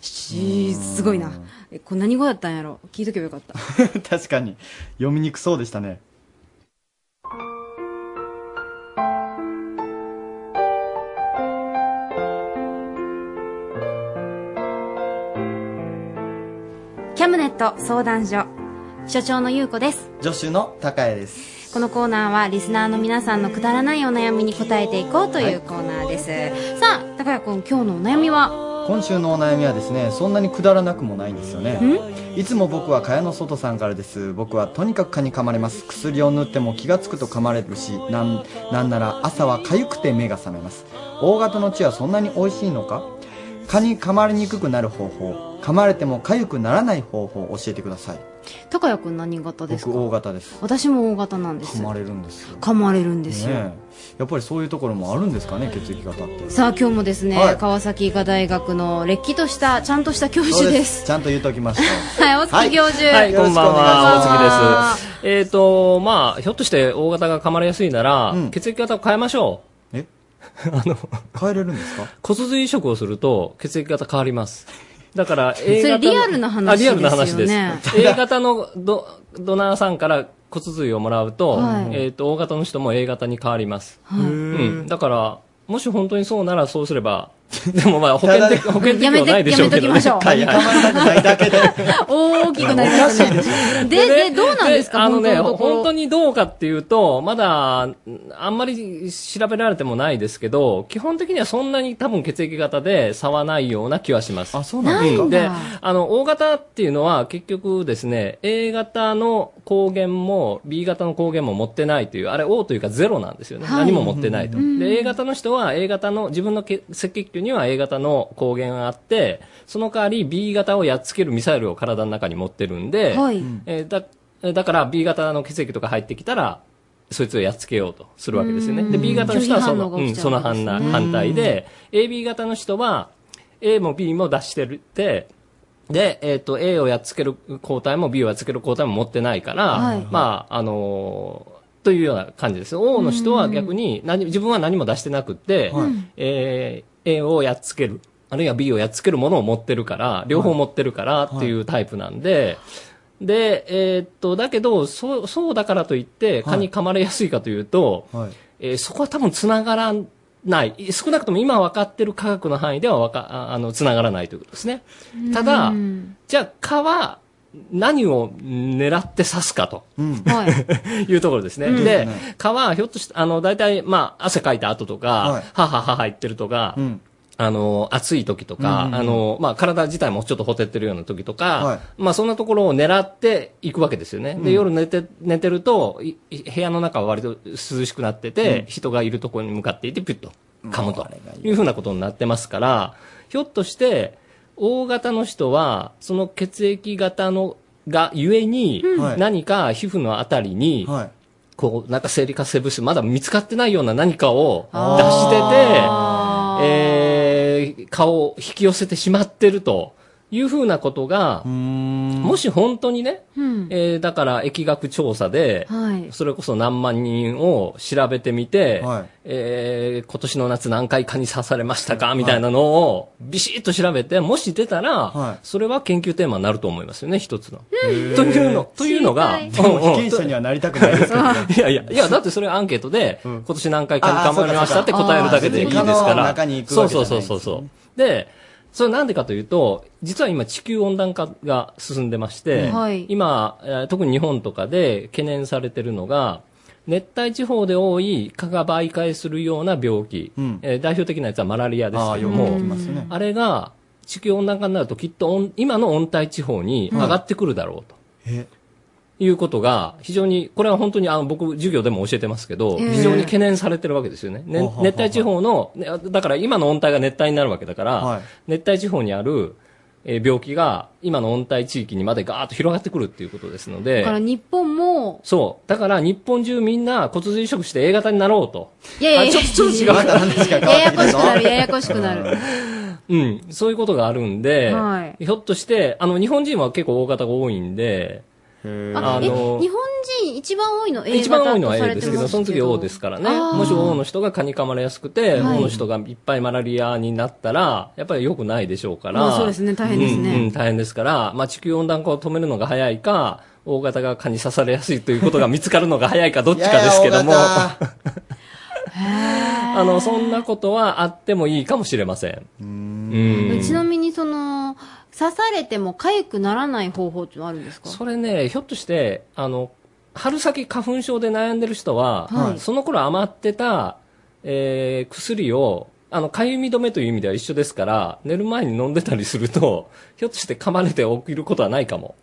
Speaker 3: しすごいな。えこれ何語だったんやろ聞いとけばよかった。
Speaker 5: 確かに読みにくそうでしたね
Speaker 3: キャムネット相談所。所長のゆうこです。
Speaker 2: 助手の高谷です
Speaker 3: このコーナーはリスナーの皆さんのくだらないお悩みに答えていこうというコーナーです、さあ高谷君今日のお悩みは
Speaker 2: 今週のお悩みはですねそんなにくだらなくもないんですよねいつも僕は蚊帳の外さんからです僕はとにかく蚊に噛まれます薬を塗っても気がつくと噛まれるしなんなんなら朝は痒くて目が覚めます大型の血はそんなに美味しいのか蚊に噛まれにくくなる方法噛まれても痒くならない方法を教えてください
Speaker 3: 高谷君何型ですか
Speaker 2: 僕大型です
Speaker 3: 私も大型なんです
Speaker 2: 噛まれるんですよ
Speaker 3: 噛まれるんですよ、
Speaker 2: ねえやっぱりそういうところもあるんですかね血液型って
Speaker 3: さあ今日もですね、
Speaker 2: はい
Speaker 3: 川崎医科大学のれっきとしたちゃんとした教授です
Speaker 2: ちゃんと言うときました
Speaker 3: はい大月教授、
Speaker 12: はい、こんばんは、大月です。えっ、と、まあ、ひょっとして大型が噛まれやすいなら、血液型を変えましょう。
Speaker 2: え
Speaker 12: あの、
Speaker 2: 変えれるんですか
Speaker 12: 骨髄移植をすると、血液型変わります。だから、
Speaker 3: そ
Speaker 12: A 型
Speaker 3: れ
Speaker 12: の
Speaker 3: リアルな話で
Speaker 12: あ、
Speaker 3: す
Speaker 12: リア
Speaker 3: よ
Speaker 12: ル
Speaker 3: ね
Speaker 12: な話です。A 型のドドナーさんから骨髄をもらうと、
Speaker 3: はい
Speaker 12: えっ、と、大型の人も A 型に変わります。
Speaker 3: はい
Speaker 12: うん。だから、もし本当にそうならそうすれば、でもまあ保険適保険適
Speaker 3: やめ
Speaker 12: 用
Speaker 3: て
Speaker 12: ないでしょうけど、
Speaker 3: やめときましょう
Speaker 12: はいはい
Speaker 3: 大きくなりましたねででどうなんですか
Speaker 12: あのね、
Speaker 3: 本当のところ
Speaker 12: 本当にどうかっていうと、まだ、んあんまり調べられてもないですけど、基本的にはそんなに多分血液型で差はないような気はします。あ、そう
Speaker 3: なんですかないんだ
Speaker 12: あの、O 型っていうのは結局ですね、A 型の抗原も B 型の抗原も持ってないという、あれ O というかゼロなんですよね。
Speaker 11: はい
Speaker 12: 何も持ってないと。
Speaker 11: うん
Speaker 12: で、A 型の人は A 型の、自分の血血液球には A 型の抗原があって、その代わり B 型をやっつけるミサイルを体の中に持ってるんで、
Speaker 3: はい
Speaker 12: えーだえーだから B 型の血液とか入ってきたら、そいつをやっつけようとするわけですよね。
Speaker 11: うん
Speaker 12: で、B 型の人はそ
Speaker 11: 拒否反応
Speaker 12: の、
Speaker 11: が
Speaker 12: う
Speaker 11: 起
Speaker 12: ん、
Speaker 11: きちゃ
Speaker 12: そうの
Speaker 11: わけです
Speaker 12: 反
Speaker 11: ね
Speaker 12: 対反対で、AB 型の人は A も B も出してるって、で、えっ、と、A をやっつける抗体も B をやっつける抗体も持ってないから、
Speaker 11: はい
Speaker 12: まあ、あのーというような感じです。O の人は逆に何、自分は何も出してなくって、
Speaker 11: はい
Speaker 12: えー A をやっつける、あるいは B をやっつけるものを持ってるから、両方持ってるからっていうタイプなんで、で、えーっと、だけど、そう、そうだからといって、蚊に噛まれやすいかというと、えーそこは多分繋がらない。い少なくとも今分かってる科学の範囲ではわか、ああの、繋がらないということですね。ただ、じゃあ蚊は何を狙って刺すかと。 いうところですね。
Speaker 11: うん
Speaker 12: で、蚊はひょっとして、あの、大体、まあ、汗かいた後とか、はははは言ってるとか、あの、暑い時とか、
Speaker 11: うんうんうん
Speaker 12: あの、まあ、体自体もちょっとほてってるような時とか、まあ、そんなところを狙っていくわけですよね。
Speaker 11: うん
Speaker 12: で、夜寝て、寝てると、いい部屋の中は割と涼しくなってて、
Speaker 11: うん
Speaker 12: 人がいるところに向かっていて、ピュッと噛むというふうなことになってますから、ひょっとして、大型の人は、その血液型の、がゆえに
Speaker 11: うんはい、
Speaker 12: 何か皮膚のあたりに、こう、なんか生理活性物質、まだ見つかってないような何かを出してて、えー、顔を引き寄せてしまってるというふうなことが、もし本当にね、えーだから疫学調査で、
Speaker 3: はい
Speaker 12: それこそ何万人を調べてみて、えー今年の夏何回蚊に刺されましたかみたいなのをビシッと調べて、もし出たら、それは研究テーマになると思いますよね、一つの。というの、というのが、
Speaker 5: 知りたいでも被験者にはなりたくないですけどね
Speaker 12: いやいや、いや、だってそれアンケートで、今年何回蚊に
Speaker 5: あー
Speaker 12: 噛まれましたって答えるだけでいいですか。
Speaker 5: そうかそうからあー別に蚊の中に行く
Speaker 12: そ
Speaker 5: わ
Speaker 12: う
Speaker 5: けじゃ
Speaker 12: そ
Speaker 5: な
Speaker 12: う
Speaker 5: い
Speaker 12: そうそうそう。で、それなんでかというと、実は今地球温暖化が進んでまして、
Speaker 11: はい
Speaker 12: 今、えー特に日本とかで懸念されてるのが、熱帯地方で多い蚊が媒介するような病気、えー代表的なやつはマラリアですけども、あれが地球温暖化になるときっと温今の温帯地方に上がってくるだろうと。
Speaker 5: え
Speaker 12: いうことが、非常に、これは本当に、あの、僕、授業でも教えてますけど、
Speaker 11: ええ
Speaker 12: 非常に懸念されてるわけですよね。ね
Speaker 11: ははは
Speaker 12: 熱帯地方の、ねだから今の温帯が熱帯になるわけだから、熱帯地方にある、えー病気が、今の温帯地域にまでガーッと広がってくるっていうことですの
Speaker 3: だから
Speaker 12: で、
Speaker 3: 日本も
Speaker 12: そう。だから、日本中みんな骨髄移植して A 型になろうと。
Speaker 3: いやいやいや
Speaker 12: あちょっと、ちょっと違う。
Speaker 3: また話が変わってきたぞややこしくなるややこしくなる
Speaker 12: うん、そういうことがあるんで、
Speaker 3: は
Speaker 12: ひょっとして、あの、日本人は結構大型が多いんで、
Speaker 3: あえ日本人一番多いの A 型
Speaker 12: 一番多いのは
Speaker 3: とさ
Speaker 12: A
Speaker 3: れ
Speaker 12: で
Speaker 3: てま
Speaker 12: す
Speaker 3: す
Speaker 12: けど、その次 O ですからね。もし O の人が蚊に噛まれやすくて、
Speaker 3: はい
Speaker 12: O の人がいっぱいマラリアになったら、やっぱり良くないでしょうから。
Speaker 3: まあそうですね大変ですね
Speaker 12: うんうん大変ですから、まあ地球温暖化を止めるのが早いか、O 型が蚊に刺されやすいということが見つかるのが早いかどっちかですけども。
Speaker 2: いやい
Speaker 12: あ の、そんなことはあってもいいかもしれません。うん
Speaker 3: ちなみにその刺されても痒くならない方法ってのあるんですか
Speaker 12: それね、ひょっとして、あの、春先花粉症で悩んでる人は、
Speaker 3: はい
Speaker 12: その頃余ってた、えー薬を、あの、かゆみ止めという意味では一緒ですから、寝る前に飲んでたりすると、ひょっとして噛まれて起きることはないかも。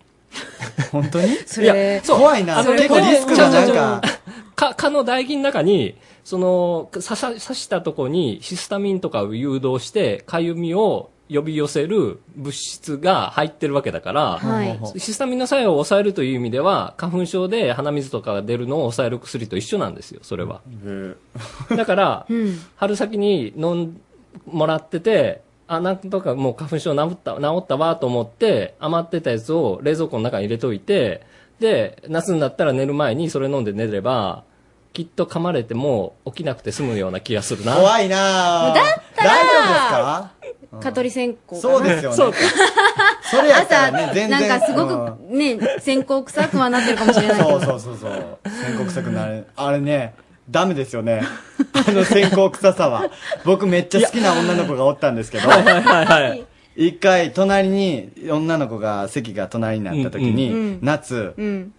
Speaker 2: 本当に
Speaker 12: それ
Speaker 2: 怖いな結構リスクがなんか
Speaker 12: か、蚊の唾液の中に、その、刺さ、刺したとこにヒスタミンとかを誘導して、かゆみを呼び寄せる物質が入ってるわけだから、
Speaker 18: はい
Speaker 12: ヒスタミンの作用を抑えるという意味では、花粉症で鼻水とかが出るのを抑える薬と一緒なんですよ、それは。だから、春先に飲ん、もらってて、あ、なんとかもう花粉症治った、治ったわと思って、余ってたやつを冷蔵庫の中に入れといて、で、夏になったら寝る前にそれ飲んで寝れば、きっと噛まれても起きなくて済むような気がするな。
Speaker 2: 怖いな
Speaker 3: だったら
Speaker 2: 大
Speaker 3: 丈夫ですか蚊取り線香かな
Speaker 2: そうですよねそう それやったらね
Speaker 3: 朝
Speaker 2: 全然
Speaker 3: なんかすご
Speaker 2: う
Speaker 3: くね線香臭くはなってるかもしれないけ
Speaker 2: そう
Speaker 3: ど
Speaker 2: そうそうそう線香臭くなるあれねダメですよねあの線香臭さは僕めっちゃ好きな女の子がおったんですけど
Speaker 12: はいはいはいはい
Speaker 2: 一回隣に女の子が席が隣になった時に、
Speaker 12: うん
Speaker 3: うん
Speaker 2: 夏
Speaker 3: うん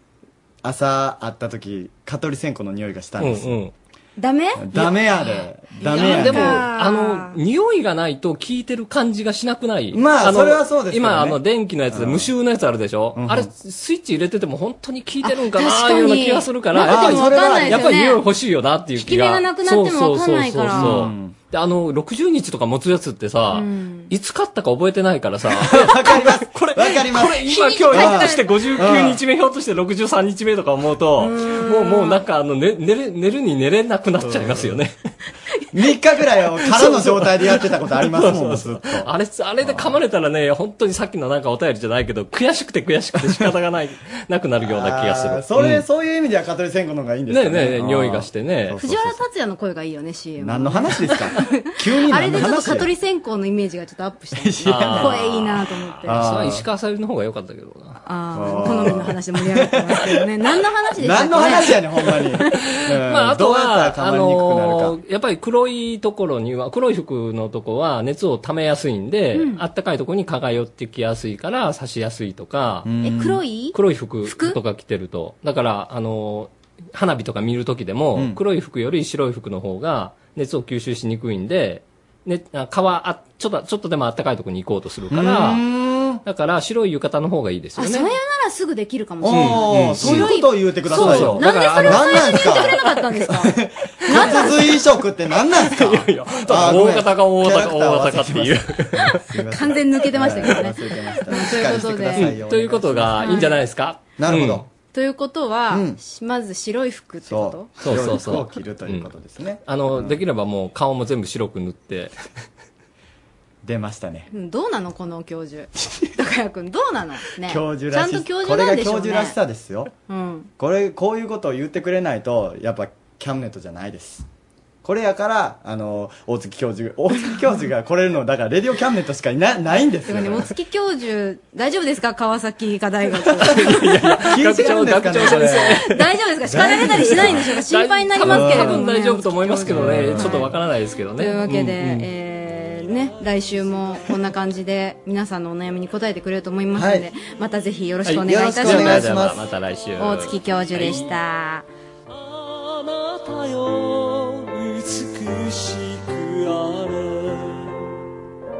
Speaker 2: 朝会った時蚊取り線香の匂いがしたんですよ、
Speaker 3: ダメ
Speaker 2: ダメやでダメや
Speaker 12: でも、あの、匂いがないと効いてる感じがしなくない。
Speaker 2: まあ
Speaker 12: の
Speaker 2: それはそうですよね
Speaker 12: 今、あの、電気のやつで無臭のやつあるでしょ、あれ、スイッチ入れてても本当に効いてるんかな
Speaker 3: あ確
Speaker 12: ー
Speaker 3: かに
Speaker 12: いうような気がするから、
Speaker 3: な
Speaker 12: や
Speaker 3: んか
Speaker 12: っ
Speaker 3: でも
Speaker 12: ぱり
Speaker 3: わかんないですよね
Speaker 12: やっぱり匂い欲しいよなっていう気が。
Speaker 3: 効き目がなくなってもわかんないから
Speaker 12: そうそうそうそう
Speaker 3: う
Speaker 12: で、あの、60日とか持つやつってさ、
Speaker 3: うん
Speaker 12: いつ買ったか覚えてないからさ、
Speaker 2: これわか ります
Speaker 12: これ今今日ひょっとして59日目ひょっとして63日目とか思うと、もうもうなんかあの、ね、寝れ、寝るに寝れなくなっちゃいますよね。
Speaker 2: 3日ぐらいは空の状態でやってたことありますもん
Speaker 12: そうそうそうあれ、あれで噛まれたらね、本当にさっきのなんかお便りじゃないけど、悔しくて悔しくて仕方がない、なくなるような気がす
Speaker 2: あー
Speaker 12: る。
Speaker 2: それ、
Speaker 12: うん
Speaker 2: そういう意味では蚊取り線香の方がいいんです
Speaker 12: ね
Speaker 2: か
Speaker 12: え
Speaker 2: ね
Speaker 12: ねえねえ、匂いがしてね。
Speaker 3: 藤原竜也の声がいいよね CM
Speaker 2: 何の話 ですか急に
Speaker 3: あれ
Speaker 2: 何
Speaker 3: で
Speaker 2: の
Speaker 3: ち
Speaker 2: 話
Speaker 3: ょっと蚊取り線香のイメージがちょっとアッ プした
Speaker 12: いや
Speaker 3: 声いいなと思って
Speaker 12: あーそれは石川さゆりの方が良かったけどな。
Speaker 3: あー好みの話で盛り上がってますけどね何の話でしたっけ
Speaker 2: 何の話やねんほん まに
Speaker 12: まあ、あとは、あ
Speaker 2: の
Speaker 12: のーやっぱり黒いところには、黒い服のとこは熱を溜めやすいんで、
Speaker 3: うん
Speaker 12: あったかいところに蚊が寄ってきやすいから刺しやすいとか、
Speaker 3: え黒い
Speaker 12: 黒い服とか着てると。だから、あのー花火とか見るときでも、黒い服より白い服の方が熱を吸収しにくいんで、ね、あ蚊はあちょっと、ちょっとでもあったかいところに行こうとするから
Speaker 3: う、
Speaker 12: だから白い浴衣の方がいいです
Speaker 3: あ、
Speaker 12: よ
Speaker 3: そ
Speaker 12: ね
Speaker 3: れな。らすぐできるかもしれ
Speaker 2: お
Speaker 3: な
Speaker 2: ー
Speaker 3: い。
Speaker 2: そういうことを言うてください
Speaker 12: そうそ
Speaker 2: よ
Speaker 12: うなんでそれを最初に言って
Speaker 3: くれなかったんですか
Speaker 2: 骨髄移植って何なんですかいやいや
Speaker 12: 大型か大型か大型かっていう。
Speaker 3: 完全抜けてました けどね。
Speaker 2: という
Speaker 3: ことで
Speaker 12: うんということがいいんじゃないですか。
Speaker 2: なるほど。
Speaker 3: ということは、まず白い服ってこ
Speaker 12: そうそう
Speaker 2: 白い
Speaker 12: そう。
Speaker 2: 服を着るということですね。
Speaker 12: あの、できればもう顔も全部白く塗って。
Speaker 2: 出ましたね。
Speaker 3: とうんどうなのこの教授。 高谷君、どうなのね。
Speaker 2: 教授らし
Speaker 3: ちゃんと教
Speaker 2: こ
Speaker 3: 授
Speaker 2: れ
Speaker 3: な
Speaker 2: が
Speaker 3: んでしょ
Speaker 2: 教
Speaker 3: うね。
Speaker 2: 授らしさですよ。
Speaker 3: うん。
Speaker 2: これこういうことを言ってくれないとやっぱキャムネットじゃないですこれやからあの大月教授大月教授が来れるのだからレディオキャムネットしかいなないんです
Speaker 3: す
Speaker 2: よ
Speaker 3: ごいね、
Speaker 2: こ
Speaker 3: も
Speaker 2: れ
Speaker 3: つき教授、大丈夫ですか川崎医科大学。
Speaker 2: 禁止なんですかねこれ
Speaker 3: 大丈夫ですか叱られたりしないんでしょうか心配になりますけれども、
Speaker 12: 多分
Speaker 3: ね。
Speaker 12: 大丈夫と思いますけどね。ちょっとわからないですけどね。
Speaker 3: というわけで、
Speaker 12: んうん
Speaker 3: えーね、来週もこんな感じで皆さんのお悩みに答えてくれると思いますので、
Speaker 12: はい
Speaker 3: またぜひよろしくお
Speaker 12: は
Speaker 3: 願いいたします。
Speaker 12: よろくお願いしまた来週。
Speaker 3: 大月教授でした。
Speaker 1: あなたよ美しくあれ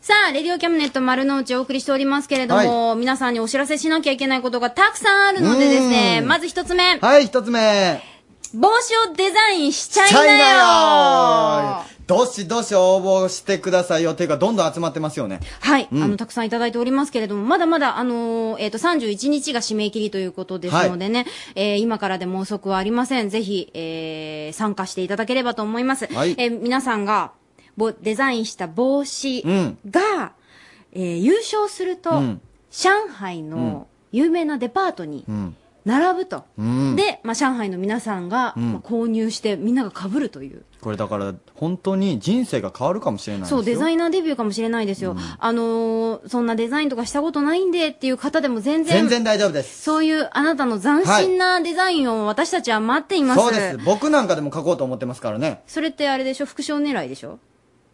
Speaker 3: さあ、レディオキャムネット丸の内をお送りしておりますけれども、皆さんにお知らせしなきゃいけないことがたくさんあるのでですね、
Speaker 2: うん
Speaker 3: まず一つ目、
Speaker 2: はい一つ目
Speaker 3: 帽子をデザインしちゃいなよ
Speaker 2: どしどし応募してくださいよていうかどんどん集まってますよね
Speaker 3: はい、
Speaker 2: うん
Speaker 3: あの、たくさんいただいておりますけれども、まだまだ、あのーえっ、と、31日が締め切りということですのでね、えー今からでも遅くはありません。ぜひ、えー参加していただければと思います。
Speaker 19: はい
Speaker 3: えー皆さんが、ぼデザインした帽子
Speaker 19: うん
Speaker 3: が、えー優勝すると、
Speaker 19: うん
Speaker 3: 上海の有名なデパートに並ぶと。
Speaker 2: うん
Speaker 3: で、まあ、上海の皆さんが、
Speaker 2: うん
Speaker 3: まあ購入してみんなが被るという。
Speaker 2: これだから本当に人生が変わるかもしれないですよ
Speaker 3: そう、デザイナーデビューかもしれないですよ。あのーそんなデザインとかしたことないんでっていう方でも全然。
Speaker 2: 全然大丈夫です
Speaker 3: そういうあなたの斬新なデザインを私たちは待っています。
Speaker 2: そうです僕なんかでも書こうと思ってますからね
Speaker 3: それってあれでしょ副賞狙いでしょ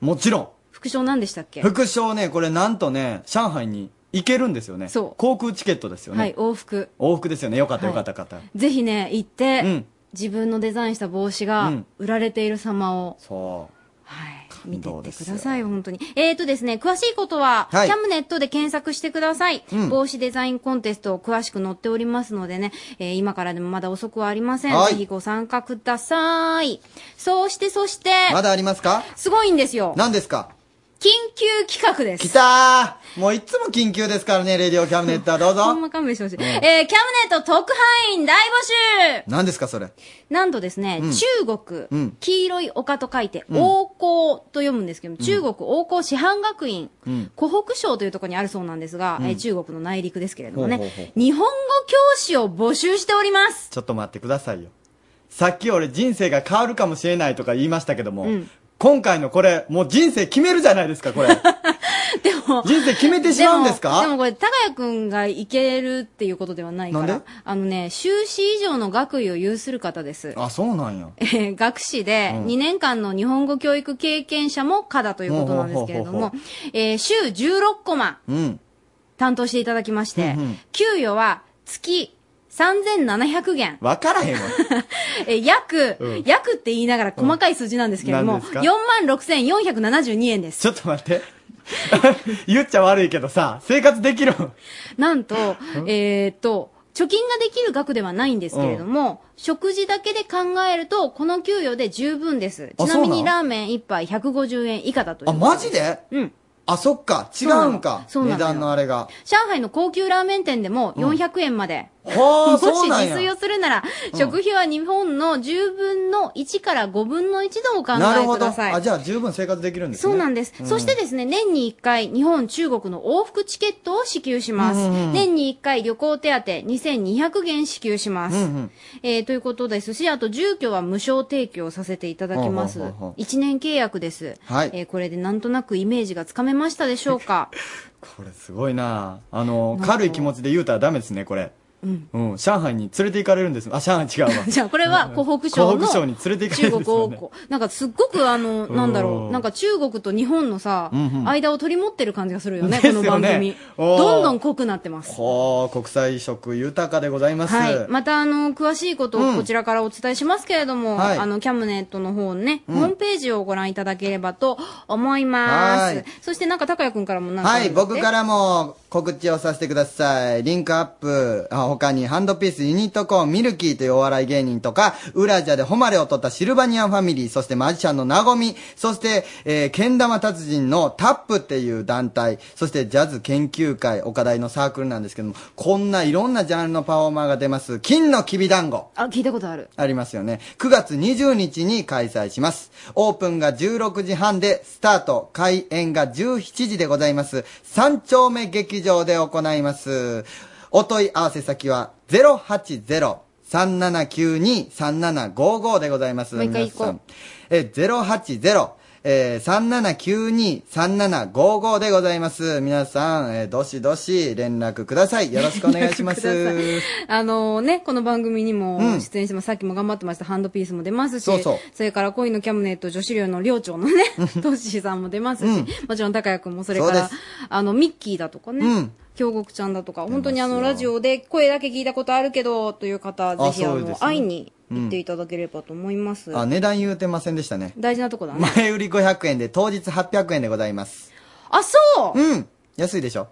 Speaker 2: もちろん
Speaker 3: 副賞何でしたっけ
Speaker 2: 副賞ねこれなんとね上海に行けるんですよね
Speaker 3: そう
Speaker 2: 航空チケットですよね、
Speaker 3: はい、往復。
Speaker 2: 往復ですよねよかったよ
Speaker 3: はい
Speaker 2: かったよかった、
Speaker 3: ぜひね、行って、
Speaker 2: うん
Speaker 3: 自分のデザインした帽子
Speaker 2: う
Speaker 3: が
Speaker 2: ん
Speaker 3: 売られている様を
Speaker 2: そう
Speaker 3: はい
Speaker 2: 感動で
Speaker 3: 見て
Speaker 2: す
Speaker 3: くださいよ、本当に。えーとですね、詳しいことは、
Speaker 2: はい
Speaker 3: キャムネットで検索してください。
Speaker 2: うん
Speaker 3: 帽子デザインコンテスト、詳しく載っておりますのでね、えー今からでもまだ遅くはありません。
Speaker 2: はい
Speaker 3: ぜひご参加ください。そうして、そして、
Speaker 2: まだありますか
Speaker 3: すごいんですよ。
Speaker 2: 何ですか
Speaker 3: 緊急企画です。
Speaker 2: 来たーもういつも緊急ですからねレディオキャムネットはどう
Speaker 3: ほん
Speaker 2: ぞ
Speaker 3: ま勘弁してほしい。
Speaker 2: うん
Speaker 3: えーキャムネット特派員大募集
Speaker 2: 何ですかそれ
Speaker 3: なんとですね、
Speaker 2: うん
Speaker 3: 中国、
Speaker 2: うん
Speaker 3: 黄色い丘と書いて、
Speaker 2: うん
Speaker 3: 王光と読むんですけども、
Speaker 2: うん
Speaker 3: 中国王光師範学院、
Speaker 2: うん
Speaker 3: 湖北省というところにあるそうなんですが、
Speaker 2: うん
Speaker 3: えー中国の内陸ですけれども
Speaker 2: ほうほうほ
Speaker 3: ね、日本語教師を募集しております。
Speaker 2: ちょっと待ってくださいよさっき俺人生が変わるかもしれないとか言いましたけども、
Speaker 3: うん
Speaker 2: 今回のこれもう人生決めるじゃないですか これで
Speaker 3: も
Speaker 2: 人生決めてしまうんですか
Speaker 3: でもでもこれ、高谷くんがいけるっていうことではないから。
Speaker 2: なんで
Speaker 3: あのね、修士以上の学位を有する方です。
Speaker 2: あそうなんや
Speaker 3: えー学士で
Speaker 2: うん
Speaker 3: 2年間の日本語教育経験者も可だということなんですけれど
Speaker 2: ほうほう
Speaker 3: も
Speaker 2: ほう、
Speaker 3: えー週16コマ
Speaker 2: うん
Speaker 3: 担当していただきまして
Speaker 2: うんうん、
Speaker 3: 給与は月3700元。
Speaker 2: わからへんわ
Speaker 3: えー約、
Speaker 2: うん
Speaker 3: 約って言いながら細かい数字なんですけれど
Speaker 2: うん
Speaker 3: も、
Speaker 2: 何ですか
Speaker 3: 46,472円です。
Speaker 2: ちょっと待って 言っちゃ悪いけどさ生活できる
Speaker 3: なんと、えーっと、貯金ができる額ではないんですけれども、食事だけで考えると、この給与で十分です。
Speaker 2: あ
Speaker 3: ちなみ
Speaker 2: そう
Speaker 3: に
Speaker 2: な
Speaker 3: ラーメン1杯150円以下だという
Speaker 2: あ
Speaker 3: こと
Speaker 2: マジで
Speaker 3: うん
Speaker 2: あそっか違うんか
Speaker 3: そうなのそうなのよ
Speaker 2: 値段のあれが
Speaker 3: 上海の高級ラーメン店でも400円まで。
Speaker 2: はあ
Speaker 3: もし
Speaker 2: そうなん
Speaker 3: 自
Speaker 2: や
Speaker 3: 炊をするなら、
Speaker 2: うん
Speaker 3: 食費は日本の10分の1から5分の1度お考
Speaker 2: なる
Speaker 3: え
Speaker 2: ほ
Speaker 3: く
Speaker 2: ど
Speaker 3: ださい。
Speaker 2: あじゃあ十分生活できるんですね
Speaker 3: そうなんです、そしてですね、年に1回、日本、中国の往復チケットを支給します。
Speaker 2: うんうんうん
Speaker 3: 年に1回、旅行手当2200元支給します、
Speaker 2: うんうん
Speaker 3: えーということですし、あと住居は無償提供させていただきます。
Speaker 2: ほうほうほうほう
Speaker 3: 1年契約です、
Speaker 2: はい
Speaker 3: えーこれでなんとなくイメージがつかめましたでしょ うか。
Speaker 2: これすごいなあの軽い気持ちで言うたらダメですねこれ
Speaker 3: うん。
Speaker 2: うん上海に連れて行かれるんですあ上海違う わ
Speaker 3: じゃあ、これは湖北省
Speaker 2: 湖
Speaker 3: の
Speaker 2: 北省に連れて行かれ
Speaker 3: 中
Speaker 2: るんで
Speaker 3: 国
Speaker 2: すよ
Speaker 3: 王
Speaker 2: ね
Speaker 3: 国。なんかすっごくあの、なんだろ
Speaker 2: おー
Speaker 3: う。なんか中国と日本のさ
Speaker 2: うんう、ん
Speaker 3: 間を取り持ってる感じがするよね、
Speaker 2: で
Speaker 3: こ
Speaker 2: すよ
Speaker 3: の
Speaker 2: ね
Speaker 3: 番組。
Speaker 2: おー
Speaker 3: どんどん濃くなってます。
Speaker 2: ほう国際色豊かでございます
Speaker 3: はい。また、あの、詳しいこと
Speaker 2: う
Speaker 3: を
Speaker 2: ん
Speaker 3: こちらからお伝えしますけれども、
Speaker 2: はい
Speaker 3: あの、キャムネットの方のね、
Speaker 2: うん
Speaker 3: ホームページをご覧いただければと思いま
Speaker 2: はい
Speaker 3: す。そして、なんか、高谷くんからもなんかあ
Speaker 2: は
Speaker 3: る
Speaker 2: い、
Speaker 3: んだって。
Speaker 2: 僕からも告知をさせてください。リンクアップ、あ他にハンドピース、ユニットコーン、ミルキーというお笑い芸人とか、ウラジャで誉れを取ったシルバニアンファミリー、そしてマジシャンのナゴミ、そして、えー、剣玉達人のタップっていう団体、そしてジャズ研究会、岡大のサークルなんですけども、こんないろんなジャンルのパフォーマーが出ます、金のきび団子。
Speaker 3: あ、聞いたことある。
Speaker 2: ありますよね。9月20日に開催します。オープンが16時半で、スタート、開演が17時でございます。三丁目劇場で行います。お問い合わせ先は080-3792-3755でございます。
Speaker 3: もう一回行こう
Speaker 2: 皆さんえ080えー、3792-3755でございます。皆さん、えーどしどし連絡ください。よろしくお願いしま
Speaker 3: 連絡
Speaker 2: す。
Speaker 3: あのね、この番組にも
Speaker 2: うん
Speaker 3: 出演してます。さっきも頑張ってました。ハンドピースも出ますし、
Speaker 2: そうそう
Speaker 3: れから恋のキャムネット女子寮の寮長のね、トッシーさんも出ますし、
Speaker 2: うん
Speaker 3: もちろん高谷くんもそれか
Speaker 2: そう
Speaker 3: ら
Speaker 2: です、
Speaker 3: あの、ミッキーだとかね、
Speaker 2: うん
Speaker 3: 京極ちゃんだとか、本当にあ
Speaker 2: 出
Speaker 3: の、
Speaker 2: ますよ
Speaker 3: ラジオで声だけ聞いたことあるけど、という方、ぜひあ
Speaker 2: そう
Speaker 3: の、
Speaker 2: ですね
Speaker 3: 会いに行っていただければと思います。
Speaker 2: あ、値段言うてませんでしたね。
Speaker 3: 大事なとこだね。
Speaker 2: 前売り500円で当日800円でございます
Speaker 3: あ、そう
Speaker 2: うん安いでしょ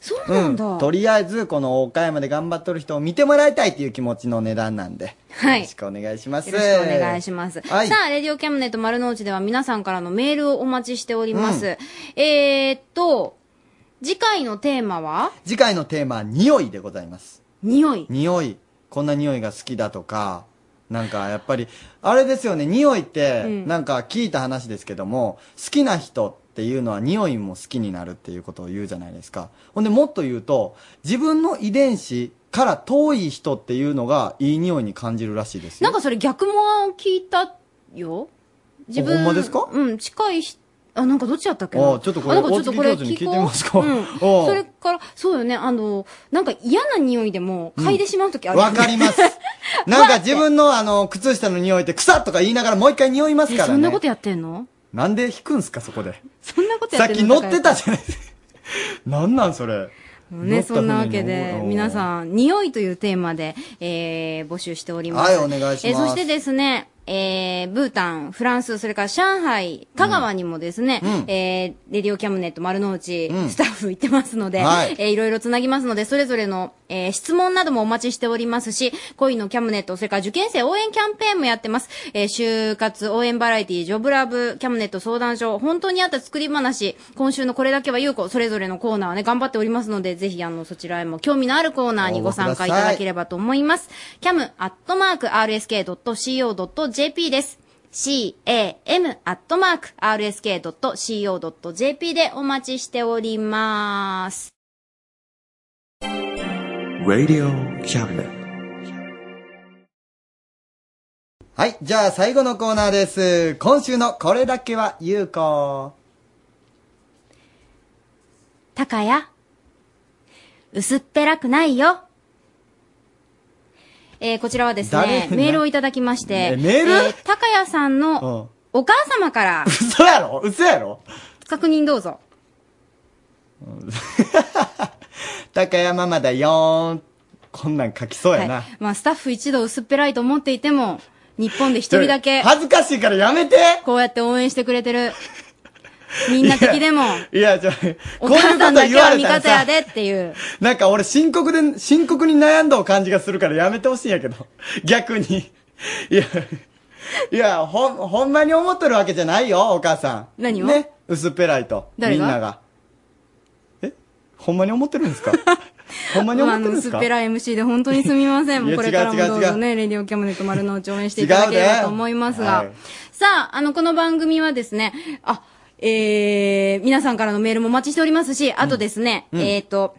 Speaker 3: そうなんだ。
Speaker 2: とりあえずこの岡山で頑張っとる人を見てもらいたいっていう気持ちの値段なんで
Speaker 3: はい
Speaker 2: よろしくお願いします
Speaker 3: よろしくお願いします。
Speaker 2: はい
Speaker 3: さあ、レディオキャムネット丸の内では皆さんからのメールをお待ちしております。えーっと、次回のテーマは
Speaker 2: 次回のテーマは匂いでございます
Speaker 3: 匂い
Speaker 2: 匂いこんな匂いが好きだとかなんかやっぱりあれですよね匂いって
Speaker 3: うん
Speaker 2: なんか聞いた話ですけども、好きな人っっていうのは匂いも好きになるっていうことを言うじゃないですか。ほんでもっと言うと、自分の遺伝子から遠い人っていうのがいい匂いに感じるらしいですよ。
Speaker 3: なんかそれ逆も聞いたよ。自分。
Speaker 2: ほんまですか
Speaker 3: うん、近い人。あ、なんかどっちやったっけな
Speaker 2: あちょっとこれ
Speaker 3: あなんかちょっとこれ
Speaker 2: 大月
Speaker 3: 聞
Speaker 2: 教
Speaker 3: こ
Speaker 2: 授
Speaker 3: う。
Speaker 2: に聞いてみますか
Speaker 3: うん。
Speaker 2: おう
Speaker 3: それから、そうよね、あの、なんか嫌な匂いでも嗅いでしまうときあるよ
Speaker 2: わ
Speaker 3: ね。
Speaker 2: かります。 なんか自分のあの、靴下の匂いって草とか言いながらもう一回匂います
Speaker 3: え、
Speaker 2: から
Speaker 3: そんなこ
Speaker 2: ね。
Speaker 3: とやってんの
Speaker 2: なんで引くんすか、そこで。
Speaker 3: そんなことや
Speaker 2: さ
Speaker 3: っ
Speaker 2: って
Speaker 3: ん
Speaker 2: き
Speaker 3: の
Speaker 2: 乗ってたじゃないですか。なんなんそれ。乗
Speaker 3: ね、
Speaker 2: った
Speaker 3: そ
Speaker 2: 船に
Speaker 3: んな
Speaker 2: 乗
Speaker 3: わ
Speaker 2: る
Speaker 3: けで、皆さん、匂いというテーマで、えー、募集しております。
Speaker 2: はいお願いします
Speaker 3: えーそしてですね、えー、ブータン、フランス、それから上海、香川にもですね、
Speaker 11: うん
Speaker 3: えー、レディオキャムネット丸の内、
Speaker 11: うん
Speaker 3: スタッフ行ってますので、
Speaker 11: はい
Speaker 3: えーいろいろつなぎますので、それぞれの、えー質問などもお待ちしておりますし、恋のキャムネット、それから受験生応援キャンペーンもやってます。えー就活応援バラエティ、ジョブラブ、キャムネット相談所、本当にあった作り話、今週のこれだけは有効、それぞれのコーナーね、頑張っておりますので、ぜひ、あの、そちらへも興味のあるコーナーにご参加いただければと思います。キャムアットマーク RSK.CO.JP です。CAM アットマーク RSK.CO.JP でお待ちしております。
Speaker 1: Radio Cabinet.
Speaker 2: はい、じゃあ最後のコーナーです。今週のこれだけは有効。
Speaker 3: たかや、薄っぺらくないよ。えーこちらはですね
Speaker 11: 誰、な
Speaker 3: メールをいただきまして、
Speaker 11: えメール
Speaker 3: えー高谷さんの
Speaker 2: うん。
Speaker 3: お母様から
Speaker 2: 嘘やろ嘘やろ
Speaker 3: 確認どうぞ。
Speaker 2: 高山まだよーん。こんなん書きそうやな。
Speaker 3: まあ、スタッフ一同薄っぺらいと思っていても、日本で一人だけ、
Speaker 2: 恥ずかしいからやめて
Speaker 3: こうやって応援してくれてる。みんな敵でも、
Speaker 2: いや、じゃあ、
Speaker 3: お
Speaker 2: こういうこ
Speaker 3: 母さ
Speaker 2: と
Speaker 3: んだ
Speaker 2: 言
Speaker 3: け
Speaker 2: わ
Speaker 3: は
Speaker 2: れ
Speaker 3: 味
Speaker 2: たら
Speaker 3: 方や
Speaker 2: さ、
Speaker 3: でっていう。
Speaker 2: なんか俺深刻で、深刻に悩んだお感じがするからやめてほしいんやけど。 逆に。いや、いや、ほん、ほんまに思ってるわけじゃないよ、お母さん。
Speaker 3: 何を
Speaker 2: ね。薄っぺらいと。み
Speaker 3: 誰
Speaker 2: ん
Speaker 3: が
Speaker 2: なが。えほんまに思ってるん ですかほんまに思
Speaker 3: まあ
Speaker 2: っ
Speaker 3: あ
Speaker 2: てるん
Speaker 3: の、
Speaker 2: で
Speaker 3: 薄
Speaker 2: す
Speaker 3: っ
Speaker 2: か
Speaker 3: ぺらい MC で本当にすみません。も
Speaker 2: いうや
Speaker 3: これからも
Speaker 2: 違う違う
Speaker 3: どうぞね、レディオキャムネット丸の内応援していただけれ
Speaker 2: 違う
Speaker 3: ば
Speaker 2: で
Speaker 3: と思います
Speaker 2: は
Speaker 3: が
Speaker 2: い。
Speaker 3: さあ、あの、この番組はですね、あ、えー、皆さんからのメールもお待ちしておりますし、あとですね、
Speaker 2: うん
Speaker 3: えっと、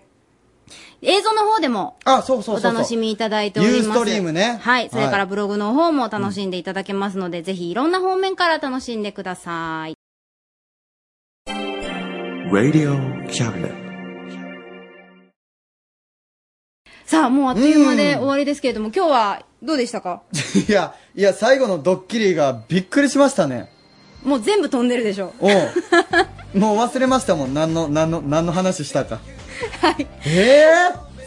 Speaker 3: 映像の方でも、
Speaker 2: あ、そうそうそう
Speaker 3: お
Speaker 2: そう。
Speaker 3: 楽しみいただいております。
Speaker 2: ユーストリームね
Speaker 3: はい。それか
Speaker 2: は
Speaker 3: ら
Speaker 2: い
Speaker 3: ブログの方も楽しんでいただけますので、ぜひいろんな方面から楽しんでください。
Speaker 1: Radio Cabinet.
Speaker 3: さあ、もうあっという間で終わりですけれども、今日はどうでしたか
Speaker 2: いや、いや、最後のドッキリがびっくりしましたね。
Speaker 3: もう全部飛んでるでしょ。
Speaker 2: おう もう忘れましたもん。何の、何の、何の話したか。はい。え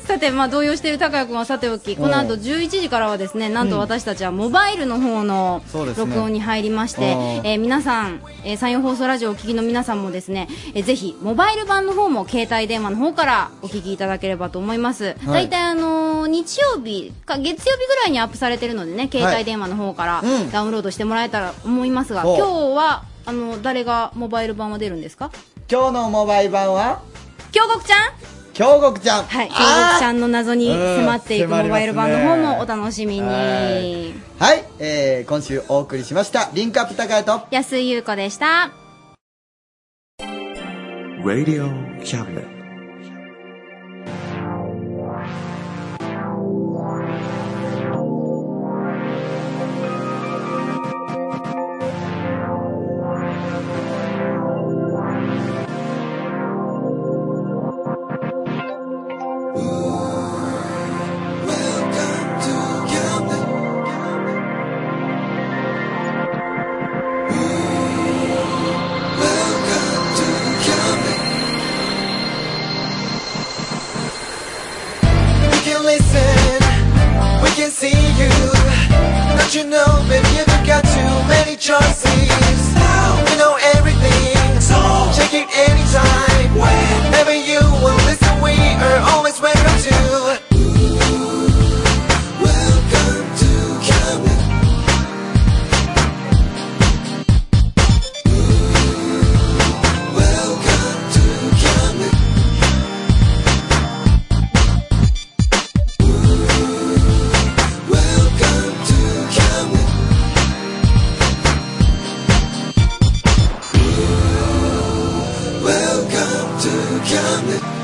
Speaker 3: さて、まあ、動揺している高谷君はさておき、この後
Speaker 2: うん
Speaker 3: 11時からはですね、なん
Speaker 2: う
Speaker 3: と
Speaker 2: ん
Speaker 3: 私たちはモバイルの方の
Speaker 11: そうですね
Speaker 3: 録音に入りまして、
Speaker 11: うん
Speaker 3: えー皆さん、えー山陽放送ラジオをお聞きの皆さんもですね、えーぜひ、モバイル版の方も携帯電話の方からお聞きいただければと思います。
Speaker 11: い
Speaker 3: 大体、あのー日曜日か月曜日ぐらいにアップされてるのでね、携帯電話の方から
Speaker 11: うん
Speaker 3: ダウンロードしてもらえたら思いますが、
Speaker 2: お
Speaker 3: 今日は、あの、誰がモバイル版は出るんですか
Speaker 2: ー、今日のモバイ版は
Speaker 3: 京極ちゃん
Speaker 2: 京極ちゃん。
Speaker 3: はい、京極ちゃんの謎に迫っていく
Speaker 2: うん
Speaker 3: モ
Speaker 2: 迫りますね
Speaker 3: バイル版の方もお楽しみ
Speaker 2: はい
Speaker 3: に。
Speaker 2: はい、えー、今週お送りしました。リンクアップ高谷と。
Speaker 3: 安井優子でした。
Speaker 1: Radio Cabinet.
Speaker 10: キャムネット